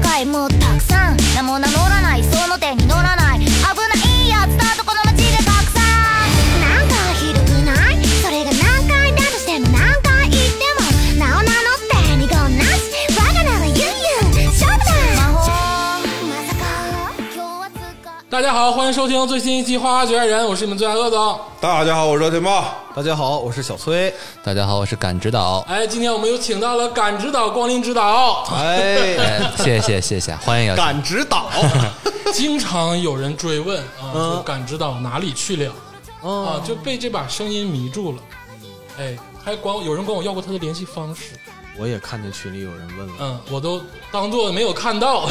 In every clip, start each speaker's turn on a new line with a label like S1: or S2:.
S1: 回もたくさん名も名乗らないその手に乗らない危ないやつだとこの街でたくさんなんかひどくないそれが何回だとしても何回言ってもなお名乗って二言なし我が名はゆうゆう勝負だ魔法まさか今日は使う
S2: 大家好，欢迎收听最新一期《花花局爱人》，我是你们最爱恶总。
S3: 大家好，我是热天豹。
S4: 大家好，我是小崔。
S5: 大家好，我是感指导。
S2: 哎，今天我们又请到了感指导光临指 导。
S4: 哎，
S5: 哎，谢谢谢谢，欢迎邀请。
S4: 敢指导，
S2: 经常有人追问啊，说感指导哪里去了啊，就被这把声音迷住了。哎，还管我有人管我要过他的联系方式，
S4: 我也看见群里有人问了，
S2: 嗯，我都当做没有看到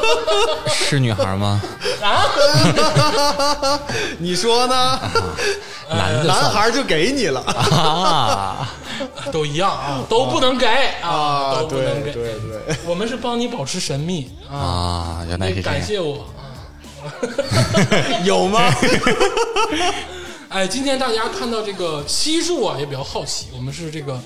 S5: 是女 孩吗？
S2: 啊。
S4: 你说呢？
S5: 男的就
S4: 男
S5: 算了
S4: 孩就给你了
S5: 啊，
S2: 都一样啊，都不能给啊，都不能给。
S4: 对对对，
S2: 我们是帮你保持神秘啊，
S5: 啊，原来
S2: 得
S5: 是这
S2: 感
S5: 样。
S2: 谢我。
S4: 有吗？
S2: 哎，今天大家看到这个期数啊，也比较好奇，我们是这个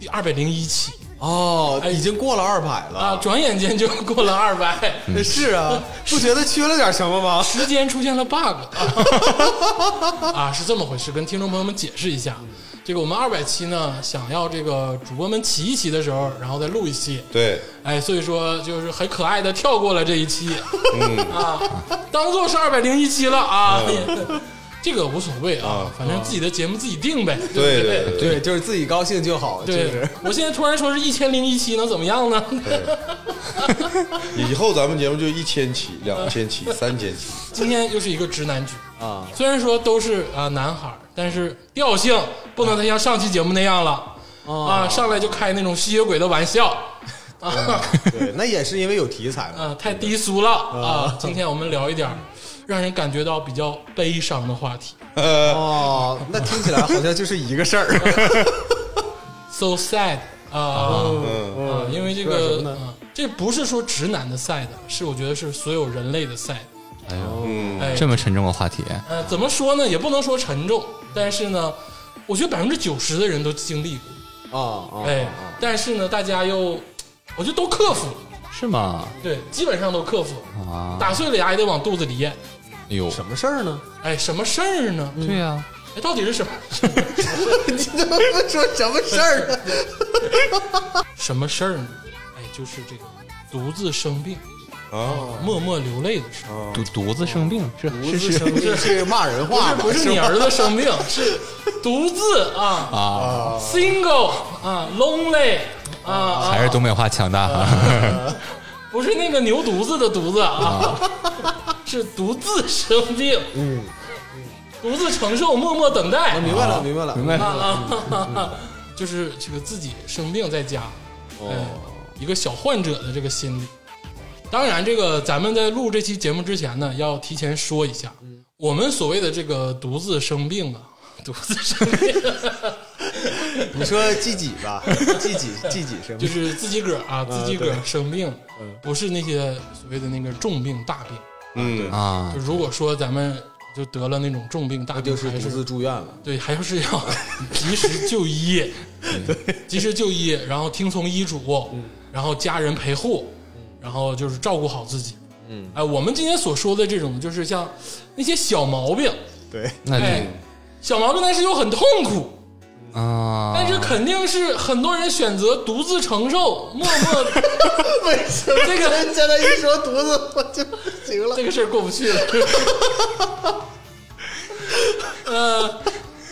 S2: 第二百零一期
S4: 哦，已经过了二百
S2: 哎啊，嗯
S4: 了。
S2: 转眼间就过了二百，
S4: 是啊，不觉得缺了点什么 吗？
S2: 时间出现了 bug 啊啊，是这么回事，跟听众朋友们解释一下。这个我们二百期呢，想要这个主播们齐一齐的时候，然后再录一期，
S3: 对，
S2: 哎，所以说就是很可爱的跳过了这一期， 啊，当做是二百零一期了啊， 这个无所谓啊，反正自己的节目自己定 呗，
S3: 对
S2: 不
S3: 对
S2: 对。
S4: 对，就是自己高兴就好，就
S2: 对
S4: 是
S2: 我现在突然说是一千零一期，能怎么样呢？
S3: 以后咱们节目就一千期、两千期、三千期，
S2: 今天又是一个直男局，
S4: 啊，
S2: 虽然说都是啊、男孩儿，但是调性不能再像上期节目那样了、
S4: 哦
S2: 啊，上来就开那种吸血鬼的玩笑啊 啊、
S4: 对，那也是因为有题材 嘛。
S2: 太低俗了啊！今天我们聊一点儿让人感觉到比较悲伤的话题
S4: 哦，那听起来好像就是一个事儿。
S2: ，so sad 啊啊，
S3: 嗯，
S2: 因为这
S4: 说点
S2: 个
S4: 什么呢
S2: 啊，这不是说直男的 sad，是我觉得是所有人类的 sad。
S5: 哎呦，
S4: 嗯
S2: 哎，
S5: 这么沉重的话题，
S2: 呃，怎么说呢？也不能说沉重，但是呢，我觉得百分之九十的人都经历过，
S4: 啊啊，
S2: 哎，但是呢，大家又，我觉得都克服了，
S5: 是吗？
S2: 对，基本上都克服了，
S4: 哦
S5: 啊，
S2: 打碎了牙也得往肚子里咽。
S5: 哎呦，
S4: 什么事儿呢？
S2: 哎，什么事儿呢？
S4: 嗯
S5: 对啊呀，
S2: 哎，到底是什么
S4: 你他妈 说什么事儿呢？
S2: 什么事儿呢？哎，就是这个独自生病，
S4: 哦
S2: 哦
S3: 啊，
S2: 默默流泪的时候，
S5: 独独自生病，这
S4: 不
S5: 是
S4: 是
S5: 是
S4: 哦生病是骂人
S2: 不
S4: 话
S2: 是
S4: 吧？
S2: 不是你啊
S4: 吧
S2: 儿子生病，是独自啊
S5: 啊，
S4: 哦
S2: ，single 啊，lonely 啊啊，
S5: 还是东北话强大哈。
S4: 啊
S2: 不是那个牛犊子的犊子啊， 是独自生病，嗯，独自承受，默默等待
S4: 我明白了，明白了，
S5: 明白
S2: 啊啊，就是这个自己生病在家，
S4: 哦
S2: 哎，一个小患者的这个心理。当然，这个咱们在录这期节目之前呢，要提前说一下，
S4: 嗯
S2: 我们所谓的这个独自生病啊，独自生病
S4: 你说自己吧，自己自己生
S2: 就
S4: 病
S2: 是自己个儿 啊，自己个儿
S4: 嗯对嗯
S2: 生病，不是那些所谓的那个重病大病。
S3: 嗯，
S5: 啊
S2: 就，如果说咱们就得了那种重病大
S4: 那
S2: 病，
S4: 就是
S2: 还
S4: 独
S2: 是
S4: 自住院了。
S2: 对，还是要及时就医，及时就医，然后听从医嘱，然后家人陪护，然后就是照顾好自己。嗯，哎，我们今天所说的这种，就是像那些小毛病，
S4: 对，
S5: 那
S2: 哎
S5: 你，
S2: 小毛病，但是又很痛苦，
S5: 啊，
S2: 但是肯定是很多人选择独自承受，默默
S4: 为什么
S2: 这个
S4: 人现在一说犊子我就不行了？
S2: 这个事儿过不去了。呃，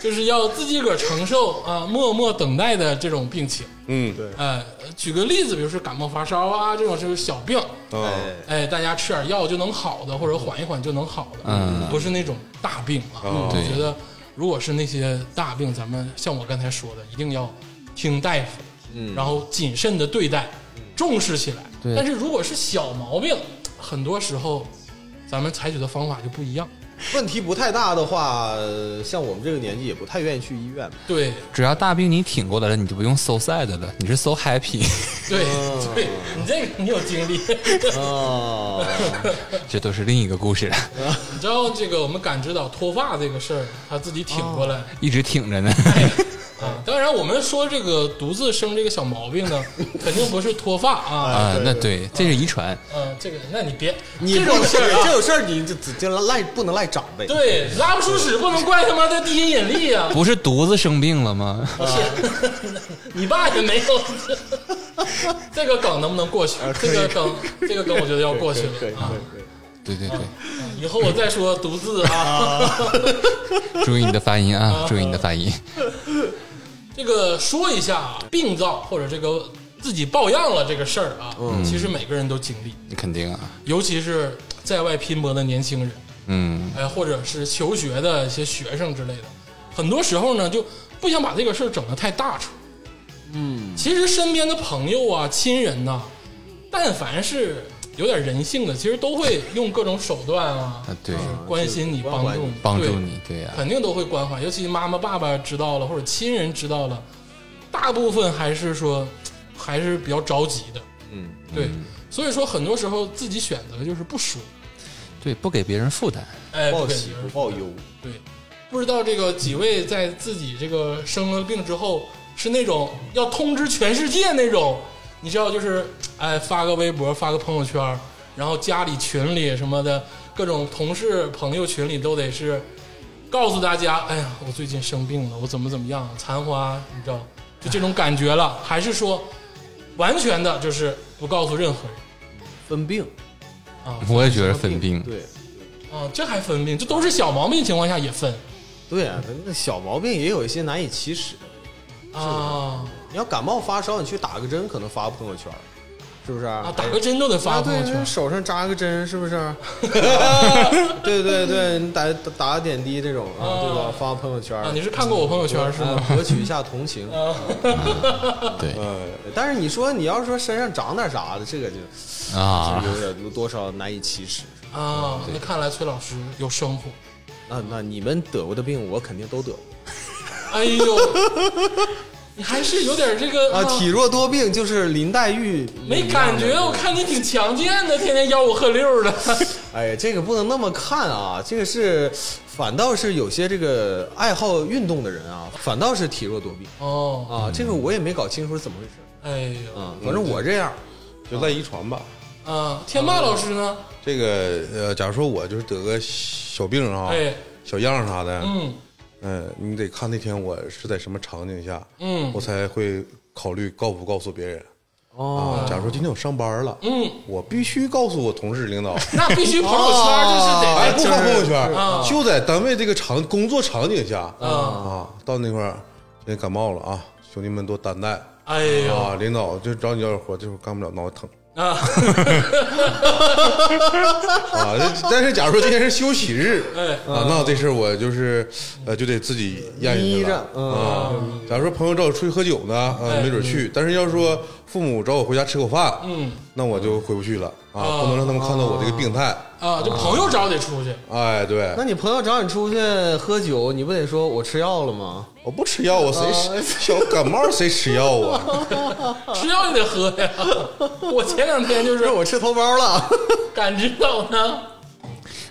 S2: 就是要自己个儿承受啊，默默等待的这种病情。
S3: 嗯，
S2: 呃，举个例子，比如说感冒发烧啊，这种就是小病，
S3: 啊，
S2: 哎，大家吃点药就能好的，或者缓一缓就能好的，
S5: 嗯
S2: 不是那种大病啊。
S3: 哦
S2: 我觉得如果是那些大病，咱们像我刚才说的，一定要听大夫，嗯，然后谨慎的对待，重视起来。
S5: 对
S2: 但是如果是小毛病，很多时候咱们采取的方法就不一样。
S4: 问题不太大的话，呃像我们这个年纪也不太愿意去医院。
S2: 对
S5: 只要大病你挺过来了，你就不用 so sad 了，你是 so happy，
S2: 对、对，你这个你有经历。
S4: 哦，
S5: 这都是另一个故事，
S2: 你知道这个我们感知到脱发这个事儿，他自己挺过来，
S4: 哎
S5: 一直挺着呢。
S2: 啊。当然，我们说这个独自生这个小毛病 呢，肯定不是脱发啊。
S5: 啊，那对，这是遗传。
S2: 嗯，这个，那你别
S4: 哎你
S2: 这
S4: 不
S2: 种
S4: 能
S2: 事儿
S4: 这
S2: 啊，
S4: 种事儿你就只就赖不能赖长辈。
S2: 对，拉不出屎不能怪他妈的地心引力 啊。
S5: 不是犊子生病了吗？
S4: 哎
S2: 你爸也 没有，这个梗能不能过去？
S4: 啊
S2: 这个梗，这个梗我觉得要过去了啊。
S5: 对对对，
S2: 以后我再说独自啊，
S5: 注意你的发音啊，注意你的发音。
S2: 这个说一下啊病灶或者这个自己抱恙了这个事儿啊，
S4: 嗯
S2: 其实每个人都经历，
S5: 肯定啊，
S2: 尤其是在外拼搏的年轻人，
S5: 嗯，
S2: 哎，或者是求学的一些学生之类的，很多时候呢就不想把这个事儿整得太大出。嗯，其实身边的朋友啊、亲人呐、但凡是有点人性的，其实都会用各种手段啊，
S5: 啊对，
S2: 关心你、
S4: 关
S2: 帮
S4: 怀
S2: 助你、
S5: 帮助
S2: 对
S5: 你，对啊呀，
S2: 肯定都会关怀，尤其妈妈、爸爸知道了或者亲人知道了，大部分还是说还是比较着急的。
S3: 嗯，
S2: 对，所以说很多时候自己选择就是不说，
S5: 对，不给别人负担。
S2: 哎，
S4: 报
S2: 不给
S4: 喜
S2: 别
S4: 不
S2: 人
S4: 报忧，
S2: 对，不知道这个几位在自己这个生了病之后，是那种要通知全世界那种，你知道，就是哎发个微博，发个朋友圈，然后家里群里什么的，各种同事朋友群里都得是告诉大家，哎呀，我最近生病了，我怎么怎么样，残花，你知道，就这种感觉了，还是说完全的就是不告诉任何人
S4: 分病，
S2: 啊
S5: 我也觉得分病，
S4: 对
S2: 啊，这还分病，这都是小毛病情况下也分
S4: 对啊，那小毛病也有一些难以启齿。
S2: 啊。
S4: 你要感冒发烧，你去打个针，可能发个朋友圈，是不是？
S2: 啊，
S4: 啊
S2: 打个针都得发朋友圈
S4: 对，手上扎个针，是不 是？对对对，你打打个点滴这种啊，对吧？发朋友圈
S2: 啊！你是看过我朋友圈是
S4: 呃
S2: 吗？哦
S4: 博取一下同情。
S5: 对
S3: 哎，
S4: 但是你说你要说身上长点啥的，这个就
S5: 啊，
S4: 有点多少难以启齿。
S2: 啊，那看来崔老师有生活。
S4: 那那你们得过的病，我肯定都得过
S2: 哎呦，你还是有点这个
S4: 啊。体弱多病就是林黛玉
S2: 哦没感觉。我看你挺强健的，天天吆五喝六的。
S4: 哎呀，这个不能那么看啊，这个是反倒是有些这个爱好运动的人啊，反倒是体弱多病
S2: 哦，
S4: 啊。这个我也没搞清楚是怎么回事
S2: 哎呦，
S4: 啊，反正我这样。
S3: 就赖遗传吧。
S2: 啊，天霸老师呢？
S3: 这个呃，假如说我就是得个小病啊，
S2: 哎
S3: 小样啥的，
S2: 嗯
S3: 嗯，你得看那天我是在什么场景下，
S2: 嗯
S3: 我才会考虑告不告诉别人。
S4: 哦，
S3: 啊，假如说今天我上班了，
S2: 嗯，
S3: 我必须告诉我同事领导，
S2: 那必须朋友圈
S3: 哎，
S2: 这
S3: 不
S2: 是
S3: 发朋友
S2: 啊
S3: 圈，就在单位这个场工作场景下
S2: 得啊，
S3: 啊，到那块儿今天感冒了啊，兄弟们多担待
S2: 哎呦
S3: 啊，领导就找你要点活，这会儿干不了，脑袋疼
S2: 啊，
S3: 啊。 但是假如说今天是休息日，
S2: 哎
S3: 啊，那这事儿我就是呃就得自己咽
S4: 依
S3: 下去
S4: 着
S3: 了啊。假如说朋友找我出去喝酒呢，
S2: 哎
S3: 啊，没准去，但是要说父母找我回家吃口饭，
S2: 嗯
S3: 那我就回不去了
S2: 啊
S3: 啊，不能让他们看到我这个病态。
S2: 啊，这朋友找得出去，
S3: 哎，对
S4: 那，你朋友找你出去喝酒，你不得说我吃药了吗？
S3: 我不吃药，我谁
S4: 啊
S3: 吃小感冒谁吃药啊？
S2: 吃药也得喝呀。 我前两天就是
S4: 我吃头孢了。
S2: 感知到呢。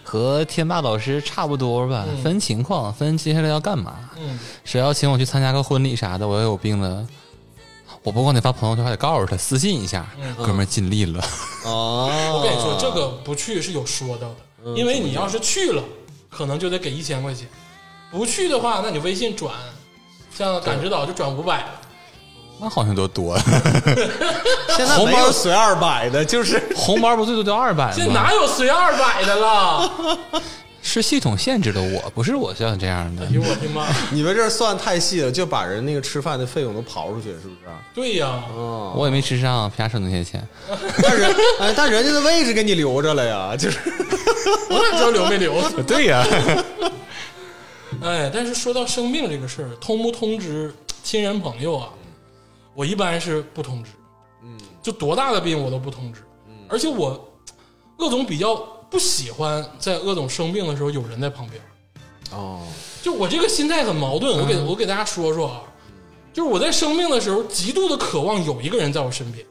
S5: 和天霸老师差不多吧，分情况，分接下来要干嘛。
S2: 嗯，
S5: 谁要请我去参加个婚礼啥的，我要有病了，我不光得发朋友圈，还得告诉他，私信一下，哥们儿尽力了。
S4: 哦，
S2: 我跟你说，这个不去是有说道的，因为你要是去了，可能就得给一千块钱；不去的话，那你微信转，像感知岛就转五百。
S5: 那好像都多了，
S4: 现在没有随二百的，就是
S5: 红包不最多就二百
S2: 这
S5: 吗？
S2: 哪有随二百的了？
S5: 是系统限制的我，不是我像这样的
S2: 哎。呦我的妈！
S4: 你们这算太细了，就把人那个吃饭的费用都刨出去，是不啊是？
S2: 对呀，
S5: 我也没吃上，凭啥省那些钱？
S4: 但是， 哎，但人家的位置给你留着了呀，就是
S2: 我哪知道留没留？
S5: 对呀、
S2: 哎，但是说到生病这个事儿，通不通知亲人朋友啊，我一般是不通知，嗯，就多大的病我都不通知，嗯，而且我鄂总比较不喜欢在鄂总生病的时候有人在旁边，
S4: 哦，
S2: 就我这个心态很矛盾，我给
S4: 嗯
S2: 我给大家说说啊，就是我在生病的时候极度的渴望有一个人在我身边，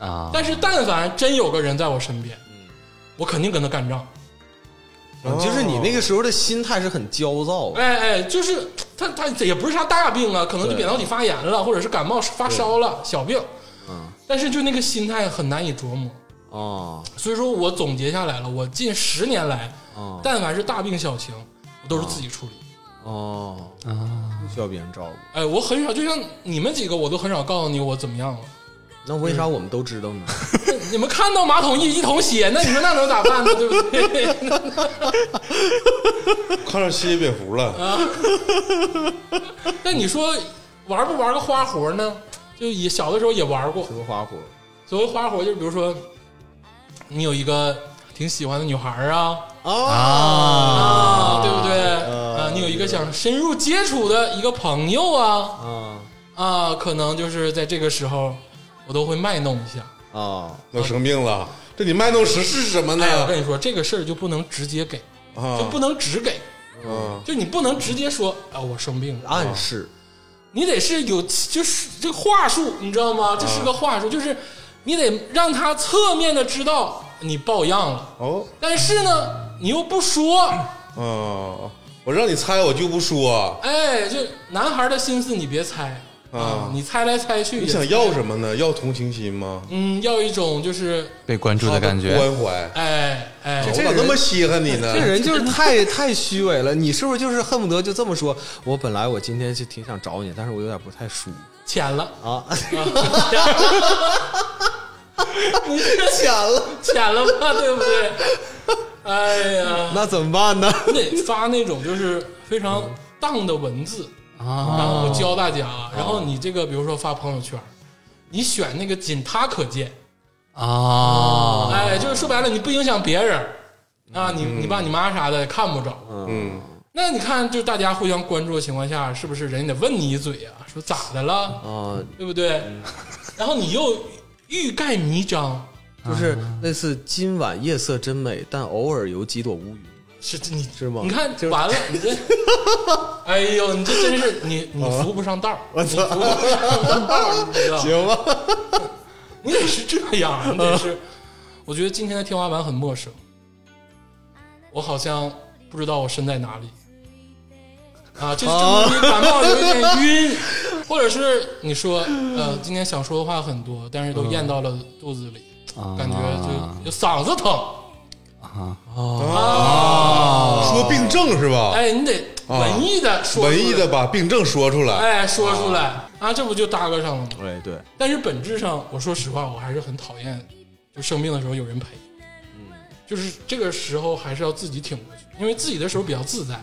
S5: 啊，
S2: 但是但凡真有个人在我身边，
S4: 嗯
S2: 我肯定跟他
S4: 哦
S2: 干仗，
S4: 就是你那个时候的心态是很焦躁的，
S2: 哎哎，就是他他也不是啥大病啊，可能就扁桃体发炎了，或者是感冒发烧了，小病。
S4: 嗯，
S2: 但是就那个心态很难以琢磨。
S4: 哦，
S2: 所以说我总结下来了，我近十年来，
S4: 哦，
S2: 但凡是大病小情，我都是自己处理。
S4: 哦，
S5: 啊，
S4: 不需要别人照顾。
S2: 哎，我很少，就像你们几个，我都很少告诉你我怎么样了。
S4: 那为啥我们都知道呢？
S2: 你们看到马桶一一桶血，那你说那能咋办呢？ 对不对？
S3: 看上吸血蝙蝠了，
S2: 那你说玩不玩个花活呢？就也小的时候也玩过，
S4: 什么花火？
S2: 所谓花活，就比如说你有一个挺喜欢的女孩儿啊，
S4: 哦
S2: 啊，对不对？啊，你有一个想深入接触的一个朋友啊，
S4: 啊
S2: 啊，可能就是在这个时候，我都会卖弄一下。
S4: 啊
S3: 我生病了，这你卖弄时是什么呢？
S2: 哎，我跟你说，这个事儿就不能直接给，
S3: 啊，
S2: 就不能只给，
S3: 啊，
S2: 就你不能直接说啊，我生病了，
S4: 暗示
S2: 你得是有，就是这个话术，你知道吗？这是个话术，就是你得让他侧面的知道你抱恙了，
S3: 哦，
S2: 但是呢，你又不说，
S3: 啊，我让你猜，我就不说，
S2: 哎，就男孩的心思你别猜
S3: 啊
S2: 你猜来猜去，
S3: 你想要什么呢？要同情心吗？
S2: 嗯，要一种就是
S5: 被关注的感觉，
S3: 关怀，啊
S2: 哎哎，
S3: 我咋那么稀罕你呢？
S4: 呃这人就是太太虚伪了。你是不是就是恨不得就这么说？我本来我今天就挺想找你，但是我有点不太舒服
S2: 浅了，
S4: 啊，
S2: 你这
S4: 浅了，
S2: 浅了吧，对不对？哎呀，
S4: 那怎么办呢？
S2: 你得发那种就是非常荡的文字啊！我教大家啊，然后你这个比如说发朋友圈，你选那个仅他可见，
S5: 啊，
S2: 哎，就是说白了你不影响别人啊，你你爸你妈啥的看不着。
S3: 嗯，
S2: 那你看，就是大家互相关注的情况下，是不是人家得问你一嘴啊？说咋的了，
S4: 啊，
S2: 对不对？
S3: 嗯
S2: 然后你又欲盖弥彰，
S4: 就是类似今晚夜色真美，但偶尔有几朵乌云。
S2: 是这你
S4: 是吗
S2: 你看
S4: 就是
S2: 完了，你这，哎呦，你这真是你你扶不上道儿，我操，扶不上道儿，你知 道吗？
S4: 行吧，
S2: 你得是这样，你得是。我觉得今天的天花板很陌生，我好像不知道我身在哪里。啊，就是证明你感冒有一点晕，或者是你说呃，今天想说的话很多，但是都咽到了肚子里，哦
S5: 啊
S2: 感觉就就嗓子疼。
S3: 说病症是吧？
S2: 哎，你得文艺的说出来，
S3: 文艺的把病症说出来，
S2: 哎说出来啊，这不就搭个上了吗？
S4: 哎对，
S2: 但是本质上，我说实话，我还是很讨厌，就生病的时候有人陪。嗯，就是这个时候还是要自己挺过去，因为自己的时候比较自在。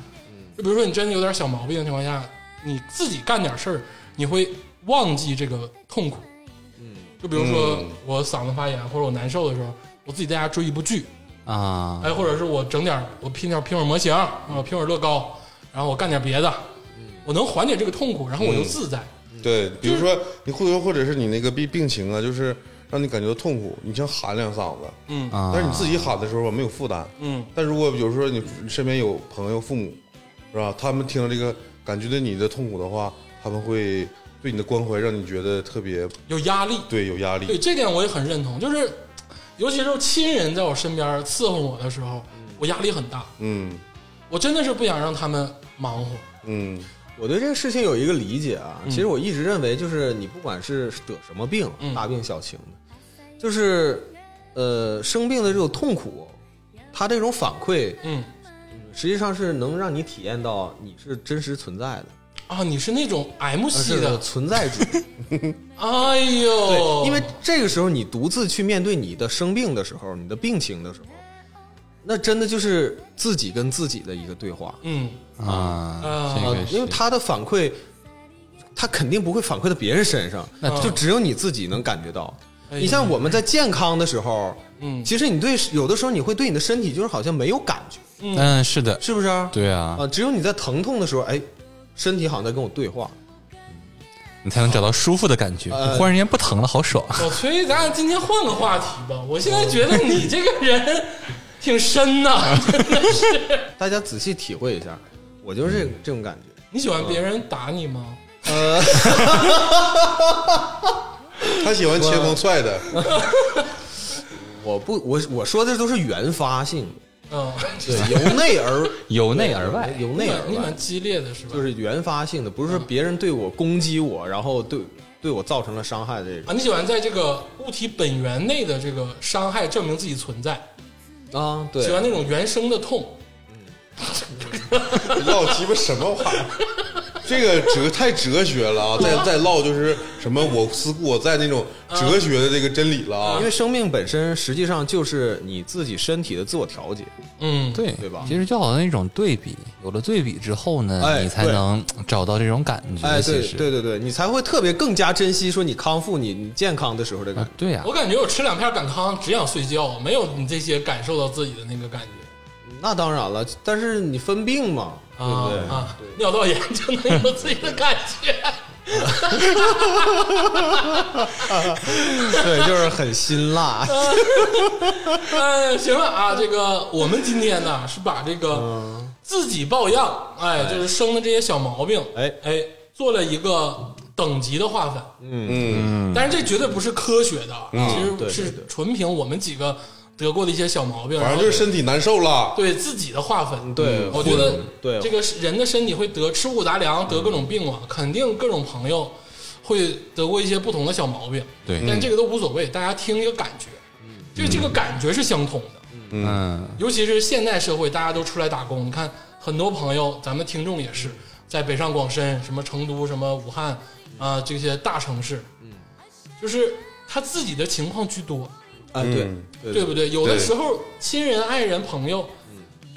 S2: 就比如说你真的有点小毛病的情况下，你自己干点事儿，你会忘记这个痛苦。嗯，就比如说
S3: 嗯
S2: 我嗓子发炎或者我难受的时候，我自己在家追一部剧，
S5: 啊，
S2: 哎，或者是我整点儿我拼点儿拼会儿模型啊，拼会儿乐高，然后我干点别的，我能缓解这个痛苦，然后我就自在。
S3: 对，比如说你或者或者是你那个病病情啊，就是让你感觉到痛苦，你想喊两嗓子，
S2: 嗯
S5: 啊
S3: 但是你自己喊的时候吧，没有负担，
S2: 嗯，
S3: 但如果比如说你身边有朋友、父母，是吧？他们听了这个，感觉到你的痛苦的话，他们会对你的关怀，让你觉得特别
S2: 有压力。
S3: 对有压
S2: 对
S3: 力。
S2: 这点我也很认同，就是尤其是亲人在我身边伺候我的时候，我压力很大，
S3: 嗯
S2: 我真的是不想让他们忙活。
S3: 嗯
S4: 我对这个事情有一个理解啊，其实我一直认为，就是你不管是得什么病，
S2: 嗯
S4: 大病小情的，就是呃生病的这种痛苦，它这种反馈，
S2: 嗯
S4: 实际上是能让你体验到你是真实存在的，
S2: 啊，你是那种 M
S4: 而
S2: 系
S4: 是
S2: 的，
S4: 存在主。
S2: 哎呦，
S4: 对，因为这个时候你独自去面对你的生病的时候，你的病情的时候，那真的就是自己跟自己的一个对话。
S2: 嗯
S5: 啊，这
S4: 啊
S5: 个，是
S4: 因为他的反馈，他肯定不会反馈到别人身上，
S5: 那
S4: 就只有你自己能感觉到。
S2: 哎
S4: 你像我们在健康的时候，
S2: 嗯
S4: 其实你对有的时候你会对你的身体就是好像没有感觉，
S5: 嗯是的，
S4: 是不是啊？
S5: 对啊，
S4: 啊，只有你在疼痛的时候，哎，身体好像在跟我对话。
S5: 你才能找到舒服的感觉，忽然间不疼了，好爽。
S2: 小崔，咱俩今天换个话题吧。我现在觉得你这个 人挺深呐，
S4: 大家仔细体会一下，我就是
S5: 嗯
S4: 这这种感觉。
S2: 你喜欢别人打你吗？
S3: 他喜欢前锋帅的，
S4: 我不，我我说的都是原发性的，
S2: 嗯，
S4: 对，由内而
S5: 由内而外，
S4: 由内而
S2: 你
S4: 外
S2: 蛮，激烈的是吧？
S4: 就是原发性的，不
S5: 嗯
S4: 是说别人对我攻击我，然后对对我造成了伤害的这
S2: 啊，你喜欢在这个物体本源内的这个伤害证明自己存在，
S4: 种啊，对
S2: 喜欢那种原生的痛。
S3: 唠鸡巴什么话？这个哲太哲学了啊！再再唠就是什么我思故我在那种哲学的这个真理了啊
S4: 因！为生命本身实际上就是你自己身体的自我调节，
S2: 嗯，
S5: 对
S4: 对吧
S5: 其实就好像一种对比，有了对比之后呢，
S4: 哎
S5: 你才
S4: 对
S5: 能找到这种感觉。
S4: 哎，对
S5: 其实
S4: 对对对，你才会特别更加珍惜说你康复你你健康的时候这个
S5: 啊，对呀、
S2: 我感觉我吃两片感康只想睡觉，没有你这些感受到自己的那个感觉
S4: 那当然了，但是你分病嘛，对
S2: 啊
S4: 不对？
S2: 啊，尿道炎就能有自己的感觉。
S4: 对，就是很辛辣。
S2: 哎，行了啊，这个我们今天呢是把这个
S4: 嗯
S2: 自己抱恙，哎，就是生的这些小毛病，
S4: 哎
S2: 哎，做了一个等级的划分，
S3: 嗯，
S2: 但是这绝对不是科学的啊，其
S4: 嗯对
S2: 实
S4: 对
S2: 是
S4: 对
S2: 纯凭我们几个得过的一些小毛病，
S3: 反
S2: 然
S3: 正
S2: 后
S3: 就是身体难受了。
S2: 对自己的划分。
S4: 对，
S2: 我觉得
S4: 或者对
S2: 这个人的身体会得吃苦杂粮，得各种病啊，肯定各种朋友会得过一些不同的小毛病，
S5: 对
S2: 但这个都无所谓，大家听一个感觉，就这个感觉是相通的。
S5: 嗯，
S2: 尤其是现代社会，大家都出来打工，你看很多朋友，咱们听众也是在北上广深、什么成都、什么武汉啊、这些大城市，嗯，就是他自己的情况居多，
S4: 啊，对
S3: 嗯
S2: 对
S4: 对对
S2: 不对？有的
S3: 对
S2: 时候亲人、爱人、朋友，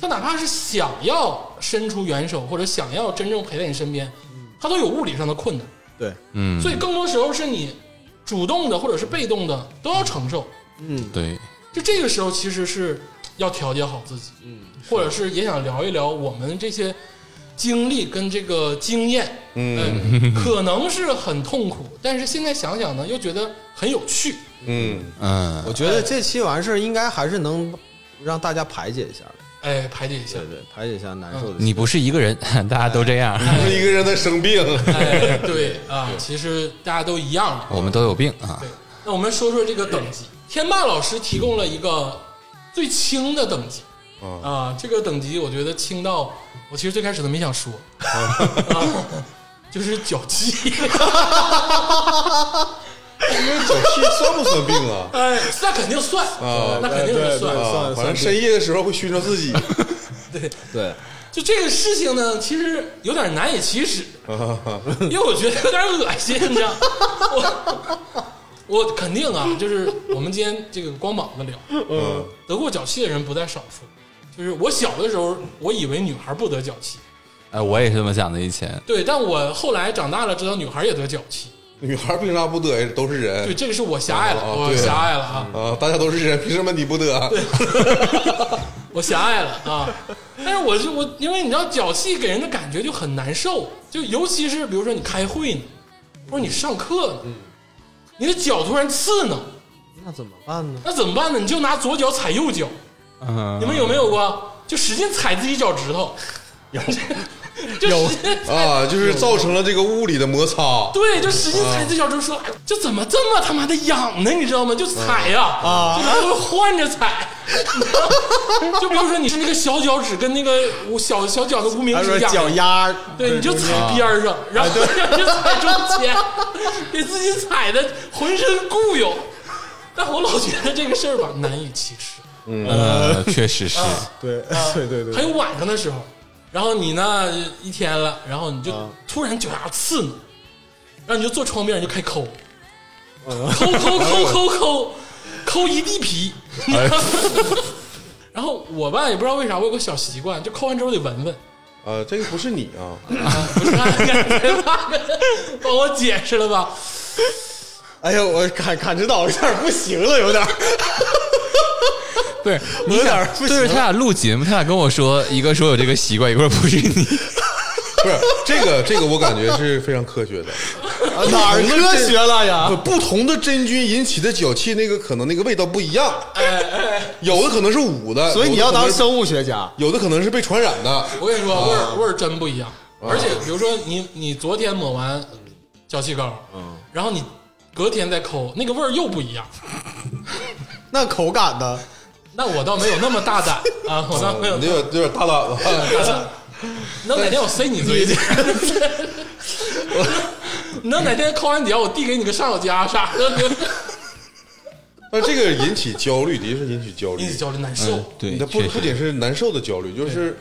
S2: 他哪怕是想要伸出援手，或者想要真正陪在你身边，他都有物理上的困难，
S4: 对，
S5: 嗯，
S2: 所以更多时候是你主动的或者是被动的都要承受。
S4: 嗯，
S5: 对，
S2: 就这个时候其实是要调节好自己，嗯，或者是也想聊一聊我们这些经历跟这个经验，嗯、可能是很痛苦，但是现在想想呢，又觉得很有趣，
S3: 嗯，
S5: 嗯
S4: 我，觉得这期完事儿应该还是能让大家排解一下，
S2: 哎，排解一下
S4: 对，嗯对，排解一下难受的。
S5: 你不是一个人， 大家都这样，
S3: 不是一个人在生病，
S2: 哎，对啊，其实大家都一样的，
S5: 我们都有病啊
S2: 对。那我们说说这个等级，天霸老师提供了一个最轻的等级。
S4: 嗯
S2: 啊，这个等级我觉得轻到我其实最开始都没想说， 啊、
S4: 嗯
S2: 就是脚气。
S3: 因为脚哎气算不算病啊？
S2: 哎，那肯定算，
S3: 啊
S2: 那肯定是算。
S4: 对
S3: 啊，
S4: 算
S3: 反正深夜的时候会熏着自 己。
S4: 对，
S2: 就这个事情呢，其实有点难以启齿，
S3: 啊
S2: 因为我觉得有点恶心，你知道？我我肯定啊，就是我们今天这个光膀子聊，
S3: 嗯
S2: 得过脚气的人不在少数。就是我小的时候，我以为女孩不得脚气，
S5: 哎，我也是这么想的，以前
S2: 对，但我后来长大了知道女孩也得脚气，
S3: 女孩凭啥不得呀？都
S2: 对，
S3: 是人
S2: 这个是我狭隘了，
S3: 哎哦
S2: 我
S3: 对
S2: 狭隘了啊。
S3: 啊，大家都是人，凭什么你不得？啊
S2: 我狭隘了啊！但是我就我，因为你知道脚气给人的感觉就很难受，就尤其是比如说你开会呢，或者你上课呢，
S3: 嗯
S2: 你的脚突然刺呢，
S4: 那怎么办呢？
S2: 那怎么办呢？你就拿左脚踩右脚，
S5: 嗯
S2: 你们有没有过？就使劲踩自己脚趾头， 有，就使劲踩，
S3: 啊，就是造成了这个物理的摩擦。
S2: 对，就使劲踩自己脚趾头，说哎这怎么这么他妈的痒呢？你知道吗？就踩呀啊，就来回换着 踩。就比如说你是那个小脚趾跟那个无小小脚的无名
S4: 他说
S2: 指
S4: 脚
S2: 痒，
S4: 丫儿，
S2: 对，啊哎你就踩边儿上，然后 就踩中间， 给自己踩的浑身固有。但我老觉得这个事儿吧难以启齿。
S5: 呃， 确实是，
S4: 对对对
S2: 还
S4: 对，
S2: 有晚上的时候，然后你呢一天了，然后你就突然脚丫刺你，然后你就坐窗边你就开抠，抠抠抠抠抠抠一地皮。然后我吧也不知道为啥，我有个小习惯，就抠完之后得闻闻。
S3: 啊，这个不是你啊，
S2: 不是，帮我解释了吧？
S4: 哎呦，我感感知到我有点不行了，有点儿
S5: 对，你
S4: 有点
S5: 想
S4: 儿，不行
S5: 对着他俩录节目，他俩跟我说，一个说有这个习惯，一个说不是你，
S3: 不是这个，这个我感觉是非常科学的。
S4: 啊哪儿科学了
S2: 啊
S4: 呀？
S3: 不同的真菌引起的脚气，那个可能那个味道不一样，
S2: 哎
S3: 有的可能是捂的，
S4: 所以你要当
S3: 生，
S4: 生物学家，
S3: 有的可能是被传染的。
S2: 我跟你说，味儿味儿真不一样。而且比如说你你昨天抹完脚气膏，嗯，然后你隔天再抠，那个味儿又不一样。
S4: 那口感呢？
S2: 那我倒没有那么大 胆啊，我倒没有
S3: 你嗯有点有点大胆 了。
S2: 大胆。能哪天我塞你嘴里？ 能哪天抠完脚我递给你个上脚夹啥 的？
S3: 但这个引起焦虑，的确是引起焦虑
S2: 因。此焦虑难受。
S5: 对，
S3: 他不
S5: 确实
S3: 不仅是难受的焦虑，就是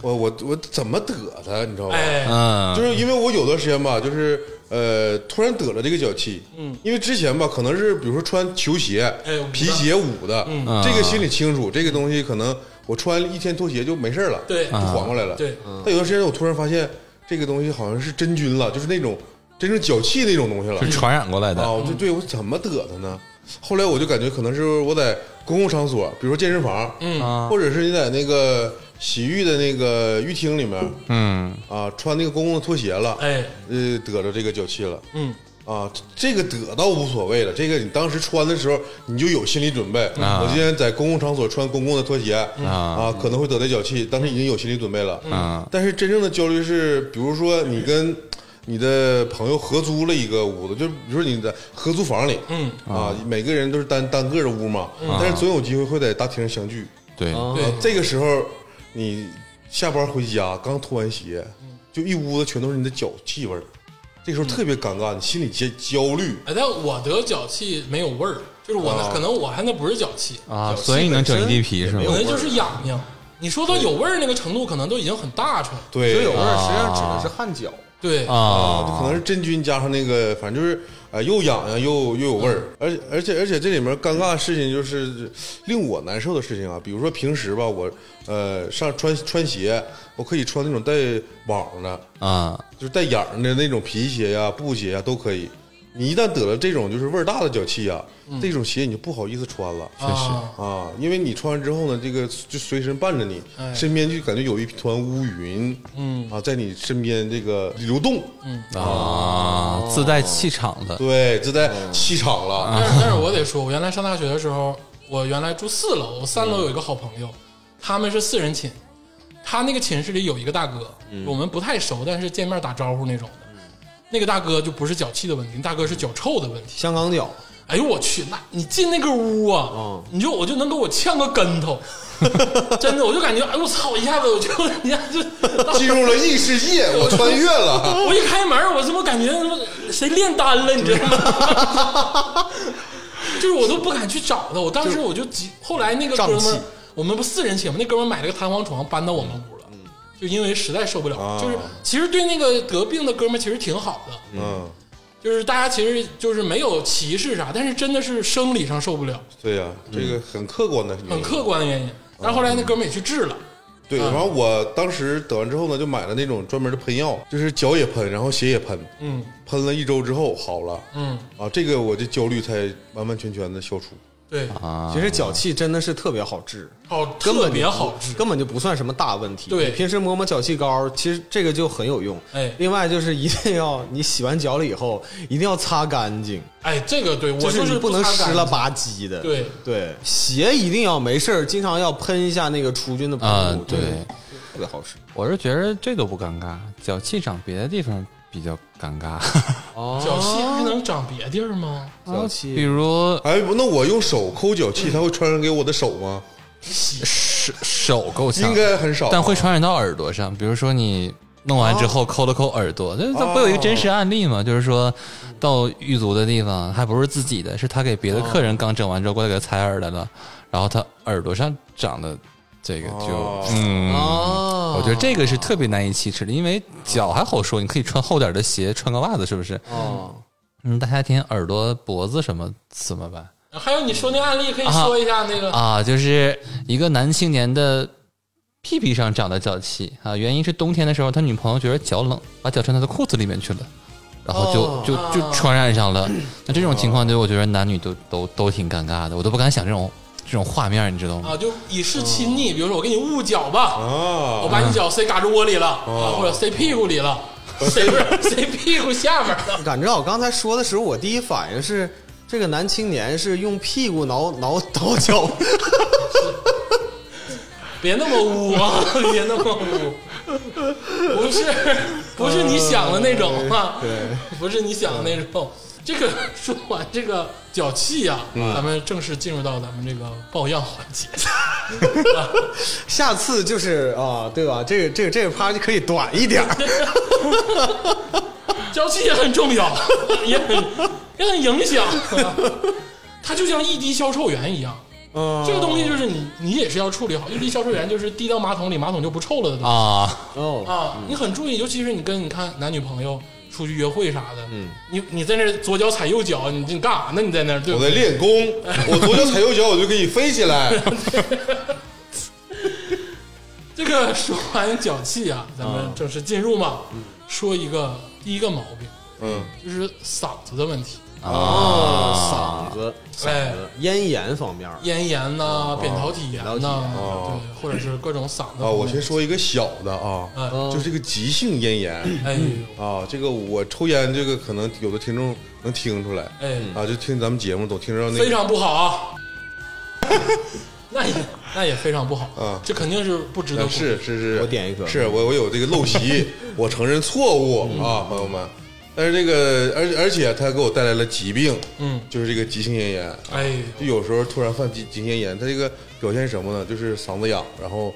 S3: 我我我怎么得的，你知道吧？
S2: 哎，
S5: 嗯，
S3: 就是因为我有段时间吧，就是呃，突然得了这个脚气，嗯，因为之前吧，可能是比如说穿球鞋、
S2: 哎捂的
S3: 皮鞋捂的，嗯这个心里清楚，这个东西可能我穿一天拖鞋就没事儿了，
S2: 对啊
S3: 就缓过来了。
S2: 对
S3: 但有段时间我突然发现这个东西好像是真菌了，就是那种真正脚气那种东西了
S5: 是传染过来
S3: 啊！
S2: 嗯
S5: 的，
S3: 我就对我怎么得的呢？后来我就感觉可能是我在公共场所，比如说健身房，
S2: 嗯
S5: 啊
S3: 或者是你在那个洗浴的那个浴厅里面
S5: 嗯，
S3: 啊，穿那个公共的拖鞋了，
S2: 哎，
S3: 呃，得着这个脚气了。
S2: 嗯，
S3: 啊，这个得倒无所谓了，这个你当时穿的时候你就有心理准备。
S5: 啊
S3: 我今天在公共场所穿公共的拖鞋
S5: 啊
S3: 可能会得到脚气，当时已经有心理准备了。
S5: 啊
S3: 但是真正的焦虑是，比如说你跟你的朋友合租了一个屋子，就比如说你在合租房里，
S2: 嗯
S3: 啊，每个人都是单单个的屋嘛，但是总有机会会在大厅相聚。
S5: 对，
S2: 对
S3: 啊，这个时候你下班回家，刚脱完鞋，就一屋子全都是你的脚气味儿，这时候特别尴尬，你心里焦焦虑。
S2: 哎，但我得脚气没有味儿，就是我那
S3: 啊
S2: 可能我还那不是脚气
S5: 啊，
S2: 脚气
S5: 所以你能整一地皮是吗啊
S4: 本身也没有
S2: 可能就是痒痒。你说到有味儿那个程度，可能都已经很大成。
S3: 对，
S4: 所以有味儿
S3: 啊
S4: 实际上指的是汗脚，
S2: 对，
S5: 啊
S3: 可能是真菌加上那个，反正就是呃又痒痒又又有味儿，而且而且而且这里面尴尬的事情就是令我难受的事情啊，比如说平时吧，我呃上穿穿鞋，我可以穿那种带网的，
S5: 啊
S3: 就是带眼儿的那种皮鞋呀、布鞋呀都可以。你一旦得了这种就是味儿大的脚气啊，这种鞋你就不好意思穿了
S2: 啊，
S3: 啊，因为你穿完之后呢，这个就随身伴着你，
S2: 哎
S3: 身边就感觉有一团乌云，嗯啊，在你身边这个流动，
S5: 啊，自带气场的，
S3: 对，这在气场了，
S2: 但是但是我得说，我原来上大学的时候，我原来住四楼，我三楼有一个好朋友，他们是四人寝，他那个寝室里有一个大哥，我们不太熟，但是见面打招呼那种的。那个大哥就不是脚气的问题，大哥是脚臭的问题。
S4: 香港脚，
S5: 啊
S2: 哎呦我去，那你进那个屋啊，你就我就能给我呛个跟头， 真的，我就感觉哎我操，一下子我就一下就到
S3: 进入了异世界，我穿越了，
S2: 我一开门，我怎么感觉他妈谁炼丹了，你知道吗？ 就是我都不敢去找他，我当时我就急。后来那个哥
S4: 胀
S2: 们儿
S4: 气，
S2: 我们不四人寝吗？那哥们儿买了个弹簧床搬到我们屋了，
S4: 嗯
S2: 就因为实在受不了。
S3: 啊
S2: 就是其实对那个得病的哥们儿其实挺好的，
S3: 嗯，
S2: 就是大家其实就是没有歧视啥，但是真的是生理上受不了，
S3: 对呀、这个很客观的，
S4: 嗯
S2: 很客观的原因。但后来那哥们儿也去治了，
S3: 对，然后我当时得完之后呢，就买了那种专门的喷药，就是脚也喷，然后鞋也喷，
S2: 嗯
S3: 喷了一周之后好了，
S2: 嗯，
S3: 啊，这个我这焦虑才完完全全的消除。
S2: 对，
S5: 啊
S4: 其实脚气真的是特别好治，
S2: 好
S4: 根本
S2: 特别
S4: 就
S2: 好
S4: 不
S2: 治，
S4: 根本就不算什么大问题。
S2: 对
S4: 你平时抹抹脚气膏，其实这个就很有用。
S2: 哎
S4: 另外就是一定要你洗完脚了以后，一定要擦干净，
S2: 哎，这个对我
S4: 就是你不能
S2: 擦干
S4: 湿了
S2: 净
S4: 吧唧的。
S2: 对
S4: 对，鞋一定要没事儿，经常要喷一下那个除菌的
S5: 啊
S4: 喷雾，，
S5: 对，
S4: 特别好使。
S5: 我是觉得这都不尴尬，脚气长别的地方比较尴 尬，
S2: 脚气还能长别地儿吗？
S4: 脚
S5: 啊比
S4: 气
S5: 如
S3: 哎，那我用手抠脚气，它会传染给我的手吗？
S5: 手手够呛
S3: 应，该很少，
S5: 嗯但会传染到耳朵上。比如说你弄完之后抠了抠耳朵，这这不有一个真实案例吗？就是说到狱卒的地方，还不是自己的，是他给别的客人刚整完之后过来给他采耳来了，然后他耳朵上长的这个就
S3: 哦
S5: 嗯。
S4: 啊
S5: 我觉得这个是特别难以启齿的，因为脚还好说，你可以穿厚点的鞋，穿个袜子，是不是？
S4: 啊，
S5: 嗯，大夏天耳朵、脖子什么怎么办
S2: 还有你说那案例可以说一下那个，
S5: 啊？就是一个男青年的屁屁上长的脚气啊，原因是冬天的时候他女朋友觉得脚冷，把脚穿到他的裤子里面去了，然后就、
S4: 哦
S5: 就就传染上了。那这种情况，对我觉得男女都都都挺尴尬的，我都不敢想这种这种画面，你知道吗？
S2: 啊，就以示亲昵，比如说我给你捂脚吧，
S3: 啊，
S2: 我把你脚塞胳肢窝里了，啊，或者塞屁股里了，塞不是 塞屁股下面了，
S4: 感觉我刚才说的时候，我第一反应是这个男青年是用屁股挠挠挠脚，
S2: 别那么捂啊，别那么捂，不是，不是你想的那种啊，对，不是你想的那种。这个说完这个脚气呀、咱们正式进入到咱们这个抱恙环节。
S4: 下次就是啊，对吧？这个这个这个趴就可以短一点儿。
S2: 脚气也很重要， 也很也很影响。它就像一滴消臭源一样，这个东西就是你你也是要处理好。一滴消臭源就是滴到马桶里，马桶就不臭了的东西。
S5: 啊，
S4: 哦，
S2: 啊，你很注意，尤其是你跟你看男女朋友出去约会啥的，你你在那儿左脚踩右脚，你你干啥呢？你在那儿对
S3: 我
S2: 不
S3: 在
S2: 对？
S3: 练功，我左脚踩右脚，我就可以飞起来。
S2: 这个 说完脚气啊，咱们正式进入嘛，说一个第一个毛病
S3: 嗯，
S2: 就是嗓子的问题，
S4: 哦，嗓子，
S2: 哎，
S4: 咽炎方面儿，
S2: 咽炎呐、扁桃体炎
S4: 扁
S2: 呐、
S4: 桃体
S3: 哦
S2: 对，或者是各种嗓子
S3: 啊，我
S2: 疼
S3: 先说一个小的啊，
S2: 哎
S3: 就是这个急性 咽炎
S2: 哎
S3: 啊，这个我抽烟，这个可能有的听众能听出来
S2: 哎，
S3: 啊，就听咱们节目都听到那
S2: 非
S3: 个
S2: 常不好啊。 那也那也非常不好
S3: 啊
S2: 这肯定是不值得
S3: 啊
S2: 鼓励
S3: 是是是，
S4: 我点一个
S3: 是我我有这个 陋习，我承认错误
S2: 嗯
S3: 啊，朋友们。但是这个，而而且它给我带来了疾病，
S2: 嗯，
S3: 就是这个急性咽炎。
S2: 哎，
S3: 就有时候突然犯急急性咽炎，它这个表现是什么呢？就是嗓子痒，然后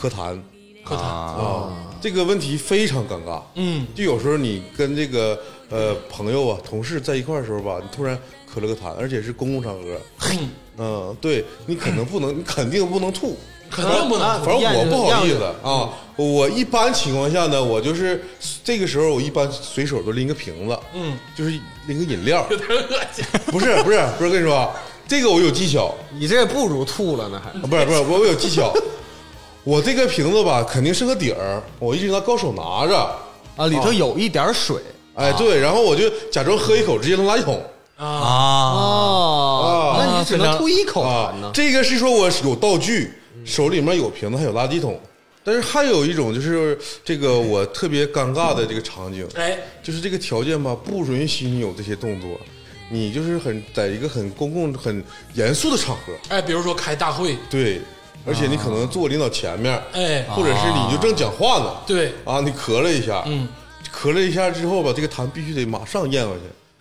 S3: 咳痰
S2: 可惨，
S3: 啊，这个问题非常尴尬。
S2: 嗯，
S3: 就有时候你跟这个呃朋友啊、同事在一块儿的时候吧，你突然咳了个痰，而且是公共场合，
S2: 嗯
S3: 嗯，对你可能 不能，你肯定不能吐，
S2: 肯定不能
S4: 啊
S3: 反正我不好意
S4: 样
S3: 思
S4: 子
S3: 啊，我一般情况下呢，我就是这个时候我一般随手都拎个瓶子，
S2: 嗯，
S3: 就是拎个饮料，
S2: 有点恶心。
S3: 不是不是不是，跟你说啊，这个我有技巧，
S4: 你这不如吐了呢，还
S3: 啊不是不是，我我有技 巧，我这个瓶子吧肯定是个底儿，我一直拿高手拿着，
S4: 啊，里头有一点儿水
S3: 哎对，然后我就假装喝一口，直接扔垃圾桶
S2: 啊
S5: 啊，
S4: 哦
S3: 啊
S4: 那你只能吐一口痰
S3: 啊
S5: 哦
S4: 呢，。
S3: 这个是说我有道具，手里面有瓶子，还有垃圾桶。但是还有一种就是这个我特别尴尬的这个场景，
S2: 哎，
S3: 就是这个条件吧，不允许你有这些动作，你就是很在一个很公共、很严肃的场合，
S2: 哎，比如说开大会，
S3: 对，而且你可能坐我领导前面，
S2: 哎
S3: 或者是你就正讲话呢，
S2: 对
S3: 啊，你咳了一下，
S2: 嗯，
S3: 咳了一下之后吧，这个痰必须得马上咽回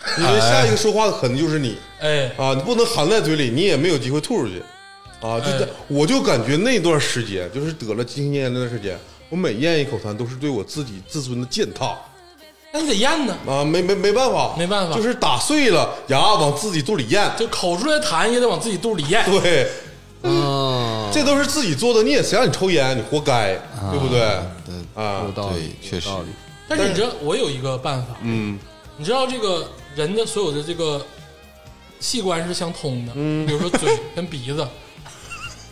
S3: 去，因为下一个说话的可能就是你
S2: 哎，
S3: 啊，你不能含在嘴里，你也没有机会吐出去，啊，就在
S2: 哎
S3: 我就感觉那段时间，就是得了急性咽炎那段时间，我每咽一口痰都是对我自己自尊的践踏。
S2: 那你得咽呢，
S3: 啊，没没没办法，
S2: 没办法
S3: 就是打碎了牙往自己肚里咽。
S2: 就口出来痰也得往自己肚里咽。
S3: 对，
S4: 啊，
S3: 这都是自己做的孽，谁让你抽烟，你活该，对不对？啊
S4: 有，道理，
S5: 对确实
S4: 有道理
S2: 但是你知道，我有一个办法，
S3: 嗯，
S2: 你知道这个人的所有的这个器官是相通的，比如说嘴跟鼻子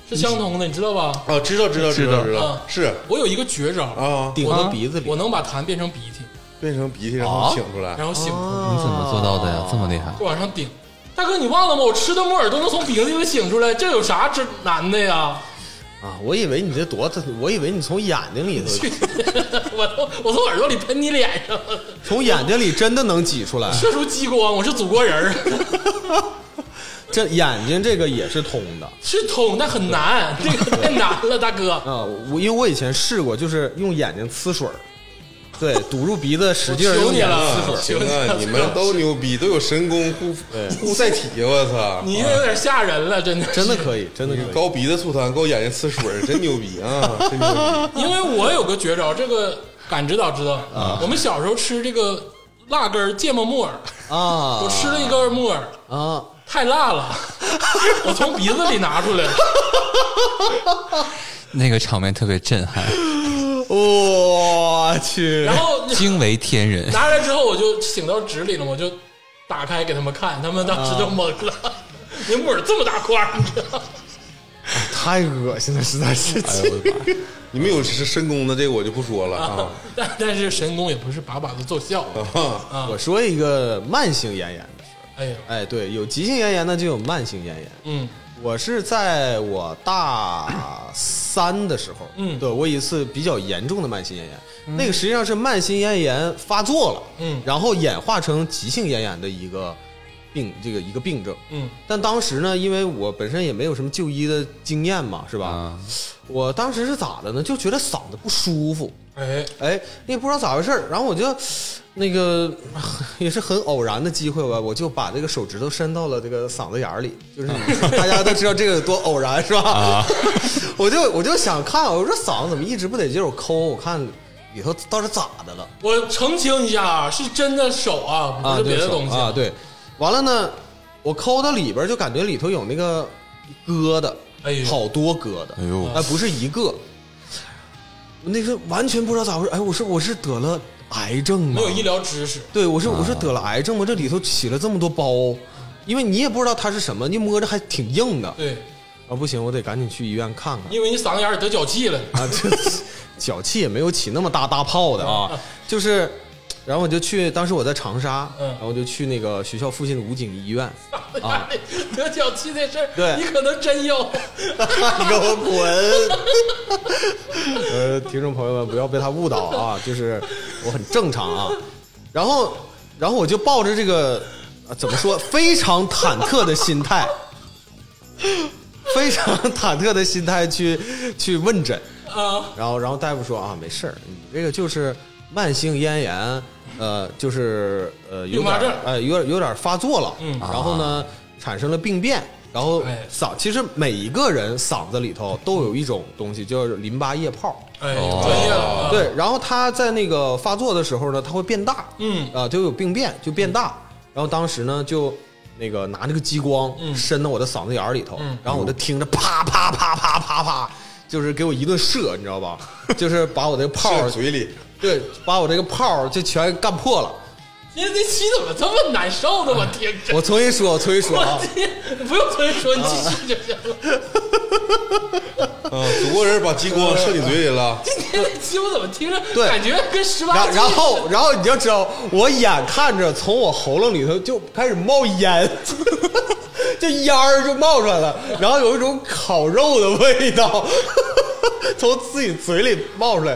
S2: 是相通的，你知道吧？
S3: 啊，知道知道知
S5: 知
S3: 道
S5: 道
S3: 知道
S2: 啊，
S3: 是
S2: 我有一个绝招，
S3: 啊，
S4: 顶到鼻子里
S2: 我。能把痰变成鼻涕，
S3: 变成鼻涕然后请出来
S2: 然后醒，
S4: 哦
S5: 你怎么做到的呀？这么厉害？
S2: 就往上顶。大哥，你忘了吗？我吃的木耳都能从鼻子里醒出来，这有啥这难的呀？
S4: 啊，我以为你这多，我以为你从眼睛 里头，
S2: 我都我从耳朵里喷你脸上，
S4: 从眼睛里真的能挤出来。
S2: 射出激光，我是祖国人儿，
S4: 这眼睛这个也是通的
S2: 是捅，但很难，这个太难了，大哥。
S4: 啊，我因为我以前试过，就是用眼睛呲水儿，对，堵住鼻子使劲儿
S2: 我求
S4: 用
S2: 你
S4: 眼睛
S2: 了
S4: 呲水儿。
S3: 啊行
S2: 知 道
S3: 啊，你们都牛逼，都有神功护护赛体，我操！
S2: 你这有点吓人了，真的，
S4: 真的可以，真 的可以。
S3: 高鼻子吐痰，高眼睛呲水，真牛逼啊！ 真牛逼！
S2: 因为我有个绝招，这个感知导知道。我们小时候吃这个辣根儿芥末木耳，
S4: 啊
S2: 我吃了一根木耳，
S4: 啊，
S2: 太辣了， 我从鼻子里拿出 来了。
S5: 那个场面特别震撼，
S4: 我去
S2: 然后
S5: 惊为天人。
S2: 拿来之后，我就醒到纸里了，我就打开给他们看，他们
S4: 啊
S2: 当时都懵了。 你木耳这么大块儿，你知道吗
S4: 太恶心了，实在是。
S2: 哎
S3: 你们有神功的这个我就不说了啊
S2: 但但是神功也不是把把的奏效。
S3: 啊！
S4: 我说一个慢性咽炎的事儿，
S2: 哎呀，
S4: 哎，对，有急性咽炎呢，就有慢性咽炎。
S2: 嗯
S4: 我是在我大三的时候，
S2: 嗯
S4: 对我有一次比较严重的慢性咽炎，那个实际上是慢性咽炎发作了，
S2: 嗯
S4: 然后演化成急性咽炎的一个病，这个一个病症。
S2: 嗯
S4: 但当时呢，因为我本身也没有什么就医的经验嘛，是吧？
S5: 啊
S4: 我当时是咋的呢？就觉得嗓子不舒服，
S2: 哎，
S4: 哎，那不知道咋回事儿，然后我就那个 也是很偶然的机会吧，我就把这个手指头伸到了这个嗓子眼儿里，就是 你大家都知道这个有多偶然是吧？
S2: 啊
S4: 我就我就想看，我说嗓子怎么一直不得劲儿，我抠，我看里头到底咋的了
S2: 我澄清一下啊，是真的手啊，不
S4: 啊？
S2: 是
S4: 对
S2: 别的
S4: 手
S2: 东西
S4: 啊，对。完了呢，我抠到里边儿就感觉里头有那个疙瘩，
S2: 哎呦
S4: 好多疙瘩，
S5: 哎呦，
S4: 哎，不是一个，那个完全不知道咋回事。哎，我说我是得了癌症啊吗？
S2: 没有医疗知识。
S4: 对，我是我是得了癌症吗？这里头起了这么多包，因为你也不知道它是什么，你摸着还挺硬的。
S2: 对，
S4: 啊，不行，我得赶紧去医院看 看。
S2: 因为你嗓子眼儿得脚 气了。
S4: 啊，这脚气也没有起那么大大泡的啊，就是，然后我就去，当时我在长沙，
S2: 嗯
S4: 然后就去那个学校附近的武警医院。啊，
S2: 得脚气这事儿，
S4: 对
S2: 你可能真有。
S4: 你给我滚！呃，听众朋友们，不要被他误导啊，就是我很正常啊。然后，然后我就抱着这个、啊、怎么说，非常忐忑的心态，非常忐忑的心态去去问诊。
S2: 啊，
S4: 然后，然后大夫说啊，没事儿，你这个就是慢性咽炎，呃，就是呃有
S2: 并发症
S4: 点儿呃有点有点发作了，
S2: 嗯
S4: 然后呢产生了病变，然后
S2: 哎
S4: 嗓其实每一个人嗓子里头都有一种东西叫淋巴液泡，
S2: 哎，
S5: 哦
S2: 专业了啊。
S4: 对，然后它在那个发作的时候呢，它会变大，
S2: 嗯
S4: 啊、就有病变，就变大。然后当时呢，就那个拿那个激光
S2: 嗯
S4: 伸到我的嗓子眼儿里头，
S2: 嗯
S4: 然后我就听着啪啪啪啪啪啪，就是给我一顿射，你知 道吧？就是把我这个泡
S3: 泡
S4: 儿，
S3: 嘴里，
S4: 对，把我这个泡儿就全干破了。
S2: 今天这期怎么这么难受呢？我听着，
S4: 我重新说，我重新说啊
S2: 我天， 不用重新说，你继续就行了。
S3: 嗯，祖国人把激光射你嘴里了，
S2: 今天这期我怎么听着
S4: 对
S2: 感觉跟十八
S4: 然然后，然后你就知道，我眼看着从我喉咙里头就开始冒烟， 这烟儿就冒出来了，然后有一种烤肉的味道 从自己嘴里冒出来，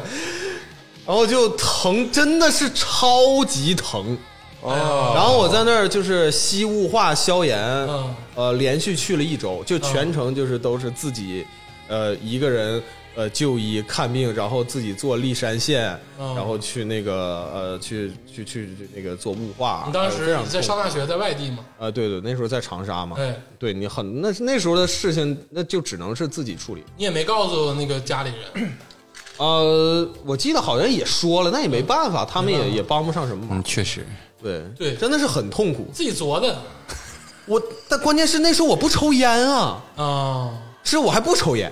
S4: 然后就疼，真的是超级疼。
S3: 啊，
S4: 然后我在那儿就是吸雾化消炎
S2: 嗯，
S4: 呃，连续去了一周，就全程就是都是自己，呃，一个人呃就医看病，然后自己做立山县，
S2: 嗯
S4: 然后去那个呃去去去去那个做雾化。
S2: 你当
S4: 呃
S2: 时
S4: 非常
S2: 你在上
S4: 痛
S2: 大学，在外地嘛？
S4: 呃，对对，那时候在长沙嘛，
S2: 哎
S4: 对你很那那时候的事情，那就只能是自己处理。
S2: 你也没告诉那个家里 人，
S4: 呃，我记得好像也说了，那
S2: 嗯
S4: 也没办法，他们也也帮不上什么忙
S5: 嗯，。确实，
S4: 对
S2: 对
S4: 真的是很痛苦。
S2: 自己琢的
S4: 我但关键是那时候我不抽烟啊。
S2: 啊。
S4: 是我还不抽烟，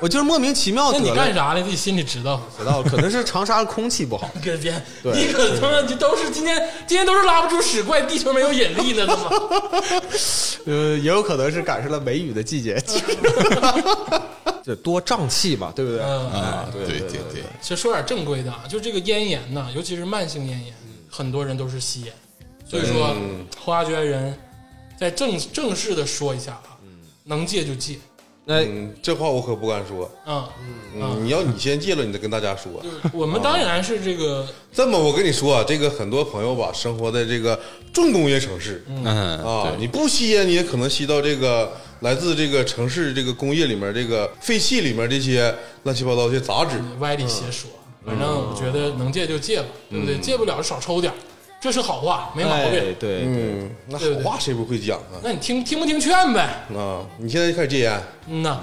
S4: 我就是莫名其妙
S2: 那
S4: 啊得
S2: 你
S4: 了
S2: 干，啥呢？自己心里知道。
S4: 知道可能是长沙的空气不好。
S2: 哥别，
S4: 对
S2: 你可他妈就都是今天，今天都是拉不出屎，怪地球没有引力呢，他妈！
S4: 呃，也有可能是赶上了梅雨的季节， 就多胀气吧，对不对？
S2: 嗯，
S5: 啊，对对对，
S2: 其实说点正规的啊，就这个咽炎呐，尤其是慢性咽炎，很多人都是吸烟，所以说花绝人，在正正式的说一下啊，能戒就戒，
S4: 那
S3: 嗯，这话我可不敢说，
S2: 啊，
S3: 嗯，你要你先戒了，你再跟大家说。
S2: 我们当然是这个
S3: 这么，我跟你说啊，这个很多朋友吧，生活在这个重工业城市
S5: 嗯，
S3: 啊，
S5: 对
S3: 你不吸烟，你也可能吸到这个来自这个城市这个工业里面这个废气里面这些乱七八糟这些杂质。
S2: 歪理邪说，反正我觉得能戒就戒吧，对不对？戒不了少抽点儿，这是好话，没毛
S4: 哎
S2: 病。
S4: 对，
S3: 嗯，那
S2: 对不
S3: 好
S2: 对
S3: 话谁不会讲啊？
S2: 那你听听不听劝呗？
S3: 啊，你现在就开始戒烟，
S2: 嗯呐，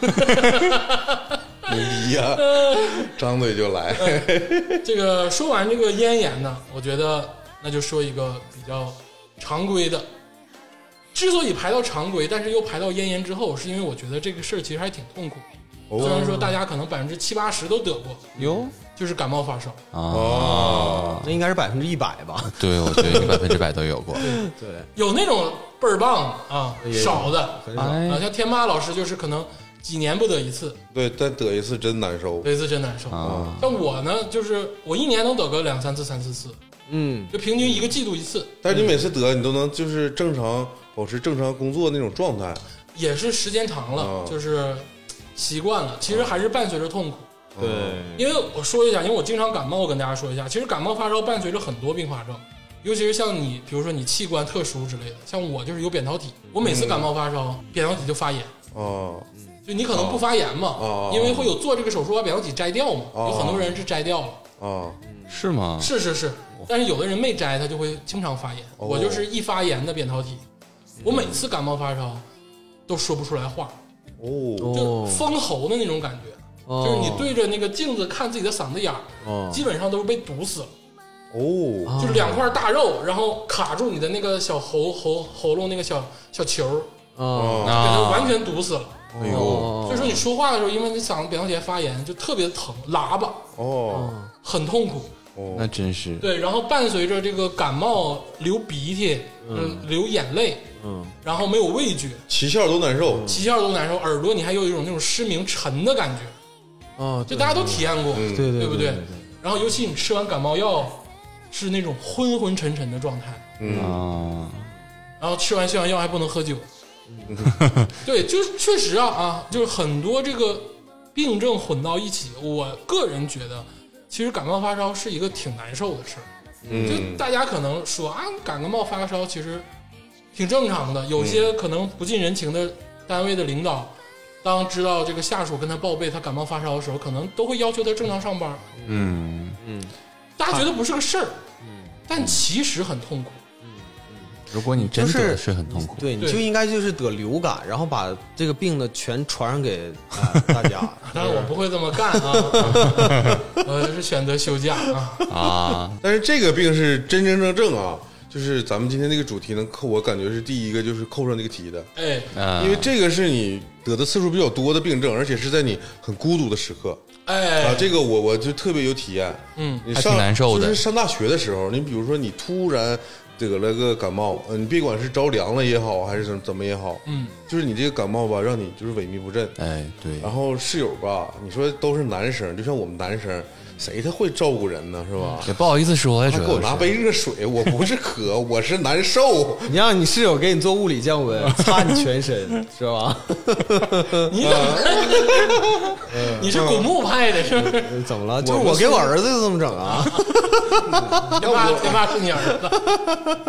S3: 牛逼呀！张嘴就来，
S2: 这个说完这个咽炎呢，我觉得那就说一个比较常规的。之所以排到常规，但是又排到咽炎之后，是因为我觉得这个事儿其实还挺痛苦。
S5: 哦
S2: 虽然说大家可能百分之七八十都得过，
S4: 哟，
S2: 就是感冒发烧。
S5: 啊，
S4: 那应该是百分之一百吧？
S5: 对，我觉得你百分之百都有 过，
S4: 对，
S2: 有那种倍儿棒的啊，
S4: 也有
S2: 少的
S4: 很少。
S5: 哎
S2: 啊，，像天霸老师就是可能几年不得一次，
S3: 对，但得一次真难受。
S2: 得一次真难受。
S5: 啊，
S2: 像我呢，就是我一年能得个两三次、三四次，
S4: 嗯，
S2: 就平均一个季度一次，
S3: 但是你每次得，你都能就是正常保持正常工作那种状态。
S2: 也是时间长了，
S3: 哦
S2: 就是习惯了，其实还是伴随着痛苦。
S3: 嗯
S4: 对，
S2: 因为我说一下，因为我经常感冒，我跟大家说一下，其实感冒发烧伴随着很多并发症，尤其是像你，比如说你器
S3: 嗯
S2: 官特殊之类的，像我就是有扁桃体，我每次感冒发烧，扁桃体就发炎，
S3: 啊，
S2: 就你可能不发炎嘛，
S3: 哦
S2: 因为会有做这个手术把表皮摘掉嘛，
S3: 哦
S2: 有很多人是摘掉了，
S3: 啊，
S5: 是吗？
S2: 是是是，但是有的人没摘，他就会经常发炎。
S3: 哦嗯
S2: 我就是一发炎的扁桃体，我每次感冒发烧都说不出来话，
S3: 哦，
S2: 就
S4: 哦
S2: 封喉的那种感觉，
S4: 哦
S2: 就是你对着那个镜子看自己的嗓子眼儿，
S4: 哦
S2: 基本上都是被堵死了，
S3: 哦，
S2: 就是两块大肉，然后卡住你的那个小喉喉喉咙那个小小球儿，
S4: 哦
S2: 给它
S5: 啊，
S2: 完全堵死了。
S3: 哎呦，
S2: 所以说你说话的时候，因为你嗓子扁桃体发炎，就特别疼，喇叭
S3: 哦，
S2: 很痛苦。
S5: 那
S3: 哦，
S5: 真是
S2: 对，然后伴随着这个感冒流鼻涕，嗯，流眼泪，
S4: 嗯，
S2: 然后没有味觉，
S3: 七窍都难受，
S2: 七窍都难受，耳朵你还有一种那种失明沉的感觉，
S4: 哦，
S2: 就大家都体验过，
S3: 嗯
S4: 对对
S2: 对不
S4: 对
S2: 对？然后尤其你吃完感冒药，是那种昏昏沉沉的状态，
S3: 嗯，
S5: 啊，
S2: 然后吃完消炎药还不能喝酒，
S4: 嗯
S2: 对，就是确实啊啊，就是很多这个病症混到一起，我个人觉得，其实感冒发烧是一个挺难受的事儿。就
S3: 嗯，
S2: 大家可能说啊，感个冒发烧其实挺正常的，有些可能不近人情的单位的领导，当知道这个下属跟他报备他感冒发烧的时候，可能都会要求他正常上班。
S5: 嗯，
S2: 大家觉得不是个事儿，但其实很痛苦。
S5: 如果你真
S4: 就
S5: 的
S4: 是
S5: 是很痛苦，
S4: 对，你
S2: 对
S4: 就应该就是得流感，然后把这个病呢全传染给呃大家。
S2: 但是我不会这么干 啊，我是选择休假啊。
S5: 啊，
S3: 但是这个病是真真正正啊，就是咱们今天这个主题能扣，我感觉是第一个就是扣上这个题的，
S2: 哎，
S5: 嗯
S3: 因为这个是你得的次数比较多的病症，而且是在你很孤独的时刻啊
S2: 哎，，
S3: 这个我我就特别有体验。
S2: 嗯，
S3: 你
S5: 还
S3: 上
S5: 挺难受的
S3: 就是上大学的时候，你比如说你突然得了个感冒，呃你别管是着凉了也好，还是怎么怎么也好，
S2: 嗯，
S3: 就是你这个感冒吧，让你就是萎靡不振。
S5: 哎，对，
S3: 然后室友吧，你说都是男生，就像我们男生，谁他会照顾人呢？是吧？
S5: 也哎不好意思说，
S3: 他
S5: 主
S3: 给我拿
S5: 要是
S3: 杯热水，我不是渴，我是难受。
S4: 你让你室友给你做物理降温，擦你全 身，是吧？
S2: 你怎么？你是古墓派的是不是？
S4: 怎么了？就是我给我儿子就这么整啊？
S2: 你爸，你爸是你儿子。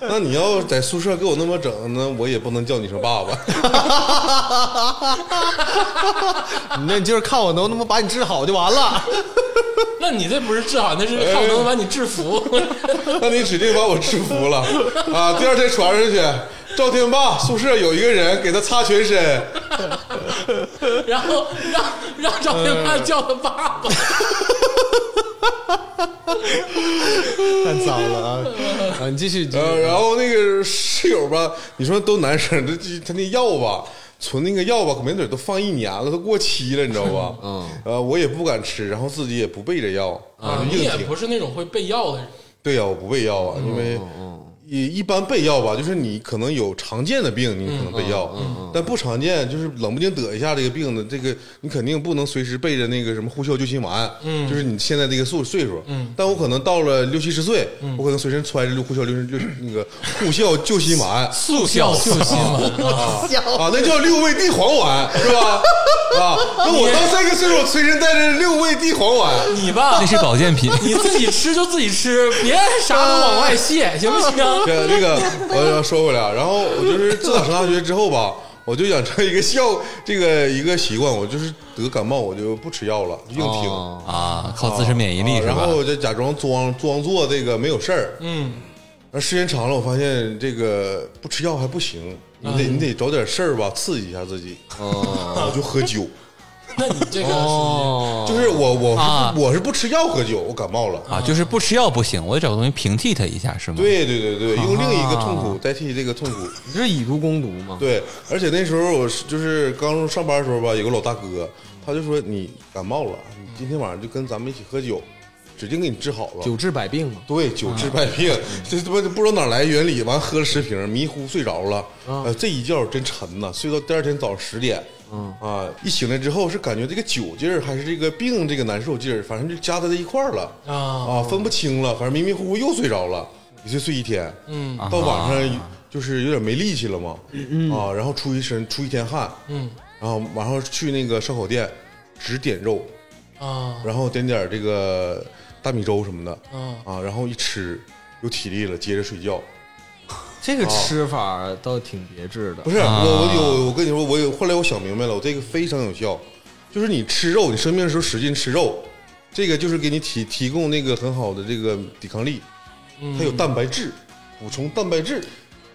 S3: 那你要在宿舍给我那么整，那我也不能叫你声爸爸。
S4: 那 你就是看我能不能把你治好就完 了。
S2: 那你这不是治好，那是看我能把你制服。
S3: 那你指定把我制服了啊！第二天传上去，赵天霸宿舍有一个人给他擦全身，
S2: 然后让让赵天霸叫他爸爸。
S4: 太糟了啊！啊，你继续，你继续
S3: 呃，然后那个室友吧，你说都男生，这这他那药吧，存那个药吧，没准都放一年了，都过期了，你知道吧？嗯，呃，我也不敢吃，然后自己也不备着药，啊，就
S2: 你
S3: 硬
S2: 也
S3: 挺
S2: 不。是那种会备药的人，
S3: 对呀、我不备药啊，因为一一般备药吧，就是你可能有常见的病，你可能备药，但不常见，就是冷不丁得一下这个病的，这个你肯定不能随时备着那个什么呼啸救心丸，嗯，就是你现在这个岁岁数，嗯，但我可能到了六七十岁，我可能随身揣着呼啸六六那个呼啸救心 丸
S2: 速效救心丸。
S3: 啊，那叫六味地黄丸是吧？啊，那我到这个岁数，随身带着六味地黄丸，
S2: 你吧
S5: 那，是保健品，
S2: 你自己吃就自己吃，别啥都往外泄，行不 行？
S3: 这那个，我要说回来啊，然后我就是自打上大学之后吧，我就养成一个笑这个一个习惯，我就是得感冒我就不吃药了，就硬挺。
S4: 哦
S5: 啊，靠自身免疫力
S3: 啊
S5: 是
S3: 然
S5: 吧
S3: 后？我就假装装装作这个没有事儿，
S2: 嗯，
S3: 那时间长了，我发现这个不吃药还不行，你得、你得找点事儿吧，刺激一下自己。
S5: 哦
S3: 我就喝酒，
S2: 那你这个属
S4: 哦，
S3: 就是我我是不、
S5: 啊
S3: 我是不吃药喝酒，我感冒了。
S5: 啊，就是不吃药不行，我得找个东西平替它一下，是吗？，
S3: 对对对
S5: 啊
S3: 对，用另一个痛苦代替这个痛苦。
S4: 你这是以毒攻毒嘛？
S3: 对，而且那时候我是就是刚上班的时候吧，有个老大哥，他就说你感冒了，你今天晚上就跟咱们一起喝酒，指定给你治好了。
S4: 酒治百病嘛。
S3: 对，酒治百病， 这他妈就不知道哪来原理，完喝了十瓶，迷糊睡着了。呃，这一觉真沉呐，睡到第二天早上十点。嗯啊，一醒来之后是感觉这个酒劲儿还是这个病这个难受劲儿，反正就夹在这一块儿了。
S2: 啊
S3: 啊，分不清了，反正迷迷糊糊又睡着了，一睡睡一天，
S2: 嗯
S5: 啊
S3: 到晚上就是有点没力气了嘛，啊，然后出一身出一天汗，
S2: 嗯，
S3: 然后晚上去那个烧烤店只点肉，
S2: 啊
S3: 然后点点这个大米粥什么的，
S2: 啊，
S3: 啊，然后一吃有体力了，接着睡觉，
S4: 这个吃法倒挺别致的
S3: 不。是，我我有我跟你说，我有后来我想明白了，我这个非常有效，就是你吃肉，你生病的时候使劲吃肉，这个就是给你提提供那个很好的这个抵抗力，
S2: 嗯
S3: 它有蛋白质，补充蛋白质。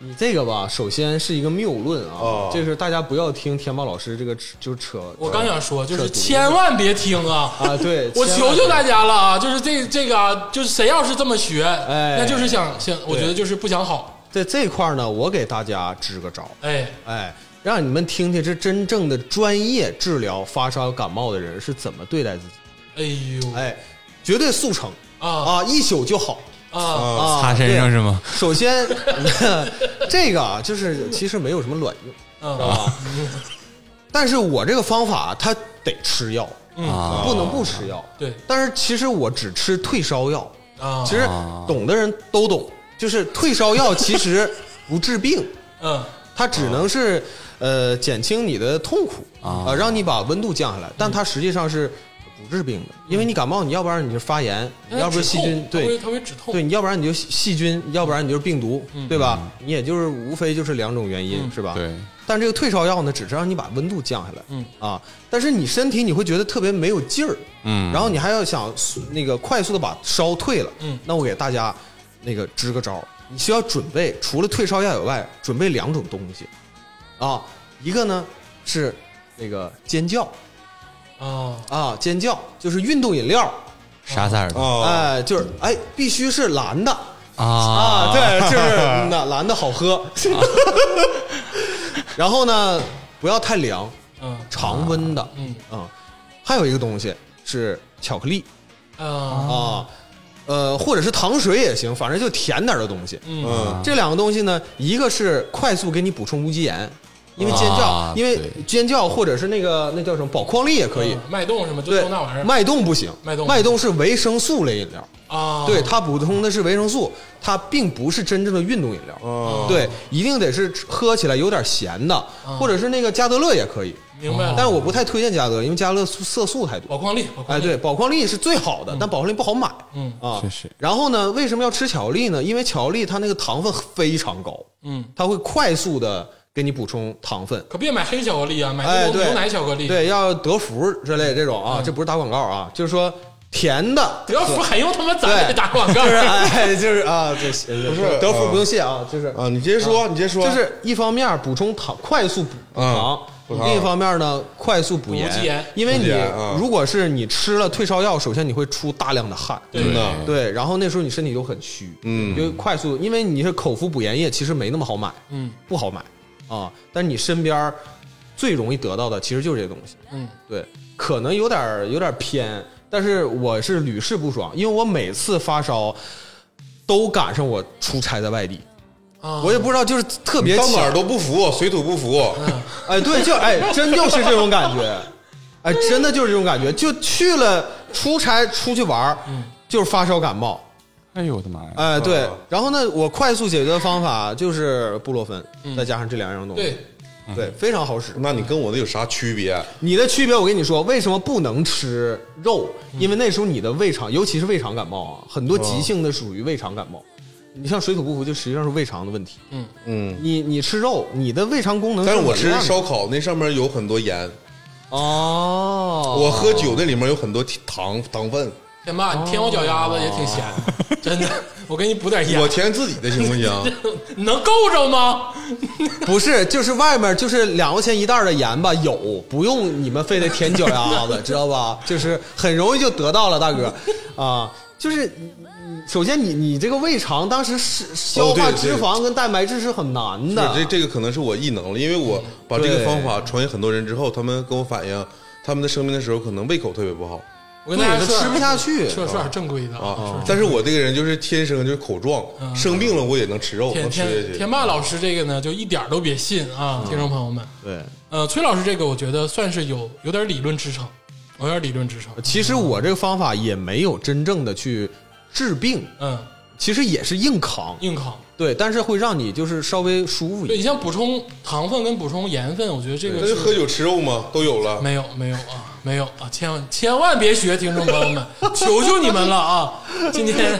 S4: 你这个吧，首先是一个谬论啊，
S3: 哦
S4: 这是大家不要听天霸老师这个扯就扯。
S2: 我刚想说，就
S4: 扯
S2: 是
S4: 犊子
S2: 千万别听啊！
S4: 啊，对，
S2: 我
S4: 千万
S2: 求求大家了啊！就是这这个啊，就是谁要是这么学，
S4: 哎
S2: 那就是想想，我觉得就是不想好。
S4: 在这块儿呢，我给大家支个招，
S2: 哎，
S4: 哎，让你们听听这真正的专业治疗发烧感冒的人是怎么对待自己，
S2: 哎呦，
S4: 哎，绝对速成
S3: 哦
S2: 啊
S4: 啊，一宿就好
S2: 啊
S4: 啊，
S5: 擦身上
S4: 对
S5: 是吗？
S4: 首先， 这个啊，就是其实没有什么卵用，
S2: 啊！
S4: 但是我这个方法它得吃药，
S5: 啊，
S4: 不能不吃药。
S2: 对
S4: 但是其实我只吃退烧药，
S2: 啊，
S4: 其实懂的人都懂，就是退烧药其实不治病，
S2: 嗯
S4: 它只能是呃减轻你的痛苦啊、让你把温度降下来，但它实际上是不治病的，因为你感冒，你要不然你就发炎，你要不然细菌
S2: 它会
S4: 对。
S2: 它会止痛。嗯
S4: 对，你要不然你就细细菌，要不然你就是病毒，对吧？你也就是无非就是两种原因，是吧？
S5: 嗯对，
S4: 但这个退烧药呢，只是让你把温度降下来，
S2: 嗯
S4: 啊，但是你身体你会觉得特别没有劲儿，
S5: 嗯
S4: 然后你还要想速那个快速的把烧退了，
S2: 嗯
S4: 那我给大家那个支个招儿，你需要准备除了退烧药以外，准备两种东西，啊，一个呢是那个尖叫
S2: 啊
S4: 啊，尖叫就是运动饮料，
S5: 沙塞尔的
S3: 啊，
S4: 哎，就是哎必须是蓝的
S5: 啊
S4: 啊，，对，就是嗯 那蓝的 好喝，然后呢不要太凉，
S2: 嗯
S4: 常温的，
S2: 嗯
S4: 啊，还有一个东西是巧克力
S2: 啊
S4: 啊，呃，或者是糖水也行，反正就甜点儿的东西。
S2: 嗯
S3: 嗯，
S4: 这两个东西呢，一个是快速给你补充无机盐，因为尖叫，
S5: 啊
S4: 因为
S5: 对
S4: 尖叫或者是那个那叫什么宝矿力也可以，
S2: 嗯脉动什么就
S4: 对
S2: 都那玩意，儿
S4: 脉动不行，
S2: 脉动
S4: 脉动是维生素类饮料，
S2: 啊，
S4: 对，它补充的是维生素，它并不是真正的运动饮料。
S2: 哦
S3: 啊，
S4: 对，一定得是喝起来有点咸的，
S2: 嗯
S4: 或者是那个加德乐也可以，
S2: 明白
S4: 但
S2: 了。
S4: 是我不太推荐加德，因为加德乐素色素太多。
S2: 宝矿力，嗯宝矿
S4: 哎，
S2: 力
S4: 对，宝矿力是最好的，但宝矿力不好买。
S2: 嗯
S4: 啊，
S5: 确实。
S4: 然后呢，为什么要吃巧克力呢？因为巧克力它那个糖分非常高，
S2: 嗯，
S4: 它会快速的给你补充糖分。
S2: 可别买黑巧克力啊，买
S4: 哎，
S2: 那种
S4: 对，
S2: 牛奶巧克力。嗯
S4: 对，要德芙之类这种啊，这不是打广告啊，就是说甜的，
S2: 德芙还用他妈咱
S4: 对
S2: 给打广告
S4: 就是？哎，就是啊，这不
S3: 不是
S4: 德芙
S3: 啊
S4: 不用谢啊，就是
S3: 啊，你接着说，你接着说，
S4: 就是一方面补充糖，快速补补糖。
S3: 嗯补糖
S4: 另一方面呢，快速补
S2: 补
S4: 盐
S2: 盐，
S4: 因为
S3: 补
S4: 你
S3: 盐啊
S4: 如果是你吃了退烧药，首先你会出大量的汗，
S3: 真的
S4: 对，然后那时候你身体就很虚，
S3: 嗯
S4: 就快速，因为你是口服补盐液，其实没那么好买，
S2: 嗯
S4: 不好买啊。但你身边儿最容易得到的其实就是这东西，
S2: 嗯，
S4: 对，可能有点儿有点儿偏，但是我是屡试不爽，因为我每次发烧都赶上我出差在外地，
S2: 啊
S4: 我也不知道，就是特别
S3: 到
S4: 巧
S3: 哪儿都不服，水土不服。
S4: 哎，对，就哎，真就是这种感觉，哎，真的就是这种感觉，就去了出差出去玩儿，
S3: 嗯
S4: 就是发烧感冒。
S5: 哎呦我的妈呀！
S4: 哎，对
S3: 啊，
S4: 然后呢，我快速解决的方法就是布洛芬，
S3: 嗯
S4: 再加上这两样东西，
S2: 对，
S4: 对对，非常好使。
S3: 那你跟我的有啥区别？
S4: 你的区别，我跟你说，为什么不能吃肉？
S3: 嗯
S4: 因为那时候你的胃肠，尤其是胃肠感冒啊，很多急性的属于胃肠感冒。你像水土不服，就实际上是胃肠的问题。
S2: 嗯
S3: 嗯，
S4: 你你吃肉，你的胃肠功能紊
S3: 但是
S4: 乱
S3: 我
S4: 的，
S3: 吃烧烤那上面有很多盐，
S4: 哦，
S3: 我喝酒那里面有很多糖糖分。
S2: 天霸，你天王脚丫子也挺咸的， 真的。我给你补
S4: 哎
S2: 点盐
S3: 哦我，填自己的行 不行？
S2: 你能够着吗？
S4: 不是，就是外面就是两块钱一袋儿的盐吧，有不用你们非得舔脚丫子，知道吧？就是很容易就得到了，大哥啊，就是你你首先你你这个胃肠当时是消
S3: 哦对
S4: 化
S3: 对
S4: 脂肪跟蛋白质是很难的，嗯
S3: 这这个可能是我异能了，因为我把这个
S4: 对
S3: 方法传给很多人之后，他们跟我反映，他们在生病的时候可能胃口特别不好
S2: 我跟大家
S4: 对
S2: 说，
S4: 吃不下去
S2: 说说点正规的
S4: 哦
S3: 啊。但是我这个人就是天生就是口壮，
S4: 嗯
S3: 生病了我也能吃肉，
S2: 天
S3: 能吃
S2: 天
S3: 下去嗯
S2: 天。霸老师这个呢，就一点儿都别信啊，听众朋友们。
S4: 对。
S2: 呃，崔老师这个我觉得算是有有点理论支撑，有点理论支撑。
S4: 其实我这个方法也没有真正的去治病，
S2: 嗯，
S4: 其实也是硬扛，
S2: 硬扛。
S4: 对，但是会让你就是稍微舒服一
S2: 对
S4: 点。
S2: 你像补充糖分跟补充盐分，我觉得这个
S3: 那就是喝酒吃肉嘛，都有了。
S2: 没有没有啊，没有啊，千万千万别学，听众朋友们，求求你们了啊！今天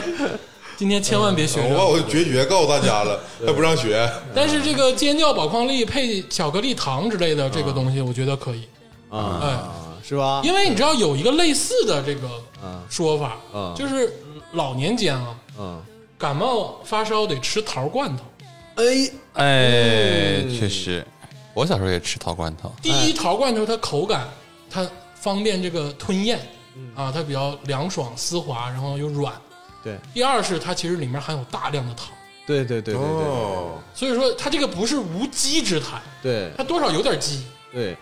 S2: 今天千万别学
S3: 呃我
S2: 这
S3: 把
S2: 个。
S3: 我的决绝告诉大家了，还不让学，
S2: 但是这个尖叫宝矿力配巧克力糖之类的这个东西，我觉得可以，哎
S4: 啊，是吧？
S2: 因为你知道有一个类似的这个
S4: 嗯
S2: 说法
S4: 嗯，
S2: 就是老年间啊，
S4: 嗯，
S2: 感冒发烧得吃桃罐头。
S4: 哎，
S5: 哎，确实，我小时候也吃桃罐头，
S2: 第一，桃罐头它口感它方便这个吞咽啊，它比较凉爽丝滑，然后又软。
S4: 对
S2: 第二是它其实里面含有大量的糖，
S4: 对对对对对
S3: 哦，
S2: 所以说它这个不是无稽之谈，
S4: 对
S2: 它多少有点鸡。
S4: 对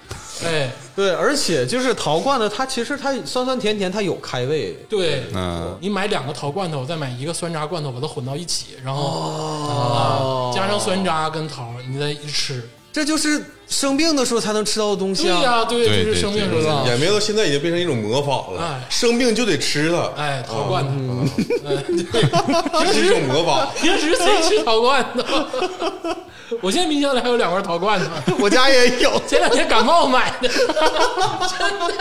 S2: 哎，
S4: 对，而且就是桃罐头，它其实它酸酸甜甜，它有开胃，
S2: 对，
S5: 嗯，
S2: 你买两个桃罐头，再买一个酸渣罐头，把它混到一起，然后、啊加上酸渣跟桃，你再一吃。
S4: 这就是生病的时候才能吃到的东
S2: 对
S4: 西
S2: 呀、
S4: 啊。
S2: 对，
S5: 对
S2: 就是
S5: 对
S2: 生命
S5: 对
S2: 时候。
S3: 演变到现在已经变成一种魔法了
S2: 哎，
S3: 生病就得吃它，
S2: 哎，桃罐头，哎，
S3: 这是一种魔法。
S2: 平时谁吃桃罐头？我现在冰箱里还有两罐桃罐头，
S4: 我家也有，
S2: 前两天感冒买的，真的。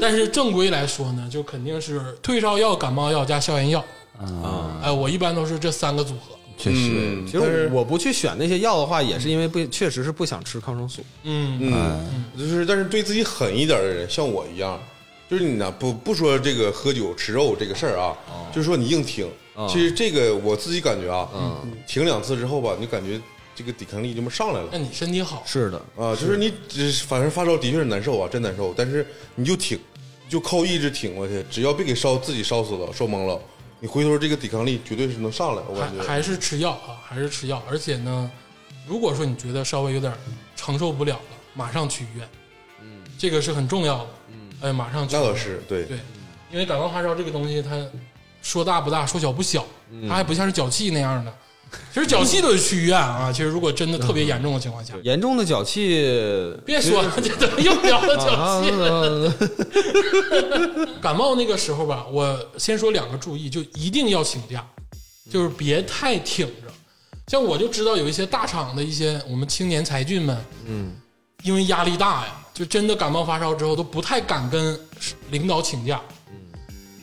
S2: 但是正规来说呢，就肯定是退烧药、感冒药加消炎药。啊，哎，我一般都是这三个组合。
S5: 确实，
S3: 嗯，
S4: 其实我不去选那些药的话，也是因为不确实是不想吃抗生素。
S2: 嗯，
S3: 嗯，就是但是对自己狠一点的人，像我一样，就是你呢不不说这个喝酒吃肉这个事儿啊，就是说你硬挺。其实这个我自己感觉啊，挺两次之后吧，你感觉这个抵抗力就上来了
S2: 那你身体好，
S4: 是的，
S3: 啊，就是你只是反正发烧的确是难受啊，真难受，但是你就挺，就靠意志挺过去，只要别给烧自己烧死了、烧懵了，你回头这个抵抗力绝对是能上来，我感
S2: 还
S3: 觉。
S2: 还是吃药啊，还是吃药。而且呢，如果说你觉得稍微有点承受不了了，马上去医院。嗯，这个是很重要的。嗯，哎，马上去。
S3: 那倒是对，
S2: 对，因为感冒发烧这个东西，它说大不大，说小不小，
S3: 嗯
S2: 它还不像是脚气那样的。其实脚气都得去医院啊。其实如果真的特
S3: 嗯
S2: 别严重的情况下，
S4: 严重的脚气，
S2: 别说了，这怎么又聊到脚
S4: 啊
S2: 气？感冒那个时候吧，我先说两个注意，就一定要请假，就是别太挺着。像我就知道有一些大厂的一些我们青年才俊们，嗯，因为压力大呀，就真的感冒发烧之后都不太敢跟领导请假。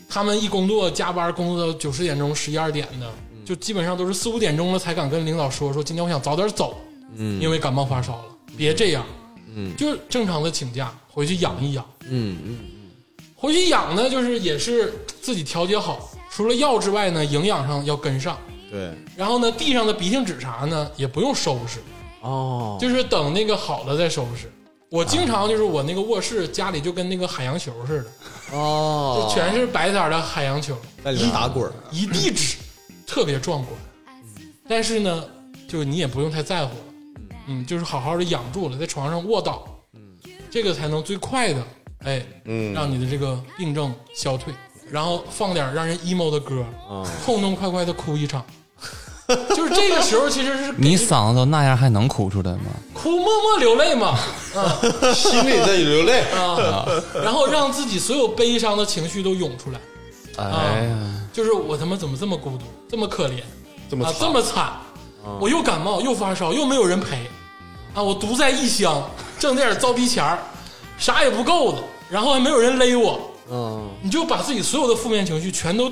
S2: 他们一工作加班工作到九十点钟、十一二点的，就基本上都是四五点钟了才敢跟领导说说今天我想早点走，嗯，因为感冒发烧了，别这样，嗯，就是正常的请假回去养一养，
S4: 嗯嗯，
S2: 回去养呢，就是也是自己调节好，除了药之外呢，营养上要跟上。
S4: 对，
S2: 然后呢，地上的鼻涕纸啥呢，也不用收拾，
S4: 哦，
S2: 就是等那个好了再收拾。我经常就是我那个卧室家里就跟那个海洋球似的，
S4: 哦
S2: 就，全是白色的海洋球，
S4: 在里面打滚儿，
S2: 一地纸，特别壮观。但是呢，就你也不用太在乎了，嗯，就是好好的养住了，在床上卧倒，这个才能最快的，哎，
S3: 嗯
S2: 让你的这个病症消退。然后放点让人 emo 的歌，痛痛快快的哭一场。就是这个时候，其实是
S5: 你嗓子都那样，还能哭出来吗？
S2: 哭默默流泪嘛，
S3: 心里在流泪，
S2: 啊然后让自己所有悲伤的情绪都涌出来。
S5: 哎呀，
S2: 就是我他妈怎么这么孤独，这么可怜，
S3: 这么
S2: 啊，
S3: 惨嗯
S2: 这么惨，我又感冒又发烧又没有人陪，啊，我独在异乡，挣点糟逼钱儿，啥也不够的，然后还没有人勒我，
S4: 嗯
S2: 你就把自己所有的负面情绪全都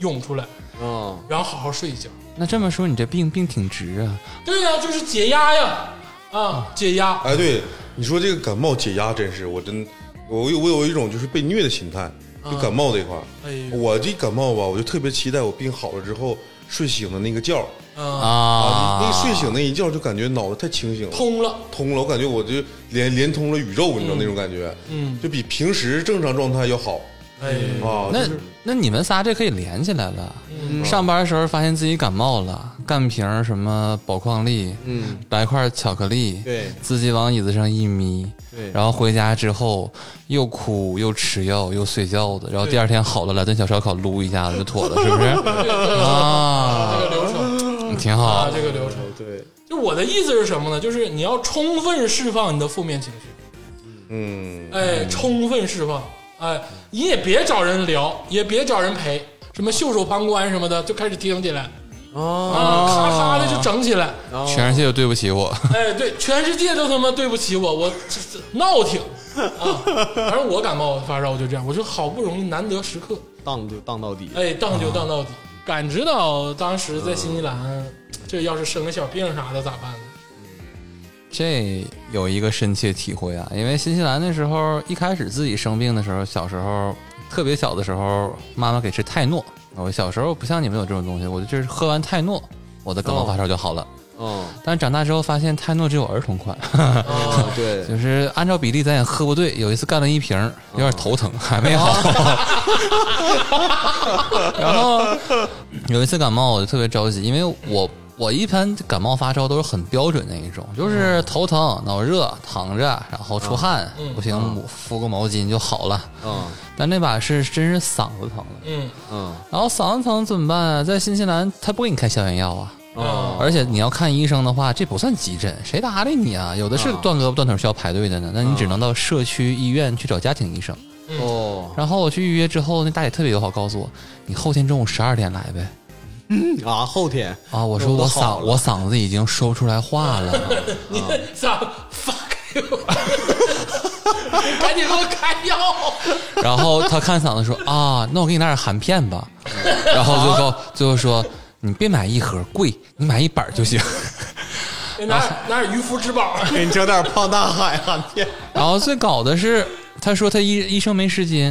S2: 涌出来，
S4: 嗯，
S2: 然后好好睡一觉。
S5: 那这么说你这病病挺直啊，
S2: 对呀、就是解压呀，啊，解压，
S3: 哎，对，你说这个感冒解压，真是我真，我有我有一种就是被虐的心态，就感冒这块儿。
S2: 哎呦
S3: 我这感冒吧，我就特别期待我病好了之后睡醒的那个觉儿
S2: 啊，
S5: 啊
S3: 啊，那睡醒那一觉就感觉脑袋太清醒了，
S2: 通了，
S3: 通了，我感觉我就连连通了宇宙，你知道那种感觉，
S2: 嗯
S3: 就比平时正常状态要好
S2: 哎，
S3: 啊。
S5: 那
S3: 就是嗯
S5: 那你们仨这可以连起来了。上班的时候发现自己感冒了，干瓶什么宝矿力，嗯，来块巧克力，
S4: 对
S5: 自己往椅子上一眯，
S4: 对
S5: 然后回家之后又哭又吃药又睡觉的，然后第二天好了，来顿小烧烤撸一下子就妥了，是不是？
S2: 这
S5: 啊，
S2: 个流程
S5: 挺
S2: 啊
S5: 好，，
S2: 这个流程。
S4: 对，
S2: 就我的意思是什么呢？就是你要充分释放你的负面情绪，
S3: 嗯，
S2: 哎，充分释放，哎，你也别找人聊，也别找人陪，什么袖手旁观什么的，就开始听起来
S4: 哦，
S2: 啊，咔咔的就整起来，
S3: 哦
S5: 全世界都对不起我，
S2: 哎，对，全世界都他妈对不起我，我这这闹挺，啊，反正我感冒发烧我就这样，我就好不容易难得时刻，
S4: 荡就荡到底。啊
S2: 哎，荡就荡到底。感知到当时在新西兰，这要是生个小病啥的咋办呢？
S5: 这有一个深切体会啊，因为新西兰那时候一开始自己生病的时候，小时候特别小的时候，妈妈给吃泰诺。我小时候不像你们有这种东西，我就是喝完泰诺，我的感冒发烧就好了。
S4: 嗯，
S5: 但是长大之后发现泰诺只有儿童款，
S4: 啊，对，
S5: 就是按照比例咱也喝不对。有一次干了一瓶，有点头疼，还没好。 然后有一次感冒，我就特别着急，因为我我一般感冒发烧都是很标准那一种，就是头疼、脑热、躺着，然后出汗，不行抹敷个毛巾就好了。
S4: 嗯
S5: 但那把是真是嗓子疼了，
S2: 嗯
S4: 嗯
S5: 然后嗓子疼怎么办啊？在新西兰他不给你开消炎药啊。
S4: 嗯
S2: 啊
S5: 而且你要看医生的话，这不算急诊，谁搭理你啊？有的是断胳膊断腿需要排队的
S4: 嗯
S5: 呢，那你只能到社区医院去找家庭医生。
S4: 哦
S5: 然后我去预约之后，那大姐特别友好，告诉我你后天中午十二点来呗。
S4: 啊，后天
S5: 啊，我说
S4: 我
S5: 我
S4: 好
S5: 嗓
S4: 了
S5: 我嗓子已经说不出来话 了，
S2: 你咋发给我？ 赶紧给我开药！
S5: 然后她看嗓子说啊，那我给你拿点含片吧，
S4: 嗯
S5: 然后最后最后说你别买一盒贵，你买一板儿就行。
S2: 拿
S5: 啊
S2: 拿点渔夫之宝。
S4: 给你整点胖大海啊含片。
S5: 然后最搞的是，他说他医医生没时间，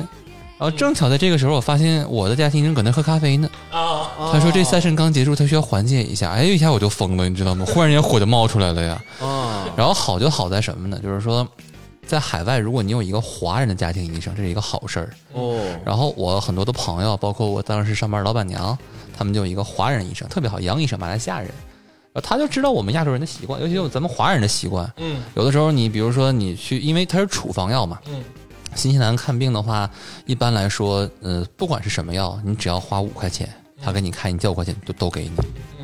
S5: 然后正巧在这个时候，我发现我的家庭医生搁那喝咖啡呢。
S2: 啊，
S5: 他说这 session 刚结束，他需要缓解一下。哎，一下我就疯了，你知道吗？忽然间火就冒出来了呀。
S4: 啊
S5: 然后好就好在什么呢？就是说，在海外，如果你有一个华人的家庭医生，这是一个好事儿。
S4: 哦
S5: 然后我很多的朋友，包括我当时上班老板娘，他们就有一个华人医生，特别好，杨医生，马来西亚人。然后他就知道我们亚洲人的习惯，尤其是咱们华人的习惯。
S2: 嗯
S5: 有的时候你比如说你去，因为它是处方药嘛，
S2: 嗯
S5: 新西兰看病的话，一般来说，呃，不管是什么药，你只要花五块钱，
S2: 嗯
S5: 他给你开，你交五块钱就都给你，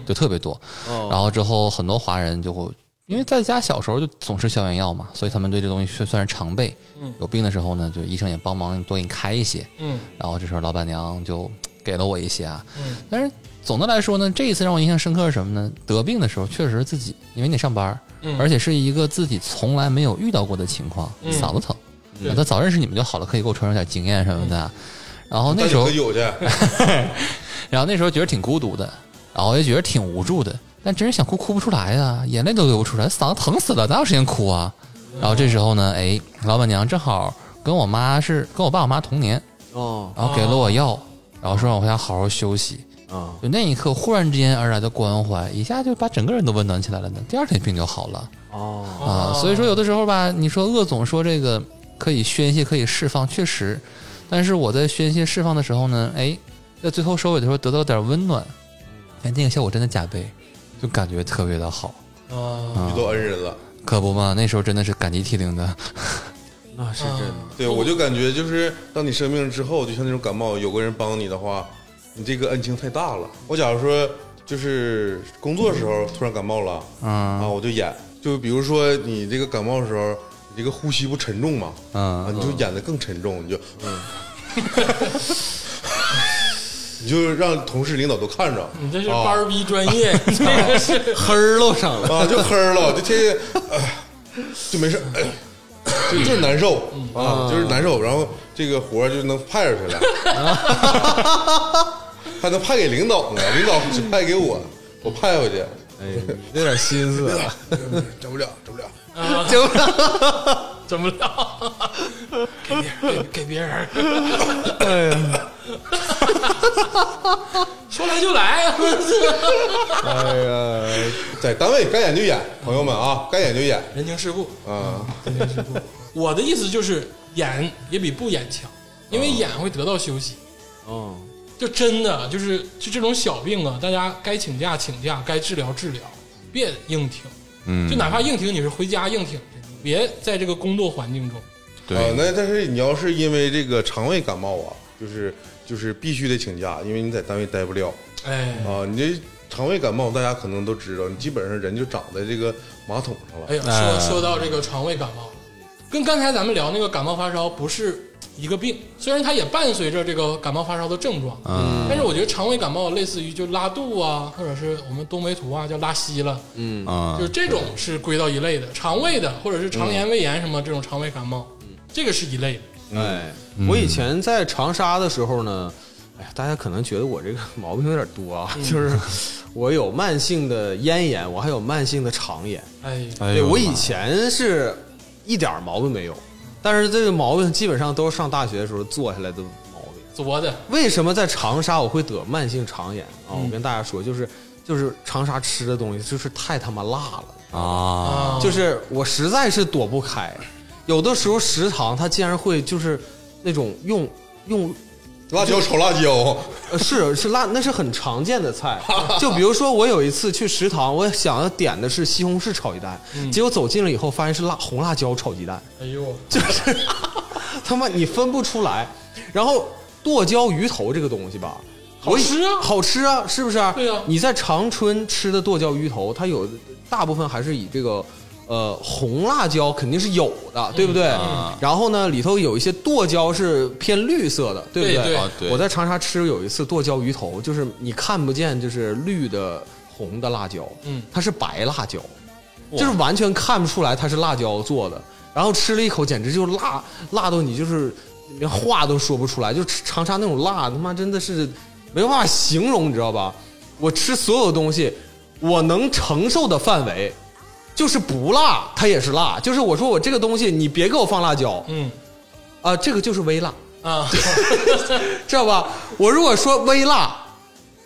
S5: 就特别多。然
S4: 哦，
S5: 后之后很多华人就会，因为在家小时候就总吃消炎药嘛，所以他们对这东西算算是常备
S2: 嗯。
S5: 有病的时候呢，就医生也帮忙多给你开一些。
S2: 嗯
S5: 然后这时候老板娘就给了我一些啊。
S2: 嗯
S5: 但是总的来说呢，这一次让我印象深刻是什么呢？得病的时候确实是自己，因为你上班儿，
S2: 嗯
S5: 而且是一个自己从来没有遇到过的情况，
S2: 嗯
S5: 嗓子疼。
S2: 对嗯
S5: 他早认识你们就好了，可以给我传授点经验什么的。然后那时
S3: 带
S5: 候
S3: 你，喝酒去，
S5: 然后那时候觉得挺孤独的，然后也觉得挺无助的，但真是想哭哭不出来呀、眼泪都流不出来，嗓子疼死了，哪有时间哭啊？然后这时候呢，哎，老板娘正好跟我妈是跟我爸我妈同年，
S4: 哦
S5: 然后给了我药，然后说让我回家好好休息。
S4: 啊，
S5: 就那一刻，忽然之间而来的关怀，一下就把整个人都温暖起来了呢。第二天病就好了
S4: 哦，
S5: 啊。所以说，有的时候吧，你说鄂总说这个可以宣泄，可以释放，确实。但是我在宣泄释放的时候呢，哎，在最后收尾的时候得到点温暖，哎，那个效果真的加倍，就感觉特别的好，
S2: 啊，
S3: 遇到恩人了。
S5: 可不嘛？那时候真的是感激涕零的。
S4: 那是真的。
S5: 哦
S3: 对，我就感觉就是当你生病之后，就像那种感冒，有个人帮你的话，你这个恩情太大了。我假如说就是工作时候突然感冒了，啊，
S5: 嗯
S3: 我就演，就比如说你这个感冒的时候，你这个呼吸不沉重嘛，啊，
S5: 嗯
S3: 你就演的更沉重，你就，嗯 你就让同事领导都看着，
S2: 你这是班儿逼专业，你这 个是
S4: 黑儿露上了，
S3: 啊，就黑儿了，就天天，哎就没事，哎就就是难受
S4: 嗯
S3: 啊，就是难受，然后这个活儿就能派出去了， 还能派给领导呢，领导只派给我，我派回去，
S4: 哎，有点心思啊，
S3: 整不了，整不了，
S2: 怎么了？给别人，给别人，
S5: 哎
S2: 说来就来，啊
S4: 哎呀，
S3: 在单位该演就演，朋友们啊，该演就演
S2: 人情世故。
S3: 啊，
S2: 我的意思就是，演也比不演强，因为演会得到休息。
S4: 哦，
S2: 就真的就是就这种小病啊，大家该请假请假，该治疗治疗，别硬挺。
S5: 嗯
S2: 就哪怕硬挺，你是回家硬挺去，你别在这个工作环境中。
S3: 啊，那但是你要是因为这个肠胃感冒啊，就是就是必须得请假，因为你在单位待不了。
S2: 哎，
S5: 哦
S3: 啊，你这肠胃感冒，大家可能都知道，你基本上人就长在这个马桶上了。
S2: 哎呀，说
S5: 哎
S2: 说到这个肠胃感冒，跟刚才咱们聊那个感冒发烧不是一个病，虽然它也伴随着这个感冒发烧的症状，
S5: 嗯
S2: 但是我觉得肠胃感冒类似于就拉肚啊，或者是我们东北土话叫拉稀了，
S5: 啊嗯
S2: 就是这种是归到一类的，肠胃的或者是肠炎、胃炎什么这种肠胃感冒。这个是一类的。
S4: 哎，
S5: 嗯
S4: 我以前在长沙的时候呢，哎呀，大家可能觉得我这个毛病有点多啊，就是我有慢性的咽炎，我还有慢性的肠炎。
S2: 哎，
S5: 哎
S4: 对
S5: 呦
S4: 我
S5: 妈
S4: 以前是一点儿毛病没有，但是这个毛病基本上都是上大学的时候做下来的毛病。
S2: 左的，
S4: 为什么在长沙我会得慢性肠炎啊？我跟大家说，就是就是长沙吃的东西就是太他妈辣了。
S5: 啊，
S2: 啊
S4: 就是我实在是躲不开，有的时候食堂它竟然会就是那种用用
S3: 辣椒炒辣椒，
S4: 呃是 是辣，那是很常见的菜。就比如说我有一次去食堂，我想要点的是西红柿炒鸡蛋，结果走进了以后发现是辣红辣椒炒鸡蛋，
S2: 哎呦，
S4: 就是他妈你分不出来。然后剁椒鱼头这个东西吧。我以
S2: 好吃啊
S4: 好吃啊，是不是？
S2: 对啊
S4: 你在长春吃的剁椒鱼头，它有大部分还是以这个呃红辣椒肯定是有的，对不对？
S2: 嗯啊
S4: 然后呢，里头有一些剁椒是偏绿色的，对不
S2: 对对
S5: 啊对
S4: 我在长沙吃有一次剁椒鱼头，就是你看不见就是绿的、红的辣椒，
S2: 嗯
S4: 它是白辣椒，就是完全看不出来它是辣椒做的。然后吃了一口，简直就是辣辣到你就是连话都说不出来，就吃长沙那种辣，他妈真的是没有办法形容，你知道吧？我吃所有东西，我能承受的范围。就是不辣，它也是辣。就是我说我这个东西，你别给我放辣椒啊、
S2: 嗯
S4: 这个就是微辣。
S2: 啊，
S4: 知道吧？我如果说微辣，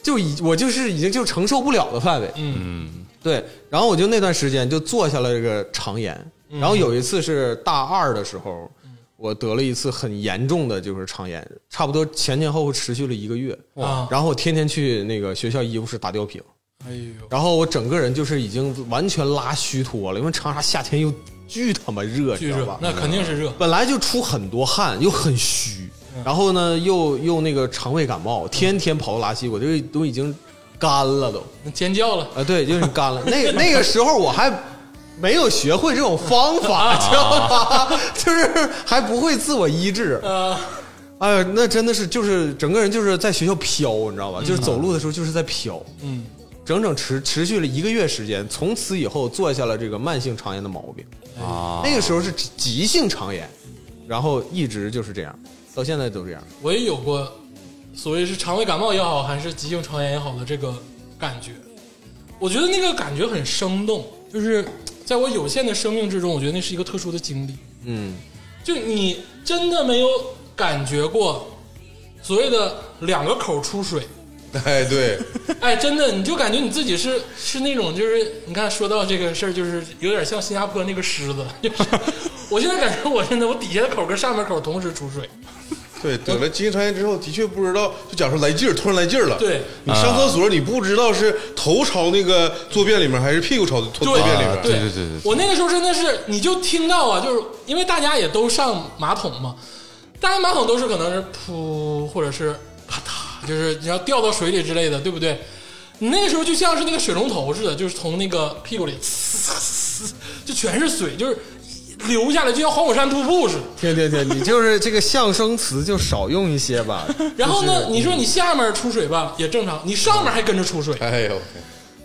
S4: 就已我就是已经就承受不了的范围。
S2: 嗯
S4: 对，然后我就那段时间就做下了这个肠炎，然后有一次是大二的时候，我得了一次很严重的就是肠炎，差不多前前后后持续了一个月。
S2: 啊
S4: 然后我天天去那个学校医务室打吊瓶，
S2: 哎呦，
S4: 然后我整个人就是已经完全拉虚脱了，因为长沙夏天又巨他妈热，你
S2: 巨
S4: 知道
S2: 热
S4: 吧，？
S2: 那肯定是热，
S4: 本来就出很多汗，又很虚，然后呢，又又那个肠胃感冒，天天跑拉稀，我这都已经干了都。
S2: 那尖叫了，
S4: 啊，对，就是干了。那那个时候我还没有学会这种方法，知道吧？就是还不会自我医治。
S2: 啊，
S4: 哎呀，那真的是就是整个人就是在学校飘，你知道吧？就是走路的时候就是在飘，
S2: 嗯，
S4: 整整持持续了一个月时间。从此以后做下了这个慢性肠炎的毛病。
S5: 啊，
S4: 那个时候是急性肠炎，然后一直就是这样，到现在都这样。
S2: 我也有过，所谓是肠胃感冒也好，还是急性肠炎也好的这个感觉，我觉得那个感觉很生动，就是在我有限的生命之中，我觉得那是一个特殊的经历。
S4: 嗯，
S2: 就你真的没有感觉过所谓的两个口出水，
S3: 哎，对，
S2: 哎，真的，你就感觉你自己是是那种，就是你看说到这个事儿，就是有点像新加坡那个狮子， 就是我现在感觉我真的我底下的口跟上面口同时出水，
S3: 对，得了急性肠炎之后，的确不知道，就假如说来劲儿，突然来劲儿了。
S2: 对
S3: 你上厕所，你不知道是头朝那个坐便里面，还是屁股朝坐便里面。
S5: 对
S2: 对
S5: 对对对
S2: 我那个时候真的是，你就听到啊，就是因为大家也都上马桶嘛，大家马桶都是可能是噗，或者是啪嗒，就是你要掉到水里之类的，对不对？你那个时候就像是那个水龙头似的，就是从那个屁股里呲呲呲，就全是水，就是流下来，就像黄火山瀑布似的。
S4: 停停停，你就是这个象声词就少用一些 吧。
S2: 然后呢，你
S4: 嗯
S2: 说你下面出水吧也正常，你上面还跟着出水，
S3: 哎呦，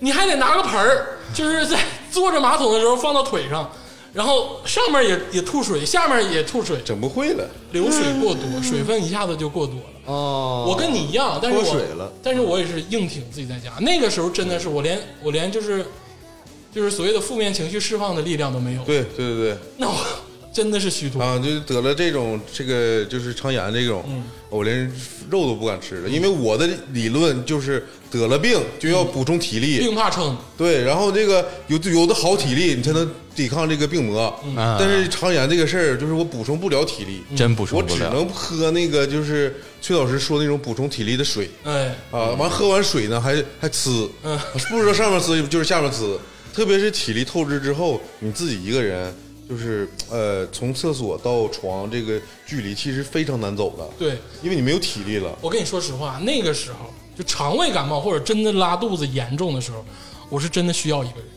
S2: 你还得拿个盆儿，就是在 坐着马桶的时候放到腿上，然后上面也也吐水，下面也吐水，
S3: 整不会了。
S2: 流水过多，水分一下子就过多了。
S4: 哦，
S2: 我跟你一样，但是我
S4: 脱水了
S2: 但是我也是硬挺自己在家。那个时候真的是我连我连就是就是所谓的负面情绪释放的力量都没有，
S3: 对对对对。
S2: 那我真的是虚脱。
S3: 啊，就是得了这种这个就是肠炎这
S2: 嗯
S3: 种，我连肉都不敢吃了，因为我的理论就是得了病就要补充体力，
S2: 病怕撑，
S3: 对，然后这个有有的好体力，你才能抵抗这个病魔。
S5: 嗯
S3: 但是肠炎这个事儿，就是我补充不了体力，
S5: 真嗯补充不了
S3: 我只能喝那个就是崔老师说那种补充体力的水
S2: 哎，
S3: 啊。
S5: 嗯
S3: 完喝完水呢，还还呲，
S2: 嗯
S3: 不知道上面呲就是下面呲。特别是体力透支之后，你自己一个人，就是呃，从厕所到床这个距离其实非常难走的，
S2: 对
S3: 因为你没有体力了。
S2: 我跟你说实话，那个时候就肠胃感冒或者真的拉肚子严重的时候，我是真的需要一个人。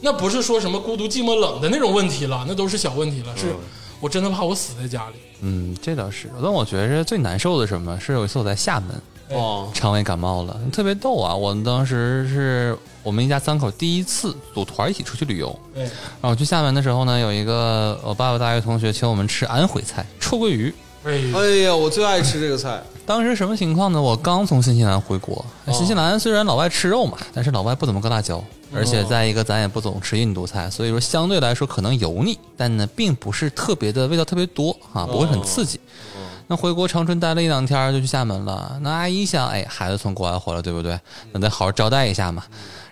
S2: 那不是说什么孤独、寂寞、冷的那种问题了，那都是小问题了。是我真的怕我死在家里。
S5: 嗯，这倒是。但我觉着最难受的是什么？是有一次我在厦门，
S4: 哦
S5: 肠胃感冒了，特别逗啊！我们当时是我们一家三口第一次组团一起出去旅游，
S2: 哎，
S5: 然后去厦门的时候呢，有一个呃我爸爸大学同学请我们吃安徽菜臭鳜鱼。
S2: 哎
S4: 哎呀，我最爱吃这个菜，
S5: 当时什么情况呢？我刚从新西兰回国，新西兰虽然老外吃肉嘛，但是老外不怎么搁辣椒，而且再一个咱也不总吃印度菜，所以说相对来说可能油腻，但呢并不是特别的味道特别多啊，不会很刺激。那回国长春待了一两天就去厦门了。那阿姨想，哎，孩子从国外回来，对不对？那得好好招待一下嘛。